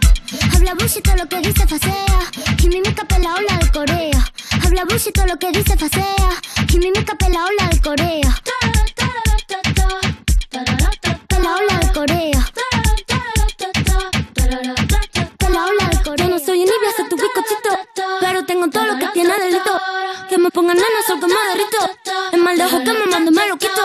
Speaker 15: Habla bullshit todo lo que dice facea. Y mímica pela ola de Corea. Habla bullshit todo lo que dice facea. Y mímica pela ola de Corea. Pela ola de Corea. Pela ola de Corea.
Speaker 7: Yo no soy envidia, soy tu bizcochito. Pero tengo todo lo que tiene delito. Que me pongan nana, soy como derrito. El mal de ojo que me mando me lo quito.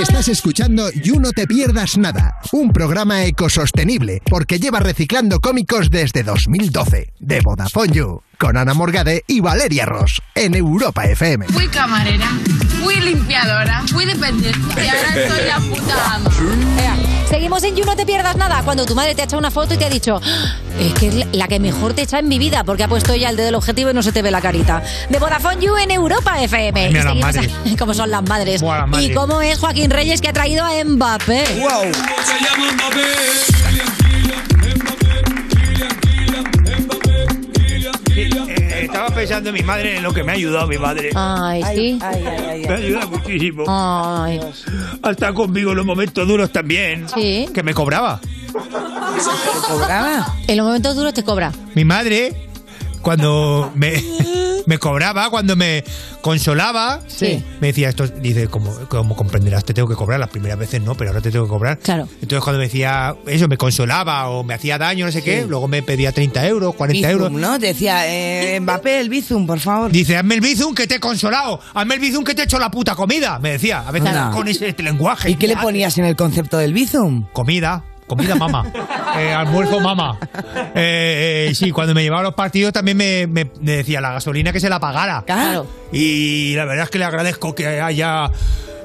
Speaker 5: Estás escuchando You No Te Pierdas Nada, un programa ecosostenible porque lleva reciclando cómicos desde 2012. De Vodafone You, con Ana Morgade y Valeria Ross, en Europa FM.
Speaker 25: Fui camarera, fui limpiadora,
Speaker 15: [laughs]
Speaker 25: fui dependiente y ahora soy la puta ama.
Speaker 4: Ea, Seguimos en You, no te pierdas nada. Cuando tu madre te ha echado una foto y te ha dicho, "Ah, es que es la- la que mejor te echa en mi vida, porque ha puesto ella el dedo del objetivo y no se te ve la carita. De Vodafone You en Europa FM.
Speaker 33: mía,
Speaker 4: Y
Speaker 33: las
Speaker 4: seguimos
Speaker 33: madres.
Speaker 4: a- [laughs] ¿Cómo son las madres?
Speaker 33: Buah, las madres.
Speaker 4: ¿Y cómo es Joaquín Reyes que ha traído a Mbappé?
Speaker 30: Se llama Mbappé.
Speaker 33: Eh, estaba pensando en mi madre, en lo que me ha ayudado mi madre.
Speaker 4: Ay, sí.
Speaker 33: Me ayuda muchísimo.
Speaker 4: Ay.
Speaker 33: Ha estado conmigo en los momentos duros también.
Speaker 4: Sí.
Speaker 33: Que me cobraba.
Speaker 4: cobraba? En los momentos duros te cobra.
Speaker 33: Mi madre, cuando me, me cobraba, cuando me consolaba,
Speaker 4: Sí.
Speaker 33: me decía esto, dice, como, como comprenderás, te tengo que cobrar. Las primeras veces no, pero ahora te tengo que cobrar.
Speaker 4: Claro.
Speaker 33: Entonces cuando me decía eso, me consolaba o me hacía daño, no sé qué, luego me pedía 30 euros, 40 euros.
Speaker 6: Bizum, ¿no? Te decía, eh, Mbappé, el Bizum, por favor.
Speaker 33: Dice, hazme el bizum que te he consolado, hazme el bizum que te he hecho la puta comida, me decía. A veces
Speaker 6: Anda.
Speaker 33: con ese lenguaje.
Speaker 6: ¿Y qué le ponías en el concepto del Bizum?
Speaker 33: Comida, comida mama, eh, almuerzo mama. Eh, eh, sí, cuando me llevaba a los partidos también me, me- me decía la gasolina que se la pagara.
Speaker 6: Claro.
Speaker 33: Y la verdad es que le agradezco que haya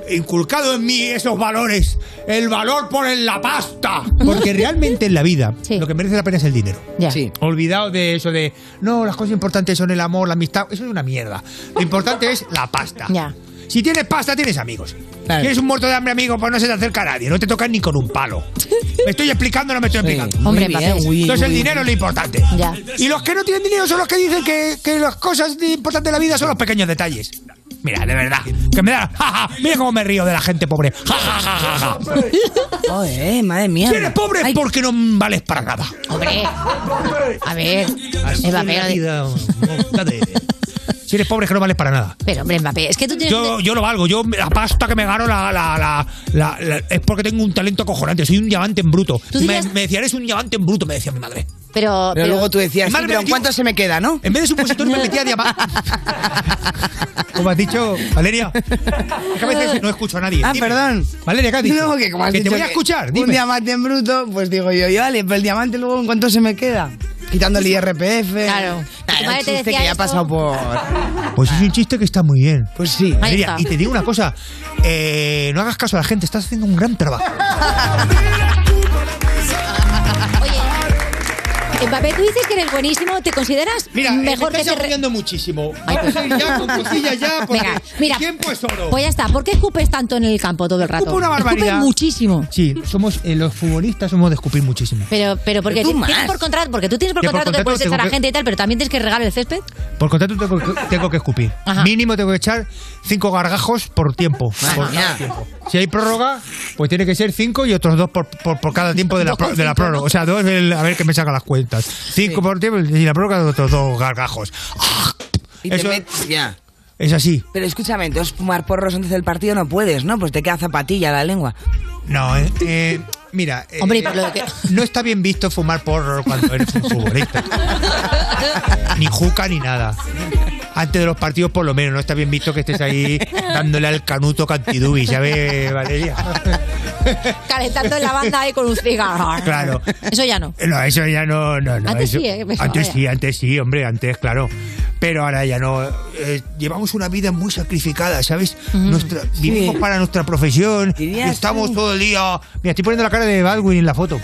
Speaker 33: inculcado en mí esos valores, el valor por en la pasta. Porque realmente en la vida lo que merece la pena es el dinero. Olvidado de eso de, no, las cosas importantes son el amor, la amistad, eso es una mierda. Lo importante es la pasta. Si tienes pasta, tienes amigos. Tienes un muerto de hambre, amigo, pues no se te acerca a nadie, no te tocan ni con
Speaker 4: [laughs]
Speaker 33: un palo. ¿Me estoy explicando o no me estoy explicando?
Speaker 4: muy Hombre, bien, papel. uy,
Speaker 33: Entonces el
Speaker 4: uy.
Speaker 33: dinero es lo importante.
Speaker 4: Ya.
Speaker 33: Y los que no tienen dinero son los que dicen que, que las cosas importantes de la vida son los pequeños detalles. Mira, de verdad. Que me da. ¡Ja, ja! [laughs] Mira cómo me río de la gente pobre. ¡Ja, ja, ja, ja,
Speaker 4: [laughs]
Speaker 33: ja!
Speaker 6: Joder, madre mía.
Speaker 33: Si eres pobre es porque no vales para nada.
Speaker 4: Hombre. A ver. Mbappé. no di-
Speaker 33: Si eres pobre es que no vales para nada.
Speaker 4: Pero hombre, Mbappé, es que tú tienes...
Speaker 33: Yo, yo lo valgo, yo la pasta que me gano la, la- la- la- la- es porque tengo un talento cojonante, soy un diamante en bruto. Me, me decía, eres un diamante en bruto, me decía mi madre.
Speaker 4: Pero,
Speaker 6: Pero luego tú decías,
Speaker 33: Mi
Speaker 6: sí,
Speaker 33: madre
Speaker 6: pero
Speaker 33: me
Speaker 6: ¿en
Speaker 33: metió-
Speaker 6: cuánto se me queda, no?
Speaker 33: En vez de supositorio me metía
Speaker 6: [laughs]
Speaker 33: diamante. Como has dicho, Valeria. Es que a veces no escucho a nadie.
Speaker 6: Ah,
Speaker 33: Dime.
Speaker 6: perdón.
Speaker 33: Valeria, ¿qué has dicho?
Speaker 6: No, que como has
Speaker 33: te
Speaker 6: dicho
Speaker 33: voy a
Speaker 6: que
Speaker 33: escuchar,
Speaker 6: Un
Speaker 33: dime.
Speaker 6: diamante en bruto, pues digo yo, y vale, pero el diamante luego en cuánto se me queda. Quitando el IRPF. Claro.
Speaker 4: Tu madre te decía
Speaker 6: que ya ha
Speaker 4: esto.
Speaker 6: pasado por.
Speaker 33: Pues es un chiste que está muy bien.
Speaker 6: Pues sí.
Speaker 33: Valeria, y te digo una cosa, eh, no hagas caso a la gente, estás haciendo un gran trabajo.
Speaker 4: Mbappé, tú dices que eres buenísimo, ¿te consideras
Speaker 33: Mira, eh,
Speaker 4: mejor
Speaker 33: me
Speaker 4: que te...
Speaker 33: estás
Speaker 4: re-
Speaker 33: agobiando muchísimo.
Speaker 4: Ay,
Speaker 33: Vamos a ir ya con
Speaker 4: pues.
Speaker 33: cosillas ya, porque
Speaker 4: Venga, mira,
Speaker 33: el tiempo es oro.
Speaker 4: Pues ya está, ¿por qué escupes tanto en el campo todo el rato?
Speaker 33: Escupe una
Speaker 4: Escupes
Speaker 33: barbaridad.
Speaker 4: muchísimo.
Speaker 33: Sí, somos eh, los futbolistas somos de escupir muchísimo.
Speaker 4: Pero, pero porque
Speaker 33: Tú
Speaker 4: ti-
Speaker 33: más.
Speaker 4: tienes por contrato, porque tú tienes por
Speaker 33: Que por
Speaker 4: contrato, que
Speaker 33: contrato
Speaker 4: puedes
Speaker 33: tengo
Speaker 4: echar a
Speaker 33: que-
Speaker 4: gente y tal, pero también tienes que regar el
Speaker 33: [laughs]
Speaker 4: césped.
Speaker 33: Por contrato tengo que, tengo que escupir. Mínimo tengo que echar cinco gargajos por tiempo. por cada
Speaker 6: mía.
Speaker 33: tiempo. Si hay prórroga, pues tiene que ser cinco y otros dos por, por- por cada
Speaker 6: [laughs]
Speaker 33: tiempo de la,
Speaker 6: Dos
Speaker 33: pro-
Speaker 6: con
Speaker 33: de la
Speaker 6: cinco,
Speaker 33: prórroga.
Speaker 6: ¿no?
Speaker 33: O sea, dos, el- a ver que me saca las cuentas. Cinco por tiempo y la prórroga otros dos gargajos.
Speaker 6: Y te
Speaker 33: Eso-
Speaker 6: metes- ya.
Speaker 33: Es así.
Speaker 6: Pero escúchame, entonces fumar porros antes del partido no puedes, ¿no? Pues te queda zapatilla la lengua.
Speaker 33: No, eh, eh, mira,
Speaker 4: [laughs]
Speaker 33: eh,
Speaker 6: Hombre, y por lo que-
Speaker 33: no está bien visto fumar porro cuando eres
Speaker 6: [laughs]
Speaker 33: un futbolista. ni juca ni nada. Antes de los partidos, por lo menos, no está bien visto que estés ahí dándole al canuto cantidubi, ¿sabes, Valeria?
Speaker 4: Calentando en la banda ahí con un cigarro.
Speaker 33: Claro.
Speaker 4: Eso ya no.
Speaker 33: Eh, No, eso ya no. no, no,
Speaker 4: Antes
Speaker 33: eso-
Speaker 4: sí, eh, pero
Speaker 33: antes
Speaker 4: vaya.
Speaker 33: sí, antes sí, hombre, antes, claro. Pero ahora ya no. Eh, llevamos una vida muy sacrificada, ¿sabes?
Speaker 4: Mm.
Speaker 33: Nuestra, Vivimos para nuestra profesión.
Speaker 6: Dirías
Speaker 33: y estamos todo el día. Mira, estoy poniendo la cara de Baldwin en la foto.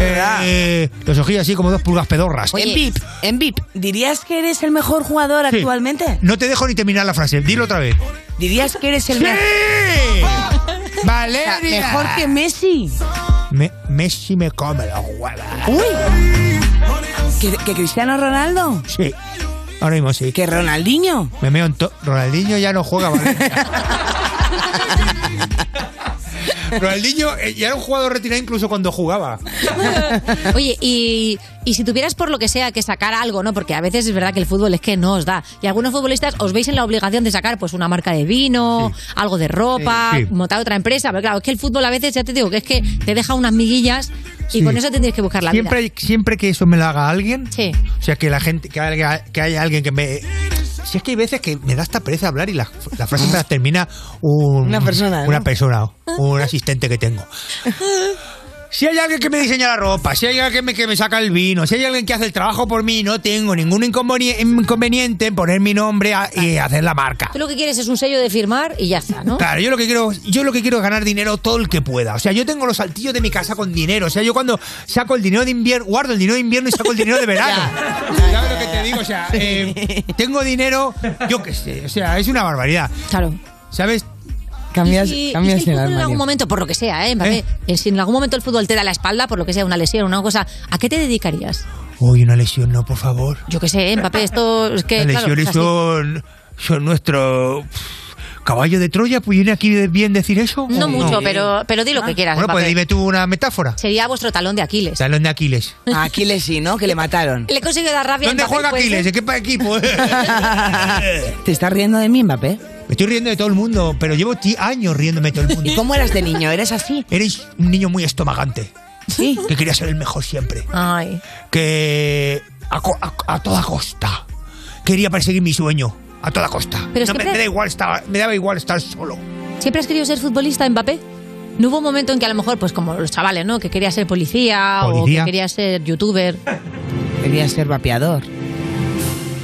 Speaker 33: Eh, los ojillos así como dos pulgas pedorras.
Speaker 6: Ah. en VIP, en VIP, ¿dirías que eres el mejor jugador
Speaker 33: Sí.
Speaker 6: actualmente?
Speaker 33: No te dejo ni terminar la frase. Dilo otra vez.
Speaker 6: ¿Dirías que eres el mejor?
Speaker 33: [laughs] Valeria.
Speaker 6: mejor que Messi.
Speaker 33: Me- Messi me come la hueva.
Speaker 6: Uy. ¿Que, que Cristiano Ronaldo?
Speaker 33: Sí. Ahora mismo sí.
Speaker 6: ¿Que Ronaldinho?
Speaker 33: Me meo en to- Ronaldinho ya no
Speaker 6: [laughs]
Speaker 33: juega, ¿vale? Ronaldinho eh, ya era un jugador retirado incluso cuando jugaba.
Speaker 4: [laughs] Oye, y, y si tuvieras por lo que sea que sacar algo, ¿no? Porque a veces es verdad que el fútbol es que no os da. Y algunos futbolistas os veis en la obligación de sacar pues una marca de vino, algo de ropa,
Speaker 39: Sí, sí.
Speaker 4: montar otra empresa. Pero claro, es que el fútbol a veces, ya te digo, que es que te deja unas miguillas y
Speaker 33: Sí.
Speaker 4: con eso tendrías que buscar la
Speaker 33: siempre,
Speaker 4: vida.
Speaker 33: siempre que eso me lo haga alguien, o sea, que la gente, que haya, que haya alguien que me... Si es que hay veces que me da hasta pereza hablar y las la frases me las termina un-
Speaker 6: Una persona, ¿no?
Speaker 33: una persona, un asistente que tengo. Si hay alguien que me diseña la ropa, si hay alguien que me, que me saca el vino, si hay alguien que hace el trabajo por mí, no tengo ningún inconveni- inconveniente en poner mi nombre a- y hacer la marca.
Speaker 4: Tú lo que quieres es un sello de firmar y ya está, ¿no?
Speaker 33: Claro, yo lo que quiero, yo lo que quiero es ganar dinero todo el que pueda. O sea, yo tengo los saltillos de mi casa con dinero. O sea, yo cuando saco el dinero de invierno, guardo el dinero de invierno y saco el dinero de
Speaker 4: [laughs]
Speaker 33: verano. ¿Sabes lo que te digo? O sea, eh, tengo dinero, yo qué sé. O sea, es una barbaridad.
Speaker 4: Claro.
Speaker 33: ¿Sabes?
Speaker 6: Cambias,
Speaker 4: Y- y si el fútbol en algún momento, por lo que sea, ¿eh? Vale, Si en algún momento el fútbol te da la espalda, por lo que sea, una lesión, una cosa, ¿a qué te dedicarías?
Speaker 33: Uy, una lesión, no, por favor.
Speaker 4: Yo qué sé, ¿eh, Mbappé, esto es
Speaker 33: [laughs]
Speaker 4: que.
Speaker 33: Las
Speaker 4: claro,
Speaker 33: lesiones
Speaker 4: es así.
Speaker 33: son, son nuestro pff, caballo de Troya. ¿Pues viene aquí bien decir eso?
Speaker 4: No
Speaker 33: ¿O
Speaker 4: mucho, pero- pero di lo que quieras,
Speaker 33: Bueno, pues
Speaker 4: Mbappé.
Speaker 33: dime tú una metáfora.
Speaker 4: Sería vuestro talón de Aquiles.
Speaker 33: Talón de Aquiles.
Speaker 6: A Aquiles sí, ¿no? Que le mataron.
Speaker 4: Le consigue dar rabia. pues, a
Speaker 33: ¿Dónde
Speaker 4: Mbappé,
Speaker 33: juega
Speaker 4: puede
Speaker 33: Aquiles?
Speaker 4: ser.
Speaker 33: ¿En qué pa- equipo? [laughs]
Speaker 6: ¿Te estás riendo de mí, Mbappé?
Speaker 33: Me estoy riendo de todo el mundo, pero llevo ti- años riéndome de
Speaker 6: [laughs]
Speaker 33: todo el mundo.
Speaker 6: [laughs] ¿Y cómo eras de niño? ¿Eres así?
Speaker 33: Eres un niño muy estomagante.
Speaker 6: Sí.
Speaker 33: Que quería ser el mejor siempre.
Speaker 4: Ay.
Speaker 33: Que a, co- a- a toda costa. Quería perseguir mi sueño. A toda costa.
Speaker 4: Pero es
Speaker 33: No,
Speaker 4: que
Speaker 33: me,
Speaker 4: pre-
Speaker 33: me da igual estar, me daba igual estar solo.
Speaker 4: ¿eh? ¿Siempre has querido ser futbolista, Mbappé? ¿No hubo un momento en que a lo mejor, pues como los chavales, ¿no? Que quería ser policía, o
Speaker 6: Policía.
Speaker 4: que quería ser youtuber.
Speaker 6: Querías ser vapeador.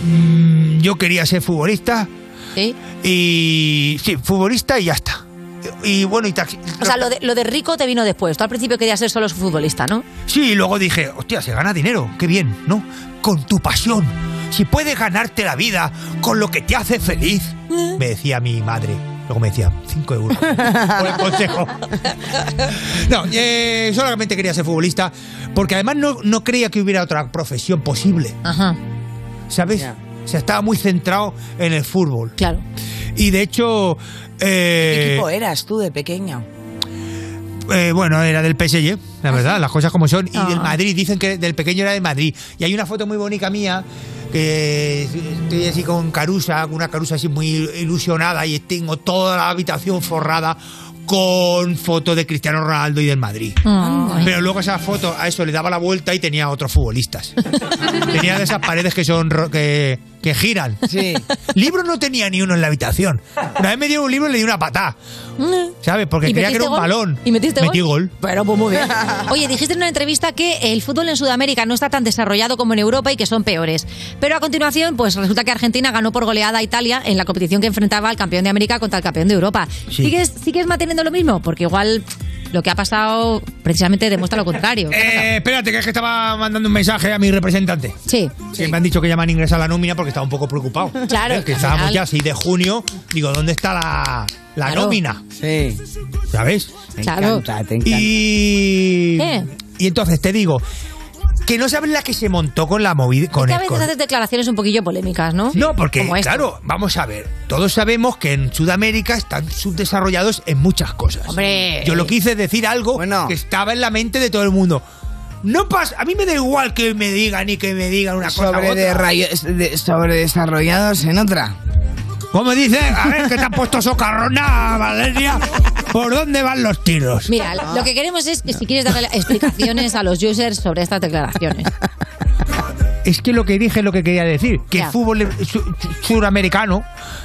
Speaker 33: Mm, Yo quería ser futbolista.
Speaker 4: ¿Sí?
Speaker 33: Y. Sí, futbolista y ya está. Y bueno, y taxi.
Speaker 4: O sea, lo de, lo de rico te vino después. Tú al principio querías ser solo futbolista, ¿no?
Speaker 33: Sí, y luego dije, hostia, se gana dinero, qué bien, ¿no? Con tu pasión. Si puedes ganarte la vida con lo que te hace feliz, me decía mi madre. Luego me decía, 5 euros. [laughs] Por el consejo. No, eh, solamente quería ser futbolista, porque además no, no creía que hubiera otra profesión posible.
Speaker 4: Ajá.
Speaker 33: ¿Sabes? O sea, estaba muy centrado en el fútbol.
Speaker 4: Claro.
Speaker 33: Y de hecho.
Speaker 6: ¿Qué
Speaker 33: Eh,
Speaker 6: equipo eras tú de pequeño?
Speaker 33: Eh, bueno, era del PSG, la verdad, las cosas como son. Y del Madrid, dicen que del pequeño era de Madrid. Y hay una foto muy bonita mía, que estoy así con Carusa, con una Carusa así muy ilusionada y tengo toda la habitación forrada con fotos de Cristiano Ronaldo y del Madrid. Pero luego esa foto, a eso le daba la vuelta y tenía otros futbolistas. tenía de esas paredes que son ro- que, que giran.
Speaker 6: Sí.
Speaker 33: Libro no tenía ni uno en la habitación. Una vez me dieron un libro y le di una patada. ¿Sabes? Porque
Speaker 4: ¿Y
Speaker 33: creía que
Speaker 4: metiste
Speaker 33: era un
Speaker 4: gol?
Speaker 33: balón.
Speaker 4: ¿Y metiste
Speaker 33: Metí
Speaker 4: gol?
Speaker 33: gol.
Speaker 4: Pero pues muy bien. [laughs] Oye, dijiste en una entrevista que el fútbol en Sudamérica no está tan desarrollado como en Europa y que son peores. Pero a continuación, pues resulta que Argentina ganó por goleada a Italia en la competición que enfrentaba al campeón de América contra el campeón de Europa.
Speaker 33: Sí.
Speaker 4: ¿Sigues, ¿Sigues manteniendo lo mismo? Porque igual lo que ha pasado precisamente demuestra lo contrario.
Speaker 33: Eh, espérate, que es que estaba mandando un mensaje a mi representante.
Speaker 4: Sí.
Speaker 33: Que me han dicho que ya me han ingresado la nómina porque estaba un poco preocupado.
Speaker 4: Claro,
Speaker 33: Eh, Que
Speaker 4: al
Speaker 33: estábamos
Speaker 4: final.
Speaker 33: ya 6 de junio. Digo, ¿dónde está la, la
Speaker 6: Claro.
Speaker 33: nómina?
Speaker 6: Sí.
Speaker 33: ¿Sabes?
Speaker 6: Te Claro. encanta, te encanta.
Speaker 33: Y,
Speaker 4: ¿Qué?
Speaker 33: y entonces te digo, que no sabes la que se montó con la movida. Con
Speaker 4: Que a
Speaker 33: el-
Speaker 4: veces
Speaker 33: con-
Speaker 4: haces declaraciones un poquillo polémicas, ¿no?
Speaker 33: No, porque,
Speaker 4: Como esta.
Speaker 33: claro, vamos a ver. Todos sabemos que en Sudamérica están subdesarrollados en muchas cosas.
Speaker 4: Hombre.
Speaker 33: Yo lo quise es decir algo que estaba en la mente de todo el mundo. No pasa, a mí me da igual que me digan y que me digan una cosa u
Speaker 6: Sobre,
Speaker 33: otra.
Speaker 6: de rayo- de- sobre desarrollados en otra.
Speaker 33: ¿Cómo dice? A ver, que te has puesto socarrona, Valeria. ¿Por dónde van los tiros?
Speaker 4: Mira, lo que queremos es que si quieres darle explicaciones a los users sobre estas
Speaker 33: [laughs]
Speaker 4: declaraciones.
Speaker 33: Es que lo que dije es lo que quería decir. Que
Speaker 4: Ya.
Speaker 33: el fútbol su- su- suramericano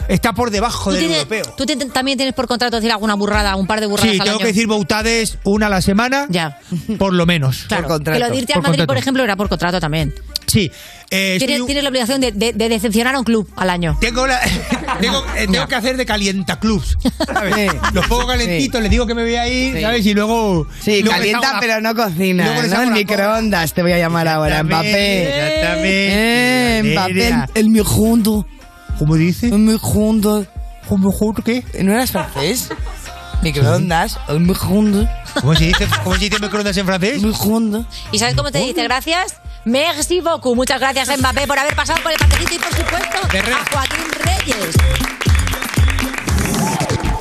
Speaker 33: está por debajo
Speaker 4: Tú
Speaker 33: del
Speaker 4: tienes-
Speaker 33: europeo.
Speaker 4: Tú te- también tienes por contrato decir alguna burrada, un par de burradas
Speaker 33: Sí,
Speaker 4: al
Speaker 33: tengo
Speaker 4: año.
Speaker 33: que decir bautades una a la semana.
Speaker 4: Ya.
Speaker 33: Por lo menos.
Speaker 4: Claro, que lo de irte al Madrid, por
Speaker 33: contrato.
Speaker 4: ejemplo, era por contrato también.
Speaker 33: Sí. eh, soy
Speaker 4: Tienes,
Speaker 33: un-
Speaker 4: tienes la obligación de, de- de decepcionar a un club al año.
Speaker 33: Tengo, la- [laughs] tengo, eh, tengo que hacer de calientaclubs. ¿sabes? Los pongo calentitos, les digo que me voy a ir,
Speaker 6: Sí.
Speaker 33: ¿sabes? Y luego.
Speaker 6: Sí,
Speaker 33: luego les hago
Speaker 6: calienta
Speaker 33: la-
Speaker 6: pero no cocina.
Speaker 33: luego les
Speaker 6: ¿no?
Speaker 33: hago
Speaker 6: En
Speaker 33: la
Speaker 6: microondas te voy a llamar ahora, Mbappé.
Speaker 33: Exactamente.
Speaker 6: Eh, Mbappé,
Speaker 33: Mira.
Speaker 6: el mejor.
Speaker 33: ¿Cómo dice?
Speaker 6: El mejor.
Speaker 33: ¿El mejor qué?
Speaker 6: ¿No eras francés? Microondas, el mejor.
Speaker 33: ¿Cómo se dice, cómo se dice microondas en francés?
Speaker 6: Mejor.
Speaker 4: ¿Y sabes cómo te dice gracias?
Speaker 40: Merci beaucoup. Muchas gracias, Mbappé, por haber pasado por el partidito y, por supuesto, a Joaquín Reyes.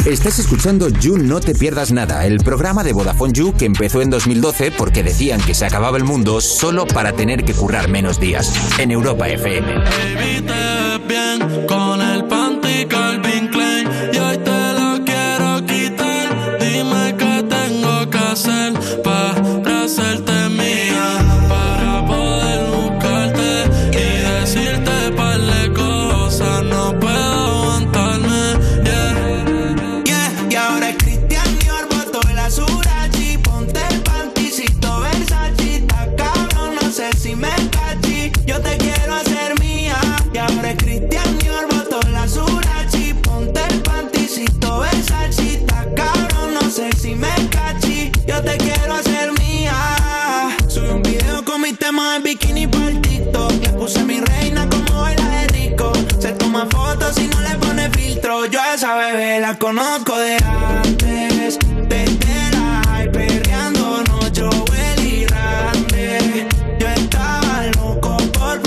Speaker 41: Estás escuchando You No Te Pierdas Nada, el programa de Vodafone You que empezó en 2012 porque decían que se acababa el mundo solo para tener que currar menos días. En Europa FM.
Speaker 42: bien con el panty Calvin Klein y hoy te lo quiero quitar. Dime qué tengo que hacer para hacerte mía, para poder buscarte y decirte par de cosas. No puedo aguantarme. Yeah.
Speaker 39: Y ahora es Cristian Dior, botó el azurachi, ponte el panticito Versace, está cabrón, no sé si me cachi, yo te quiero hacer mía. Y ahora es Cristian Dior, botó el azurachi, ponte el panticito Versace, está cabrón, no sé si me cachi, yo te quiero hacer mía. Subí un video con mi tema en bikini partito, le puse mi reina como baila de rico, se toma fotos y no le pone filtro, yo a esa bebé la conozco de antes, desde la high, perreando no yo y Randy. Yo estaba loco por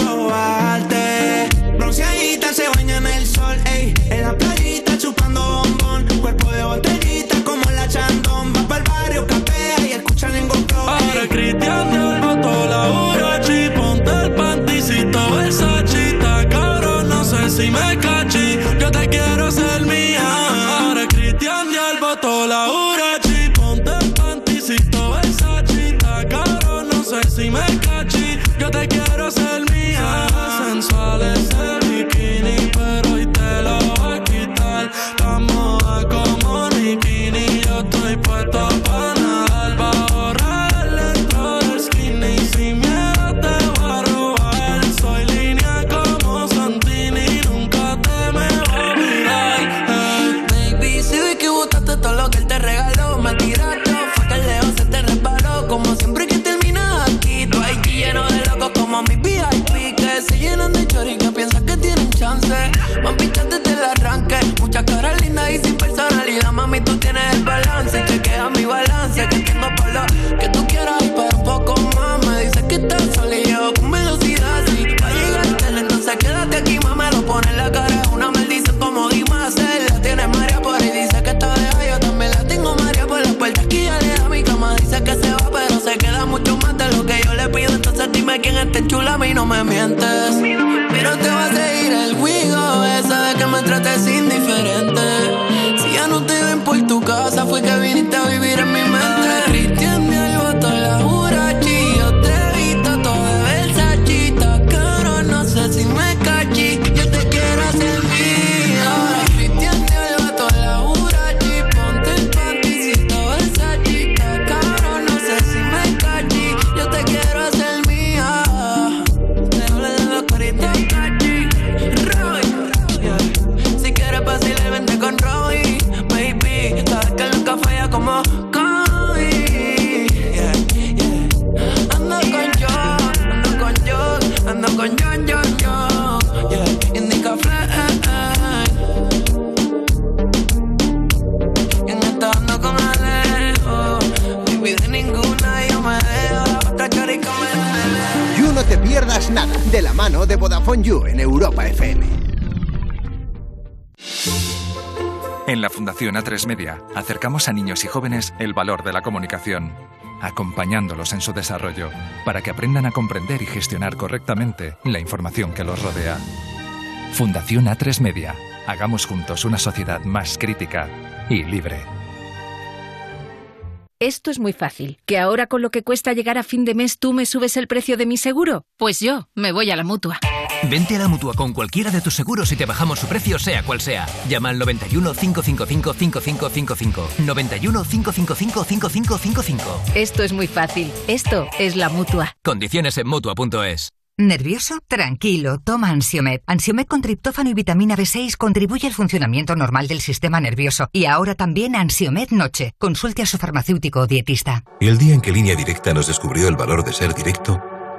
Speaker 39: probarte. Bronceadita se baña en el sol, ey. En la playita chupando bombón. Cuerpo de botellita como la chandón. Va pa'l barrio, capea y escucha el engolcón.
Speaker 42: Ahora Cristian Dior botó la Urachi, ponte el panticito Versace, está caro, no sé si me cachi, yo te quiero ser mía. Ahora Cristian Dior botó la Urachi, ponte el panticito Versace, está caro, no sé si me cachi, yo te quiero ser mía. Sensuales de bikini, pero hoy te lo voy a quitar. Estamos a como Nikini, yo estoy puesto para nadar, bajo dentro del skinny Sin miedo te voy a robar Soy línea como Santini Nunca te me voy a mirar eh.
Speaker 39: Baby, si vi que botaste todo lo que él te regaló, me tiraste. Fue que el león se te reparó, como siempre que terminas aquí. Tú hay lleno de locos como mi VIP, que se llenan de chori que piensan que tienen chance. Van pichando desde el arranque, muchas caras lindas y sin personalidad. Mami, tú tienes el balance, chequea mi balance, que tengo por lo que tú quieras y para un poco más. Me dices que estás sola y yo con velocidad. Si va a llegar tarde, entonces quédate aquí, mamá, lo pone en la cara. es Una maldición como Dimasel, la tiene María por ahí, dice que está deja, yo también la tengo María por la puerta aquí ya le da mi cama, dice que se va, pero se queda mucho más de lo que yo le pido, entonces dime quién es este chula, a mí no me mientes, pero te va a seguir el juego, esa de que me trates indiferente, si ya no te ven por tu casa, fue que viniste a vivir en mi mente. Cristian me alborotó la Jurachi, yo te he visto todo de Versace, está caro, no sé si me cachis, yo te quiero hacer mía. Ahora Cristian te alborotó la Jurachi, ponte el pantisito Versace, está caro, no sé si me cachis, yo te quiero hacer mía. Te hablo de los coritos cachi, Roy. Si quieres vacilar, vente con Roy, baby. Sabes que nunca falla como Kobe. Yeah, yeah. Ando con John, ando con John, ando con John, John, John. Yeah. Indica flag. Y no está ando con Alejo. Baby, de ninguna yo me dejo. La otra chorica me
Speaker 5: You No Te Pierdas Nada, de la mano de Vodafone You en Europa FM.
Speaker 1: En la Fundación A3 Media acercamos a niños y jóvenes el valor de la comunicación, acompañándolos en su desarrollo para que aprendan a comprender y gestionar correctamente la información que los rodea. Fundación A3 Media. Hagamos juntos una sociedad más crítica y libre.
Speaker 4: Esto es muy fácil. ¿Que ahora con lo que cuesta llegar a fin de mes tú me subes el precio de mi seguro? Pues yo me voy a la mutua.
Speaker 18: Vente a la mutua con cualquiera de tus seguros y te bajamos su precio, sea cual sea. Llama al 91 555 5555. 91 555 5555.
Speaker 4: Esto es muy fácil. Esto es la mutua.
Speaker 18: Condiciones en mutua.es.
Speaker 36: ¿Nervioso? Tranquilo, toma Ansiomed. Ansiomed con triptófano y vitamina B6 contribuye al funcionamiento normal del sistema nervioso. Y ahora también Ansiomed Noche. Consulte a su farmacéutico o dietista.
Speaker 37: El día en que Línea Directa nos descubrió el valor de ser directo,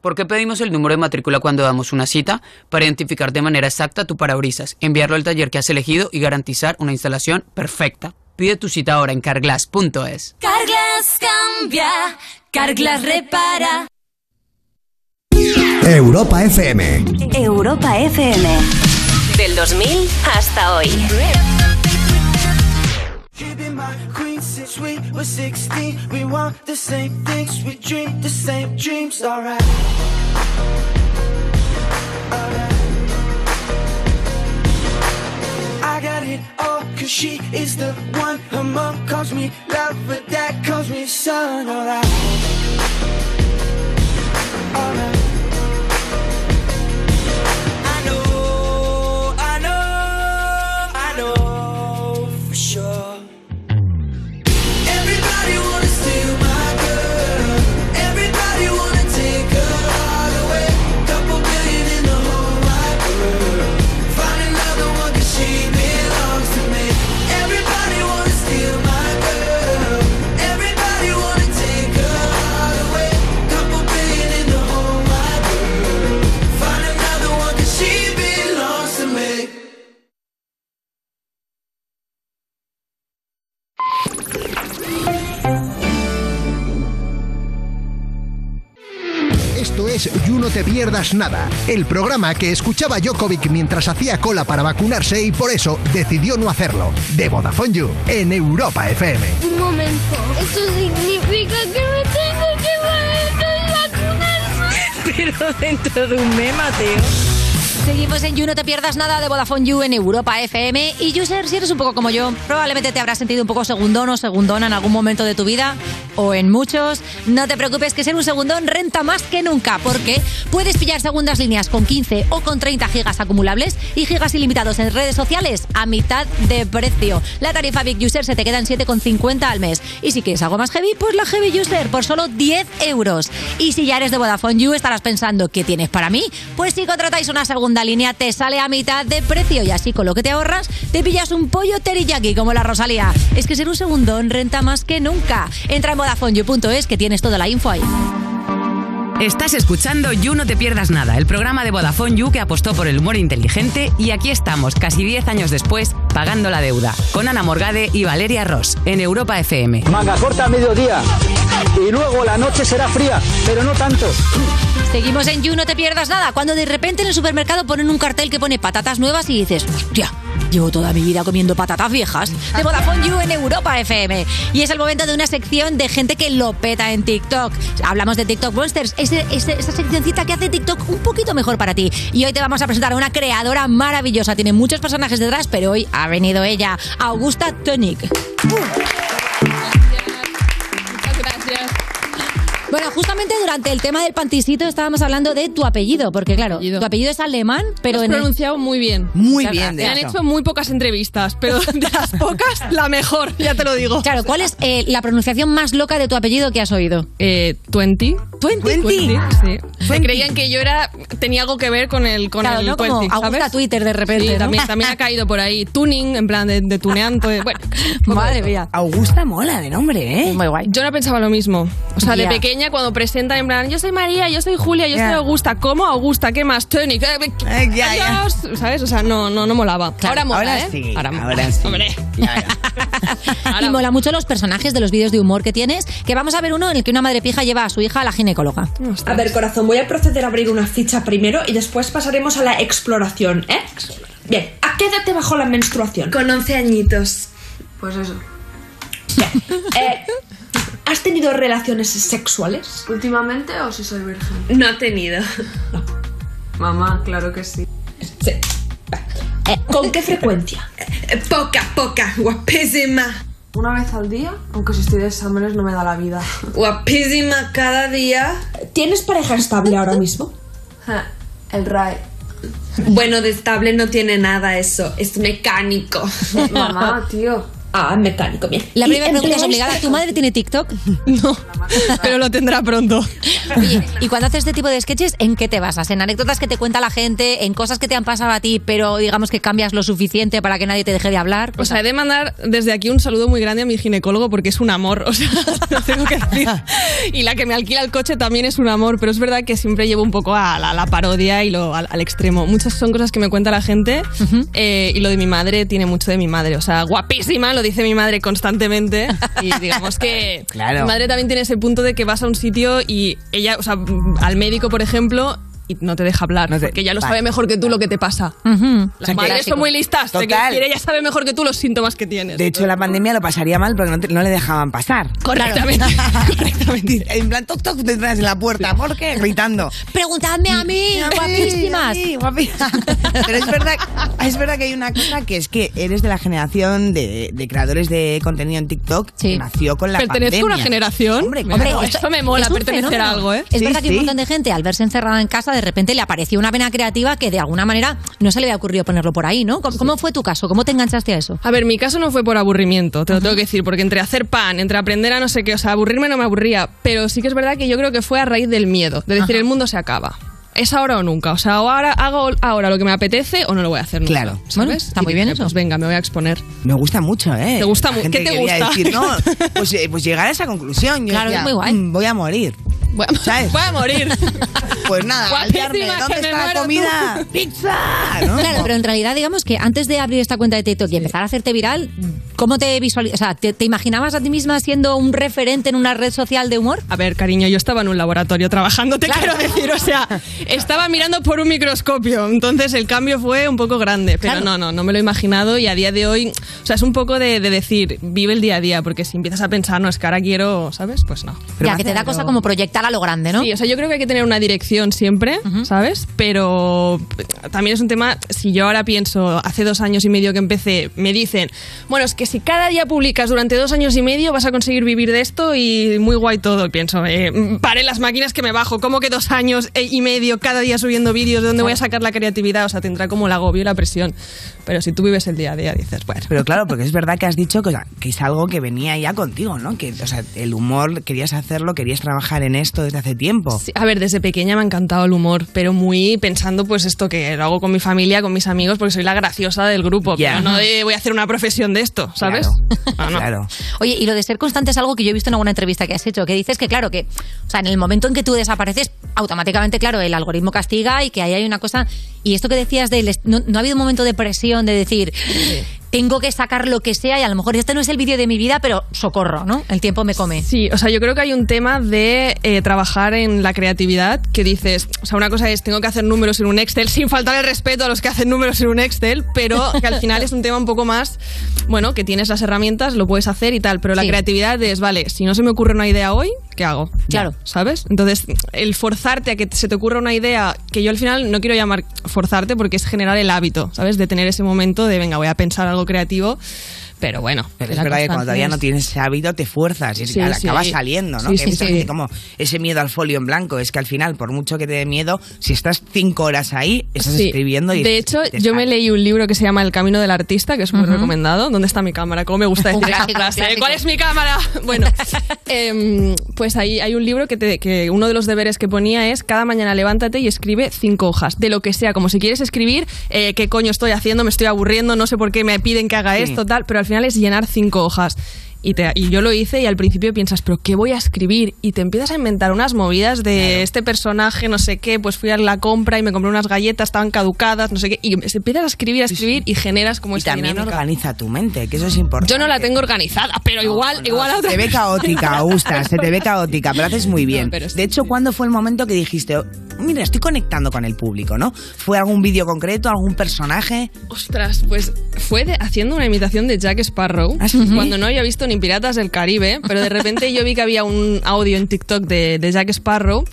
Speaker 13: ¿Por qué pedimos el número de matrícula cuando damos una cita? Para identificar de manera exacta tu parabrisas, enviarlo al taller que has elegido y garantizar una instalación perfecta. Pide tu cita ahora en carglass.es.
Speaker 7: Carglass cambia, Carglass repara.
Speaker 43: Europa FM.
Speaker 2: Europa FM. Del 2000 hasta hoy.
Speaker 23: queen since we were 16. We want the same things, we dream the same dreams, alright. Alright. I got it all, cause she is the one. Her mom calls me love, but dad calls me son, alright. Alright. I know, I know, I know for sure. Everybody wanna steal my girl. Everybody wanna take her heart away. Couple billion in the whole wide world. Find another one 'cause she belongs to me. Everybody wanna steal my girl. Everybody wanna take her heart away. Couple billion in the whole wide world. Find another one 'cause she belongs to me.
Speaker 5: Esto es You No Te Pierdas Nada, el programa que escuchaba Jokovic mientras hacía cola para vacunarse y por eso decidió no hacerlo. De Vodafone You, en Europa FM.
Speaker 7: Un momento. Eso significa que me tengo que
Speaker 4: Pero dentro de un meme, Mateo. Seguimos en You, no te pierdas nada de Vodafone You en Europa FM. Y User, si eres un poco como yo, probablemente te habrás sentido un poco segundón o segundona en algún momento de tu vida o en muchos. No te preocupes que ser un segundón renta más que nunca porque puedes pillar segundas líneas con 15 o con 30 gigas acumulables y gigas ilimitados en redes sociales a mitad de precio. La tarifa Big User se te queda en 7,50 al mes. Y si quieres algo más heavy, pues la Heavy User por solo 10 euros. Y si ya eres de Vodafone You, estarás pensando, ¿qué tienes para mí? Pues si contratáis una segunda línea, te sale a mitad de precio y así con lo que te ahorras, te pillas un pollo teriyaki como la Rosalía. Es que ser un segundón renta más que nunca. Entra en VodafoneYou.es que tienes toda la info ahí.
Speaker 11: Estás escuchando You No Te Pierdas Nada, el programa de Vodafone You que apostó por el humor inteligente y aquí estamos, casi 10 años después, pagando la deuda, con Ana Morgade y Valeria Ross, en Europa FM.
Speaker 1: Manga corta a mediodía y luego la noche será fría, pero no tanto.
Speaker 4: Seguimos en You, no te pierdas nada. Cuando de repente en el supermercado ponen un cartel que pone patatas nuevas y dices, hostia, llevo toda mi vida comiendo patatas viejas. De Vodafone You en Europa FM. Y es el momento de una sección de gente que lo peta en TikTok. Hablamos de TikTok Monsters, ese- ese- esa seccioncita que hace TikTok un poquito mejor para ti. Y hoy te vamos a presentar a una creadora maravillosa. Tiene muchos personajes detrás, pero hoy ha venido ella, Augusta Tonic.
Speaker 15: Gracias.
Speaker 4: Bueno, justamente durante el tema del pantisito estábamos hablando de tu apellido, porque claro, tu apellido es alemán, pero
Speaker 15: Lo has
Speaker 4: en el-
Speaker 15: pronunciado muy bien.
Speaker 4: Muy bien, de
Speaker 15: Me han
Speaker 4: hecho.
Speaker 15: hecho muy pocas entrevistas, pero de las pocas, la mejor, ya te lo digo.
Speaker 4: Claro, ¿cuál es eh, la pronunciación más loca de tu apellido que has oído?
Speaker 15: Eh, ¿Twenty?
Speaker 4: ¿Twenty?
Speaker 15: Sí. Se creían que yo era tenía algo que ver con el con
Speaker 4: Claro,
Speaker 15: el
Speaker 4: ¿no? Como
Speaker 15: twenty,
Speaker 4: Augusta
Speaker 15: ¿sabes?
Speaker 4: Twitter de repente,
Speaker 15: Sí,
Speaker 4: ¿no?
Speaker 15: también, también ha caído por ahí tuning en plan de, de tuneante, bueno,
Speaker 4: [laughs] madre mía.
Speaker 15: Augusta mola de nombre, ¿eh?
Speaker 4: Muy guay.
Speaker 15: Yo no pensaba lo mismo. O sea,
Speaker 4: Ya.
Speaker 15: de pequeña cuando presentan en plan, yo soy María, yo soy Julia, yo soy Augusta, ¿cómo Augusta? ¿Qué más? Tonic. eh,
Speaker 6: ya.
Speaker 15: adiós, ¿Sabes? O sea, no no no molaba. ahora mola,
Speaker 6: ahora
Speaker 15: ¿eh?
Speaker 6: sí,
Speaker 15: Ahora mola.
Speaker 6: ahora sí.
Speaker 15: Hombre.
Speaker 4: Y mola mucho los personajes de los vídeos de humor que tienes, que vamos a ver uno en el que una madre pija lleva a su hija a la ginecóloga.
Speaker 44: A ver, corazón, voy a proceder a abrir una ficha primero y después pasaremos a la exploración, ¿eh? Bien, ¿a qué edad te bajó la menstruación? Con 11 añitos. Pues eso. eh, ¿Has tenido relaciones sexuales?
Speaker 45: ¿Últimamente o si soy virgen?
Speaker 44: No he tenido.
Speaker 45: Mamá, claro que sí.
Speaker 44: Sí.
Speaker 37: ¿Con qué frecuencia?
Speaker 11: Poca, poca, guapísima.
Speaker 23: Una vez al día, aunque si estoy de exámenes no me da la vida.
Speaker 11: Guapísima cada día.
Speaker 37: ¿Tienes pareja estable ahora mismo?
Speaker 23: El RAE.
Speaker 11: Bueno, de estable no tiene nada eso. Es mecánico.
Speaker 23: Mamá, tío.
Speaker 37: Ah, mecánico, bien.
Speaker 4: La
Speaker 37: ¿Y
Speaker 4: primera pregunta es
Speaker 37: empleáis
Speaker 4: obligada. ¿Tu
Speaker 37: teléfono?
Speaker 4: madre tiene TikTok? [laughs] No, pero lo tendrá pronto. Oye, y cuando haces este tipo de sketches, ¿en qué te basas? ¿En anécdotas que te cuenta la gente? ¿En cosas que te han pasado a ti, pero digamos que cambias lo suficiente para que nadie te deje de hablar?
Speaker 15: O
Speaker 6: Pues
Speaker 15: sea, he de mandar desde aquí un saludo muy grande a mi ginecólogo porque es un amor, o sea, [laughs] lo tengo que decir. Y la que me alquila el coche también es un amor, pero es verdad que siempre llevo un poco a la, a la parodia y lo, al, al extremo. Muchas son cosas que me cuenta la gente eh, y lo de mi madre tiene mucho de mi madre. O sea, guapísima, lo dice mi madre constantemente. Y digamos que
Speaker 6: Claro.
Speaker 15: mi madre también tiene ese punto de que vas a un sitio y ella, o sea, al médico, por ejemplo, y no te deja hablar, porque ya lo
Speaker 6: vale.
Speaker 15: sabe mejor que tú lo que te pasa. Las
Speaker 6: O sea, que-
Speaker 15: madres son muy listas. de que
Speaker 6: Total.
Speaker 15: quiere- Ella sabe mejor que tú los síntomas que tienes.
Speaker 6: De hecho, la pandemia lo pasaría mal porque no, te- no le dejaban pasar.
Speaker 15: [laughs] Correctamente.
Speaker 6: Correctamente. En plan, toc, toc, detrás de la puerta. ¿Por qué? Gritando.
Speaker 4: Preguntadme a mí,
Speaker 6: [laughs] A mí,
Speaker 4: guapísimas.
Speaker 6: a mí, guapísimas. Pero es verdad, Ah, es verdad que hay una cosa que es que eres de la generación de, de creadores de contenido en TikTok que nació con la
Speaker 15: Pertenezco a una
Speaker 6: pandemia.
Speaker 15: generación. Hombre,
Speaker 4: esto-
Speaker 15: esto me mola
Speaker 4: es un
Speaker 15: pertenecer
Speaker 4: fenómeno.
Speaker 15: a algo, ¿eh?
Speaker 4: Es verdad que un montón de gente, al verse encerrada en casa, de repente le apareció una vena creativa que de alguna manera no se le había ocurrido ponerlo por ahí, ¿no? ¿Cómo, cómo fue tu caso? ¿Cómo te enganchaste a eso?
Speaker 15: A ver, mi caso no fue por aburrimiento, te lo tengo que decir, porque entre hacer pan, entre aprender a no sé qué, o sea, aburrirme no me aburría, pero sí que es verdad que yo creo que fue a raíz del miedo, de decir el mundo se acaba. Es ahora o nunca, o sea, o ahora hago ahora lo que me apetece o no lo voy a hacer nunca.
Speaker 6: Claro. eh,
Speaker 15: ¿sabes? está muy bien eso. Pues venga, me voy a exponer.
Speaker 6: Me gusta mucho, ¿eh?
Speaker 15: ¿Te gusta
Speaker 6: La
Speaker 15: mu-
Speaker 6: gente
Speaker 15: qué te
Speaker 6: que quería
Speaker 15: gusta?
Speaker 6: decir, no,
Speaker 15: [laughs]
Speaker 6: pues, eh, pues llegar a esa conclusión. Yo
Speaker 15: Claro,
Speaker 6: decía,
Speaker 15: es muy guay.
Speaker 6: "Mm, Voy a morir.
Speaker 15: Voy a, voy a morir.
Speaker 6: [laughs] Pues nada,
Speaker 15: Guapísima,
Speaker 6: aliarme. ¿Dónde
Speaker 15: que me
Speaker 6: está la
Speaker 15: muero
Speaker 6: comida?
Speaker 15: tú.
Speaker 6: ¡Pizza! ¿no?
Speaker 4: Claro, pero en realidad digamos que antes de abrir esta cuenta de TikTok y empezar a hacerte viral, ¿cómo te visualizas? O sea, ¿te, te imaginabas a ti misma siendo un referente en una red social de humor?
Speaker 15: A ver, cariño, yo estaba en un laboratorio trabajando, te quiero decir, o sea, estaba mirando por un microscopio, entonces el cambio fue un poco grande, pero
Speaker 1: Claro.
Speaker 15: no, no, no me lo he imaginado y a día de hoy, o sea, es un poco de, de decir, vive el día a día, porque si empiezas a pensar, no, es que ahora quiero, ¿sabes? Pues no.
Speaker 4: ya, que te da cosa como proyectar a lo grande, ¿no?
Speaker 15: Sí, o sea, yo creo que hay que tener una dirección siempre, ¿sabes? Pero también es un tema, si yo ahora pienso, hace dos años y medio que empecé, me dicen, bueno, es que si cada día publicas durante dos años y medio vas a conseguir vivir de esto y muy guay todo, pienso, eh, mm, paré las máquinas que me bajo, ¿cómo que dos años e- y medio cada día subiendo vídeos? ¿De dónde voy a sacar la creatividad? O sea, tendrá como el agobio y la presión. Pero si tú vives el día a día, dices, bueno.
Speaker 6: Pero claro, porque es verdad que has dicho que, o sea, que es algo que venía ya contigo, ¿no? Que, o sea, el humor, querías hacerlo, querías trabajar en esto desde hace tiempo.
Speaker 15: Sí, a ver, desde pequeña me ha encantado el humor, pero muy pensando pues esto que lo hago con mi familia, con mis amigos, porque soy la graciosa del grupo,
Speaker 6: Ya.
Speaker 15: pero no de voy a hacer una profesión de esto, ¿sabes?
Speaker 6: Claro.
Speaker 4: Oye, y lo de ser constante es algo que yo he visto en alguna entrevista que has hecho, que dices que claro, que o sea, en el momento en que tú desapareces, automáticamente, claro, el algoritmo castiga y que ahí hay una cosa... Y esto que decías del... est- No, no ha habido un momento de presión de decir... Tengo que sacar lo que sea y a lo mejor este no es el vídeo de mi vida, pero socorro, ¿no? El tiempo me come.
Speaker 15: Sí, o sea, yo creo que hay un tema de eh, trabajar en la creatividad que dices, o sea, una cosa es tengo que hacer números en un Excel sin faltar el respeto a los que hacen números en un Excel, pero que al final es un tema un poco más, bueno, que tienes las herramientas, lo puedes hacer y tal, pero la
Speaker 4: Sí.
Speaker 15: creatividad es, vale, si no se me ocurre una idea hoy, ¿qué hago?
Speaker 4: Claro.
Speaker 15: ¿Sabes? Entonces, el forzarte a que se te ocurra una idea que yo al final no quiero llamar forzarte porque es generar el hábito, ¿sabes? De tener ese momento de, venga, voy a pensar algo creativo, pero bueno. la
Speaker 6: Pero es verdad que cuando
Speaker 15: constancia
Speaker 6: todavía
Speaker 15: es-
Speaker 6: no tienes ese hábito te fuerzas y
Speaker 15: Sí,
Speaker 6: al-
Speaker 15: sí.
Speaker 6: acabas saliendo, ¿no?
Speaker 15: Sí,
Speaker 6: Que
Speaker 15: sí,
Speaker 6: mucha
Speaker 15: sí.
Speaker 6: gente como ese miedo al folio en blanco, es que al final, por mucho que te dé miedo, si estás cinco horas ahí, estás
Speaker 15: Sí.
Speaker 6: escribiendo y...
Speaker 15: de hecho,
Speaker 6: te
Speaker 15: yo me leí un libro que se llama El camino del artista, que es muy recomendado. ¿Dónde está mi cámara? ¿Cómo me gusta [laughs]
Speaker 1: Un
Speaker 15: decir esa
Speaker 1: clásico, un
Speaker 15: frase?
Speaker 1: clásico.
Speaker 15: ¿eh? ¿Cuál es mi cámara? [laughs] Bueno, em, pues ahí hay un libro que, te- que uno de los deberes que ponía es cada mañana levántate y escribe cinco hojas, de lo que sea, como si quieres escribir eh, qué coño estoy haciendo, me estoy aburriendo, no sé por qué me piden que haga
Speaker 6: Sí.
Speaker 15: esto, tal, pero al final es llenar cinco hojas. Y, te- y yo lo hice y al principio piensas, pero ¿qué voy a escribir? Y te empiezas a inventar unas movidas de este personaje, no sé qué, pues fui a la compra y me compré unas galletas, estaban caducadas, no sé qué, y empiezas a escribir, a escribir y generas como
Speaker 6: Y
Speaker 15: esta
Speaker 6: también
Speaker 15: dinámica.
Speaker 6: organiza tu mente, que eso es importante.
Speaker 15: Yo no la tengo organizada, pero igual, igual a
Speaker 6: Se
Speaker 15: otra
Speaker 6: te ve caótica, Augusta, se te ve caótica, pero haces muy bien. de hecho, ¿cuándo fue el momento que dijiste, mira, estoy conectando con el público, ¿no? ¿Fue algún vídeo concreto, algún personaje?
Speaker 15: Ostras, pues fue de- haciendo una imitación de Jack Sparrow
Speaker 6: ¿Ah,
Speaker 15: cuando no había visto ni Piratas del Caribe, pero de repente yo vi que había un audio en TikTok de, de Jack Sparrow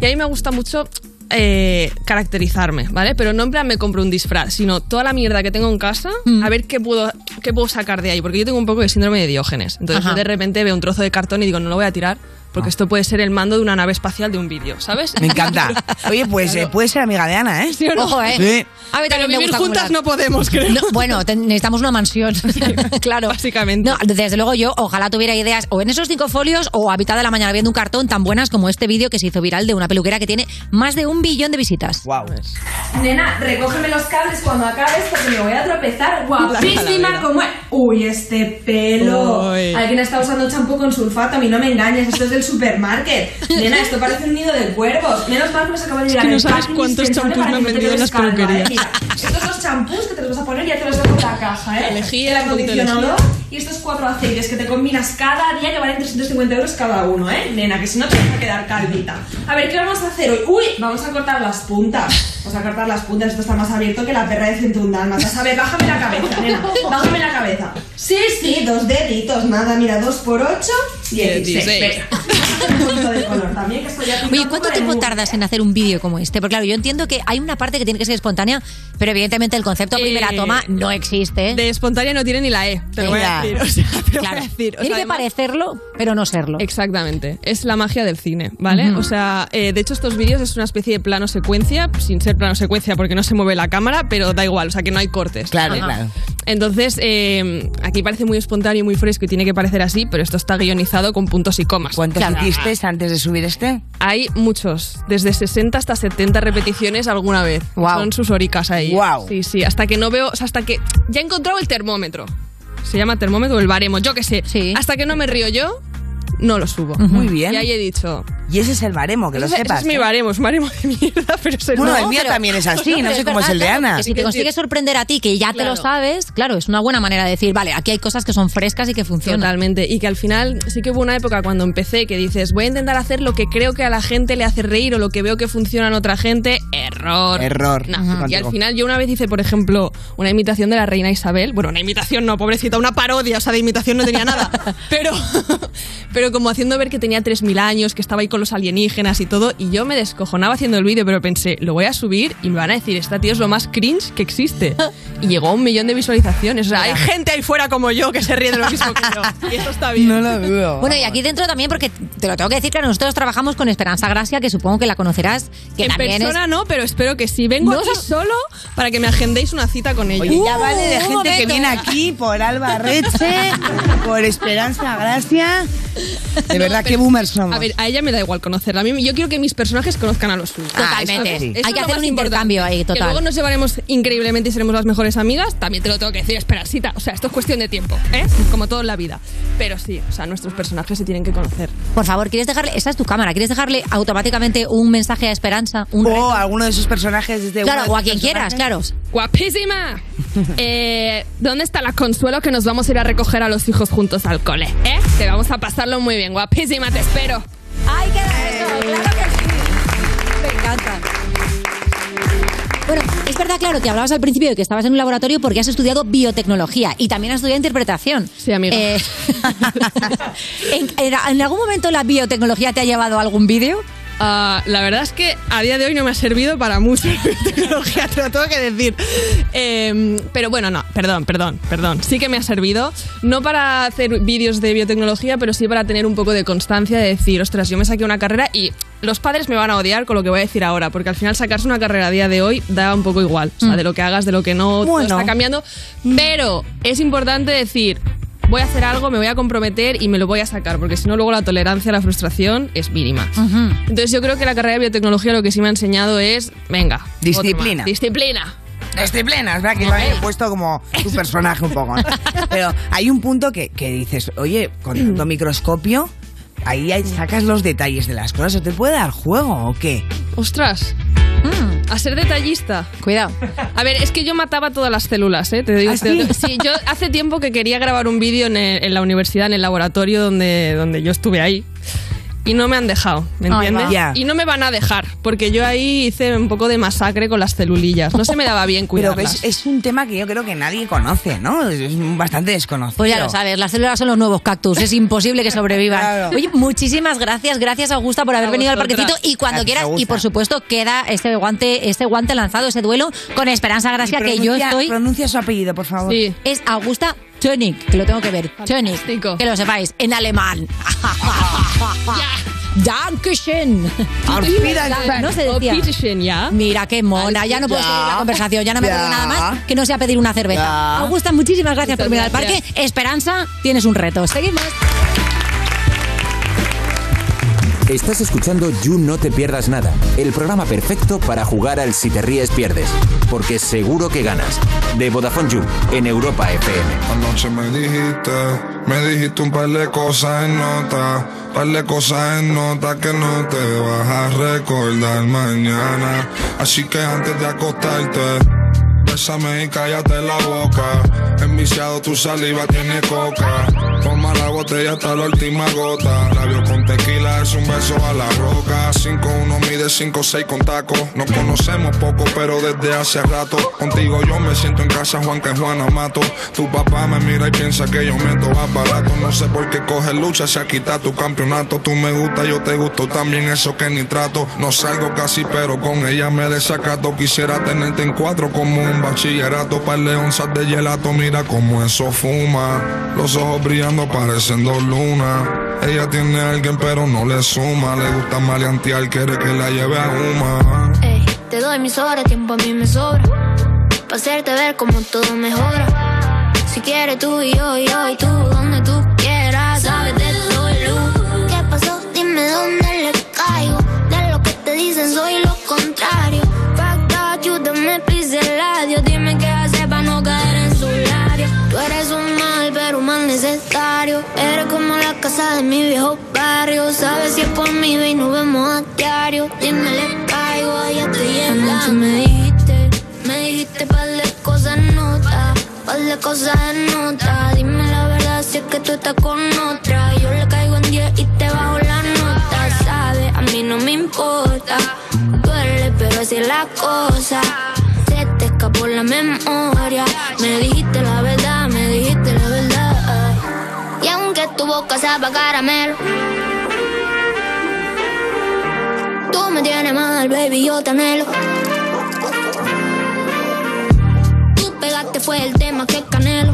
Speaker 15: y a mí me gusta mucho eh, caracterizarme, ¿vale? Pero no en plan me compro un disfraz, sino toda la mierda que tengo en casa,
Speaker 6: Mm.
Speaker 15: a ver qué puedo, qué puedo sacar de ahí. Porque yo tengo un poco de síndrome de Diógenes. Entonces
Speaker 4: Ajá.
Speaker 15: yo de repente veo un trozo de cartón y digo, no lo voy a tirar. Porque esto puede ser el mando de una nave espacial de un vídeo, ¿sabes?
Speaker 6: Ah. Me
Speaker 15: [laughs]
Speaker 6: encanta. Oye, pues eh, puede ser amiga de Ana, ¿eh?
Speaker 15: o no?
Speaker 4: Ojo, ¿eh?
Speaker 6: Sí.
Speaker 4: A mí también
Speaker 15: Pero
Speaker 4: me
Speaker 15: vivir
Speaker 4: gusta
Speaker 15: juntas
Speaker 4: acumular.
Speaker 15: no podemos, creo.
Speaker 4: No, bueno, te- necesitamos una mansión. [laughs] claro.
Speaker 15: Básicamente.
Speaker 4: desde luego yo, ojalá tuviera ideas o en esos cinco folios o a mitad de la mañana viendo un cartón tan buenas como este vídeo que se hizo viral de una peluquera que tiene más de un billón de visitas.
Speaker 6: Wow.
Speaker 37: Nena, recógeme los cables cuando acabes porque me voy a tropezar. Guapísima
Speaker 25: calavera.
Speaker 37: como es. Uy, este pelo.
Speaker 25: Uy.
Speaker 37: Alguien está usando champú con sulfato. A mí no me engañes. Esto es del supermarket. Nena, esto parece un nido de cuervos. Menos mal que nos acaba de
Speaker 15: Es
Speaker 37: llegar
Speaker 15: que no
Speaker 37: el
Speaker 15: sabes
Speaker 37: pack
Speaker 15: cuántos
Speaker 37: indispensable
Speaker 15: champús
Speaker 37: para
Speaker 15: me han
Speaker 37: que no te
Speaker 15: vendido en las
Speaker 37: quedes calva,
Speaker 15: peluquerías.
Speaker 37: ¿eh? Mira, estos dos champús que te los vas a poner ya te los dejo en la caja, ¿eh?
Speaker 15: Elegí
Speaker 37: el
Speaker 15: el punto de
Speaker 37: acondicionador
Speaker 15: elegir.
Speaker 37: y estos cuatro aceites que te combinas cada día que valen 350 euros cada uno, ¿eh? Nena, que si no te vas a quedar calvita. A ver, ¿qué vamos a hacer hoy? ¡Uy! Vamos a cortar las puntas. Vamos a cortar las puntas, esto está más abierto que la perra de Centundal. Vas a ver, bájame la cabeza, nena. Bájame la cabeza. Sí, sí, dos deditos, nada, mira, dos por ocho, 16.
Speaker 4: Dieciséis.
Speaker 37: Venga. Un poquito de color también, que esto ya pinta
Speaker 4: Oye,
Speaker 37: un
Speaker 4: ¿cuánto
Speaker 37: poco de
Speaker 4: tiempo
Speaker 37: mu-
Speaker 4: tardas en hacer un vídeo como este? Porque claro, yo entiendo que hay una parte que tiene que ser espontánea, pero evidentemente el concepto a primera
Speaker 15: Eh,
Speaker 4: toma no existe.
Speaker 15: De espontánea no tiene ni la E, te lo voy a
Speaker 4: Venga.
Speaker 15: decir. [laughs] O sea, te lo voy
Speaker 4: Claro.
Speaker 15: a decir. O
Speaker 4: Tiene
Speaker 15: sea,
Speaker 4: que
Speaker 15: además-
Speaker 4: parecerlo, pero no serlo.
Speaker 15: Exactamente. Es la magia del cine, ¿vale?
Speaker 4: Ujú.
Speaker 15: O sea, eh, de hecho estos vídeos es una especie de plano secuencia, sin ser plano secuencia porque no se mueve la cámara, pero da igual, o sea que no hay cortes.
Speaker 6: Claro, Ajá. claro.
Speaker 15: Entonces, eh, aquí parece muy espontáneo y muy fresco y tiene que parecer así, pero esto está guionizado con puntos y comas.
Speaker 6: ¿Cuántos hiciste antes de subir este?
Speaker 15: Hay muchos, desde 60 hasta 70 repeticiones alguna vez. Son sus horicas ahí.
Speaker 6: Guau.
Speaker 15: Sí, sí, hasta que no veo, o sea, hasta que ya he encontrado el termómetro. Se llama termómetro, el baremo, yo qué sé. Hasta que no me río yo, no lo subo.
Speaker 6: Muy bien.
Speaker 15: Y ahí he dicho.
Speaker 6: Y ese es el baremo, que lo
Speaker 15: Ese- ese
Speaker 6: sepas.
Speaker 15: es mi
Speaker 6: ¿eh?
Speaker 15: baremo, es un baremo de mierda, [laughs] pero es
Speaker 6: Bueno,
Speaker 15: no,
Speaker 6: el mío
Speaker 15: pero-
Speaker 6: también
Speaker 4: [laughs]
Speaker 6: es así, no,
Speaker 4: pero
Speaker 6: sé
Speaker 4: es
Speaker 6: cómo es
Speaker 4: verdad,
Speaker 6: el de
Speaker 4: claro,
Speaker 6: Ana.
Speaker 4: que si te consigue sorprender a ti, que ya te lo
Speaker 15: Claro.
Speaker 4: sabes, claro, es una buena manera de decir, vale, aquí hay cosas que son frescas y que funcionan.
Speaker 15: Totalmente. Y que al final sí que hubo una época cuando empecé que dices, voy a intentar hacer lo que creo que a la gente le hace reír o lo que veo que funciona en otra gente. Error.
Speaker 6: Error.
Speaker 15: No.
Speaker 6: Estoy
Speaker 15: Y
Speaker 6: contigo.
Speaker 15: al final yo una vez hice, por ejemplo, una imitación de la reina Isabel. Bueno, una imitación no, pobrecita, una parodia, o sea, de imitación no tenía nada. Pero, pero como haciendo ver que tenía 3.000 años, que estaba ahí con los alienígenas y todo. Y yo me descojonaba haciendo el vídeo, pero pensé, lo voy a subir y me van a decir, esta tía es lo más cringe que [laughs] existe. Y llegó a un millón de visualizaciones. O sea, hay gente ahí fuera como yo que se ríe de lo mismo que yo. Y eso está bien.
Speaker 6: No lo dudo.
Speaker 4: Bueno, y aquí dentro también, porque te lo tengo que decir, que nosotros trabajamos con Esperanza Gracia, que supongo que la conocerás, que
Speaker 15: en
Speaker 4: también
Speaker 15: persona
Speaker 4: es...
Speaker 15: no, pero espero que sí. Vengo aquí [laughs] solo para que me agendéis una cita con Uh, ella.
Speaker 6: Oye, ya vale de gente que viene aquí por
Speaker 15: [laughs]
Speaker 6: Alba Reche, por Esperanza Gracia. De verdad, qué boomers somos.
Speaker 15: A ver, a ella me da igual conocerla. A mí, yo quiero que mis personajes conozcan a los suyos.
Speaker 6: Ah, Totalmente. eso sí.
Speaker 4: Hay que hacer un
Speaker 15: intercambio ahí,
Speaker 4: total.
Speaker 15: Que luego nos llevaremos increíblemente y seremos las mejores amigas. También te lo tengo que decir, Esperancita. O sea, esto es cuestión de tiempo, ¿eh? Como todo en la vida. Pero sí, o sea, nuestros personajes se tienen que conocer.
Speaker 4: Por favor, ¿quieres dejarle... Esa es tu cámara. ¿Quieres dejarle automáticamente un mensaje a Esperanza? Un
Speaker 6: o a alguno de sus personajes desde
Speaker 4: Claro,
Speaker 6: uno de
Speaker 4: o a
Speaker 6: sus
Speaker 4: quien quieras, claro.
Speaker 6: personajes.
Speaker 4: [laughs]
Speaker 15: ¡Guapísima! Eh, ¿Dónde está la consuelo que nos vamos a ir a recoger a los hijos juntos al cole? ¿Eh? Te vamos a pasarlo muy bien, guapísima, te espero. Eh.
Speaker 4: ¡Ay, qué Me encanta. Bueno, es verdad, claro, que hablabas al principio de que estabas en un laboratorio porque has estudiado biotecnología y también has estudiado interpretación. Sí, amigo. [laughs] ¿en, en, en algún momento la biotecnología te ha llevado a algún vídeo?
Speaker 15: Ah, la verdad es que a día de hoy no me ha servido para mucho [laughs] la tecnología, te lo tengo que decir. Eh, pero bueno, no, perdón, perdón, perdón. Sí que me ha servido, no para hacer vídeos de biotecnología, pero sí para tener un poco de constancia de decir, ostras, yo me saqué una carrera y los padres me van a odiar con lo que voy a decir ahora, porque al final sacarse una carrera a día de hoy da un poco igual, o sea, de lo que hagas, de lo que no, todo
Speaker 6: Bueno.
Speaker 15: está cambiando. Pero es importante decir... Voy a hacer algo, me voy a comprometer y me lo voy a sacar, porque si no, luego la tolerancia a la frustración es mínima. Entonces yo creo que la carrera de biotecnología lo que sí me ha enseñado es, venga,
Speaker 6: Disciplina.
Speaker 15: otro más. disciplina.
Speaker 6: Disciplina, es verdad que lo he puesto como tu personaje un poco. ¿no? Pero hay un punto que, que dices, oye, con tanto microscopio, ahí hay- sacas los detalles de las cosas. ¿O te puede dar juego o qué?
Speaker 15: Ostras. A ser detallista.
Speaker 4: Cuidado.
Speaker 15: A ver, es que yo mataba todas las células, ¿eh? Te digo.
Speaker 6: ¿Ah,
Speaker 15: te-
Speaker 6: sí?
Speaker 15: sí, yo hace tiempo que quería grabar un vídeo en, el- en la universidad, en el laboratorio donde, donde yo estuve ahí. y no me han dejado, ¿me
Speaker 3: Ahí
Speaker 15: entiendes?
Speaker 3: va. Ya.
Speaker 15: Y no me van a dejar, porque yo ahí hice un poco de masacre con las celulillas. No se me daba bien
Speaker 3: Pero
Speaker 15: cuidarlas.
Speaker 3: es, es un tema que yo creo que nadie conoce, ¿no? Es bastante desconocido.
Speaker 4: Pues ya lo sabes, las células son los nuevos cactus, es imposible
Speaker 3: [laughs]
Speaker 4: que sobrevivan. Oye, muchísimas gracias, gracias Augusta por haber
Speaker 3: A
Speaker 4: venido al
Speaker 3: vosotras.
Speaker 4: parquecito y cuando
Speaker 3: Gracias,
Speaker 4: quieras, y
Speaker 3: Augusta.
Speaker 4: por supuesto queda este guante, este guante lanzado, ese duelo con Esperanza Gracia que yo
Speaker 3: Pronuncia-
Speaker 4: estoy.
Speaker 3: Pronuncia su apellido, por favor.
Speaker 4: Es Augusta Tönig, que lo tengo que ver. Tönig, que lo sepáis, en alemán. [laughs] Dankeschön.
Speaker 15: Auf Wiedersehen.
Speaker 4: No se decía.
Speaker 15: Auf Wiedersehen,
Speaker 4: Mira qué mona. Ya no puedo
Speaker 15: Ya.
Speaker 4: seguir la conversación. Ya no me
Speaker 15: Ya.
Speaker 4: acuerdo nada más que no sea pedir una cerveza.
Speaker 15: Ya.
Speaker 4: Augusta, muchísimas gracias
Speaker 15: Muchas
Speaker 4: por venir al parque.
Speaker 15: gracias.
Speaker 4: Esperanza, tienes un reto. Seguimos.
Speaker 1: Estás escuchando You No Te Pierdas Nada, el programa perfecto para jugar al Si Te Ríes Pierdes, porque seguro que ganas. De Vodafone You, en Europa FM.
Speaker 22: Anoche me dijiste, me dijiste un par de cosas en nota, par de cosas en nota que no te vas a recordar mañana. Así que antes de acostarte, bésame y cállate la boca. Enviciado tu saliva tiene coca. Toma la botella hasta la última gota. Labio con tequila es un beso a la roca. 5-1 mide 5-6 con taco. Nos conocemos poco, pero desde hace rato. Contigo yo me siento en casa, Juan que Juana mato. Tu papá me mira y piensa que yo meto a barato. No sé por qué coges lucha, se ha quitado tu campeonato. Tú me gusta, yo te gusto también, eso que ni trato. No salgo casi, pero con ella me desacato. Quisiera tenerte en cuatro como un bachillerato. Par de onzas de gelato, mira cómo eso fuma. Los ojos brillando parecen dos lunas. Ella tiene a alguien, pero no le suma. Le gusta maleantear, quiere que la lleve a Uma.
Speaker 46: Ey, te doy mis horas, tiempo a mí me sobra. Para hacerte ver cómo todo mejora. Si quieres tú y yo, y yo y tú, donde tú quieras, sabes de tu luz. ¿Qué pasó? Dime dónde le caigo. De lo que te dicen soy lo contrario. Facta, ayúdame, pise el ladio. Dime qué hacer para no caer en su labio. Tú eres un mal, pero un mal necesario. Eres como la casa de mi viejo barrio. Sabes si es por mí, ve y nos vemos a diario. Dime, le caigo, allá estoy Anoche en me me dijiste, me dijiste par de cosas en nota, par de cosas en nota. Dime la verdad si es que tú estás con otra. Yo le caigo en 10 y te bajo la nota, ¿sabes? A mí no me importa, duele, pero así es la cosa. Se te escapó la memoria, me dijiste la verdad, me dijiste la verdad. Y aunque tu boca sabe a caramelo. Tú me tienes mal, baby, yo te anhelo. Tú pegaste fue el tema que canelo.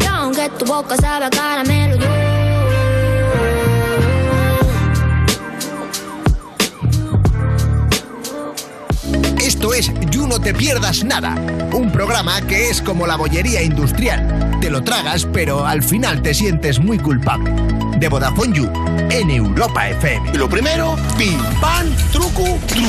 Speaker 46: Y aunque tu boca sabe a caramelo, yo.
Speaker 5: Esto es You No Te Pierdas Nada, un programa que es como la bollería industrial. Te lo tragas, pero al final te sientes muy culpable. De Vodafone You, en Europa FM. Lo primero, pim, pan, truco, truco.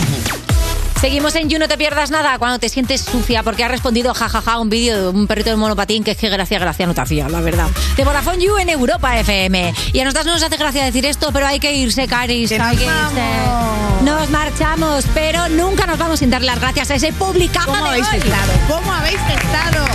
Speaker 4: Seguimos en You, no te pierdas nada cuando te sientes sucia porque has respondido jajaja a un vídeo de un perrito de monopatín que es que gracia, gracia no te hacía, la verdad. De Vodafone You en Europa FM. Y a nosotras no nos hace gracia decir esto, pero hay que irse, Caris. hay que irse. Nos marchamos, pero nunca nos vamos sin darle las gracias a ese publicazo
Speaker 6: ¿Cómo
Speaker 4: de
Speaker 6: habéis
Speaker 4: hoy.
Speaker 6: estado? ¿Cómo habéis estado?
Speaker 4: ¿eh?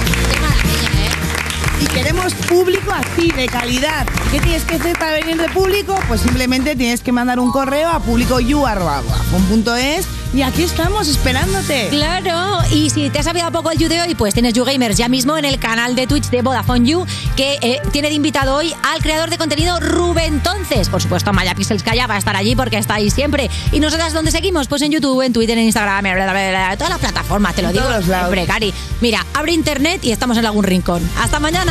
Speaker 6: Y queremos público así, de calidad. ¿Qué tienes que hacer para venir de público? Pues simplemente tienes que mandar un correo a publicoyu.es y aquí estamos esperándote.
Speaker 4: Claro, y si te has sabido poco el You de hoy, pues tienes You Gamers ya mismo en el canal de Twitch de Vodafone You, que eh, tiene de invitado hoy al creador de contenido Rubén Entonces. Por supuesto, Maya Pixelskaya va a estar allí porque está ahí siempre. ¿Y nosotras dónde seguimos? Pues en YouTube, en Twitter, en Instagram, en bla, bla, bla, bla, todas las plataformas, te lo
Speaker 6: En
Speaker 4: digo.
Speaker 6: todos los lados.
Speaker 4: Hombre, Cari, mira, abre internet y estamos en algún rincón. Hasta mañana.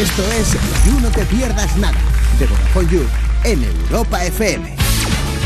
Speaker 5: Esto es You No Te Pierdas Nada, de Vodafone You, en Europa FM.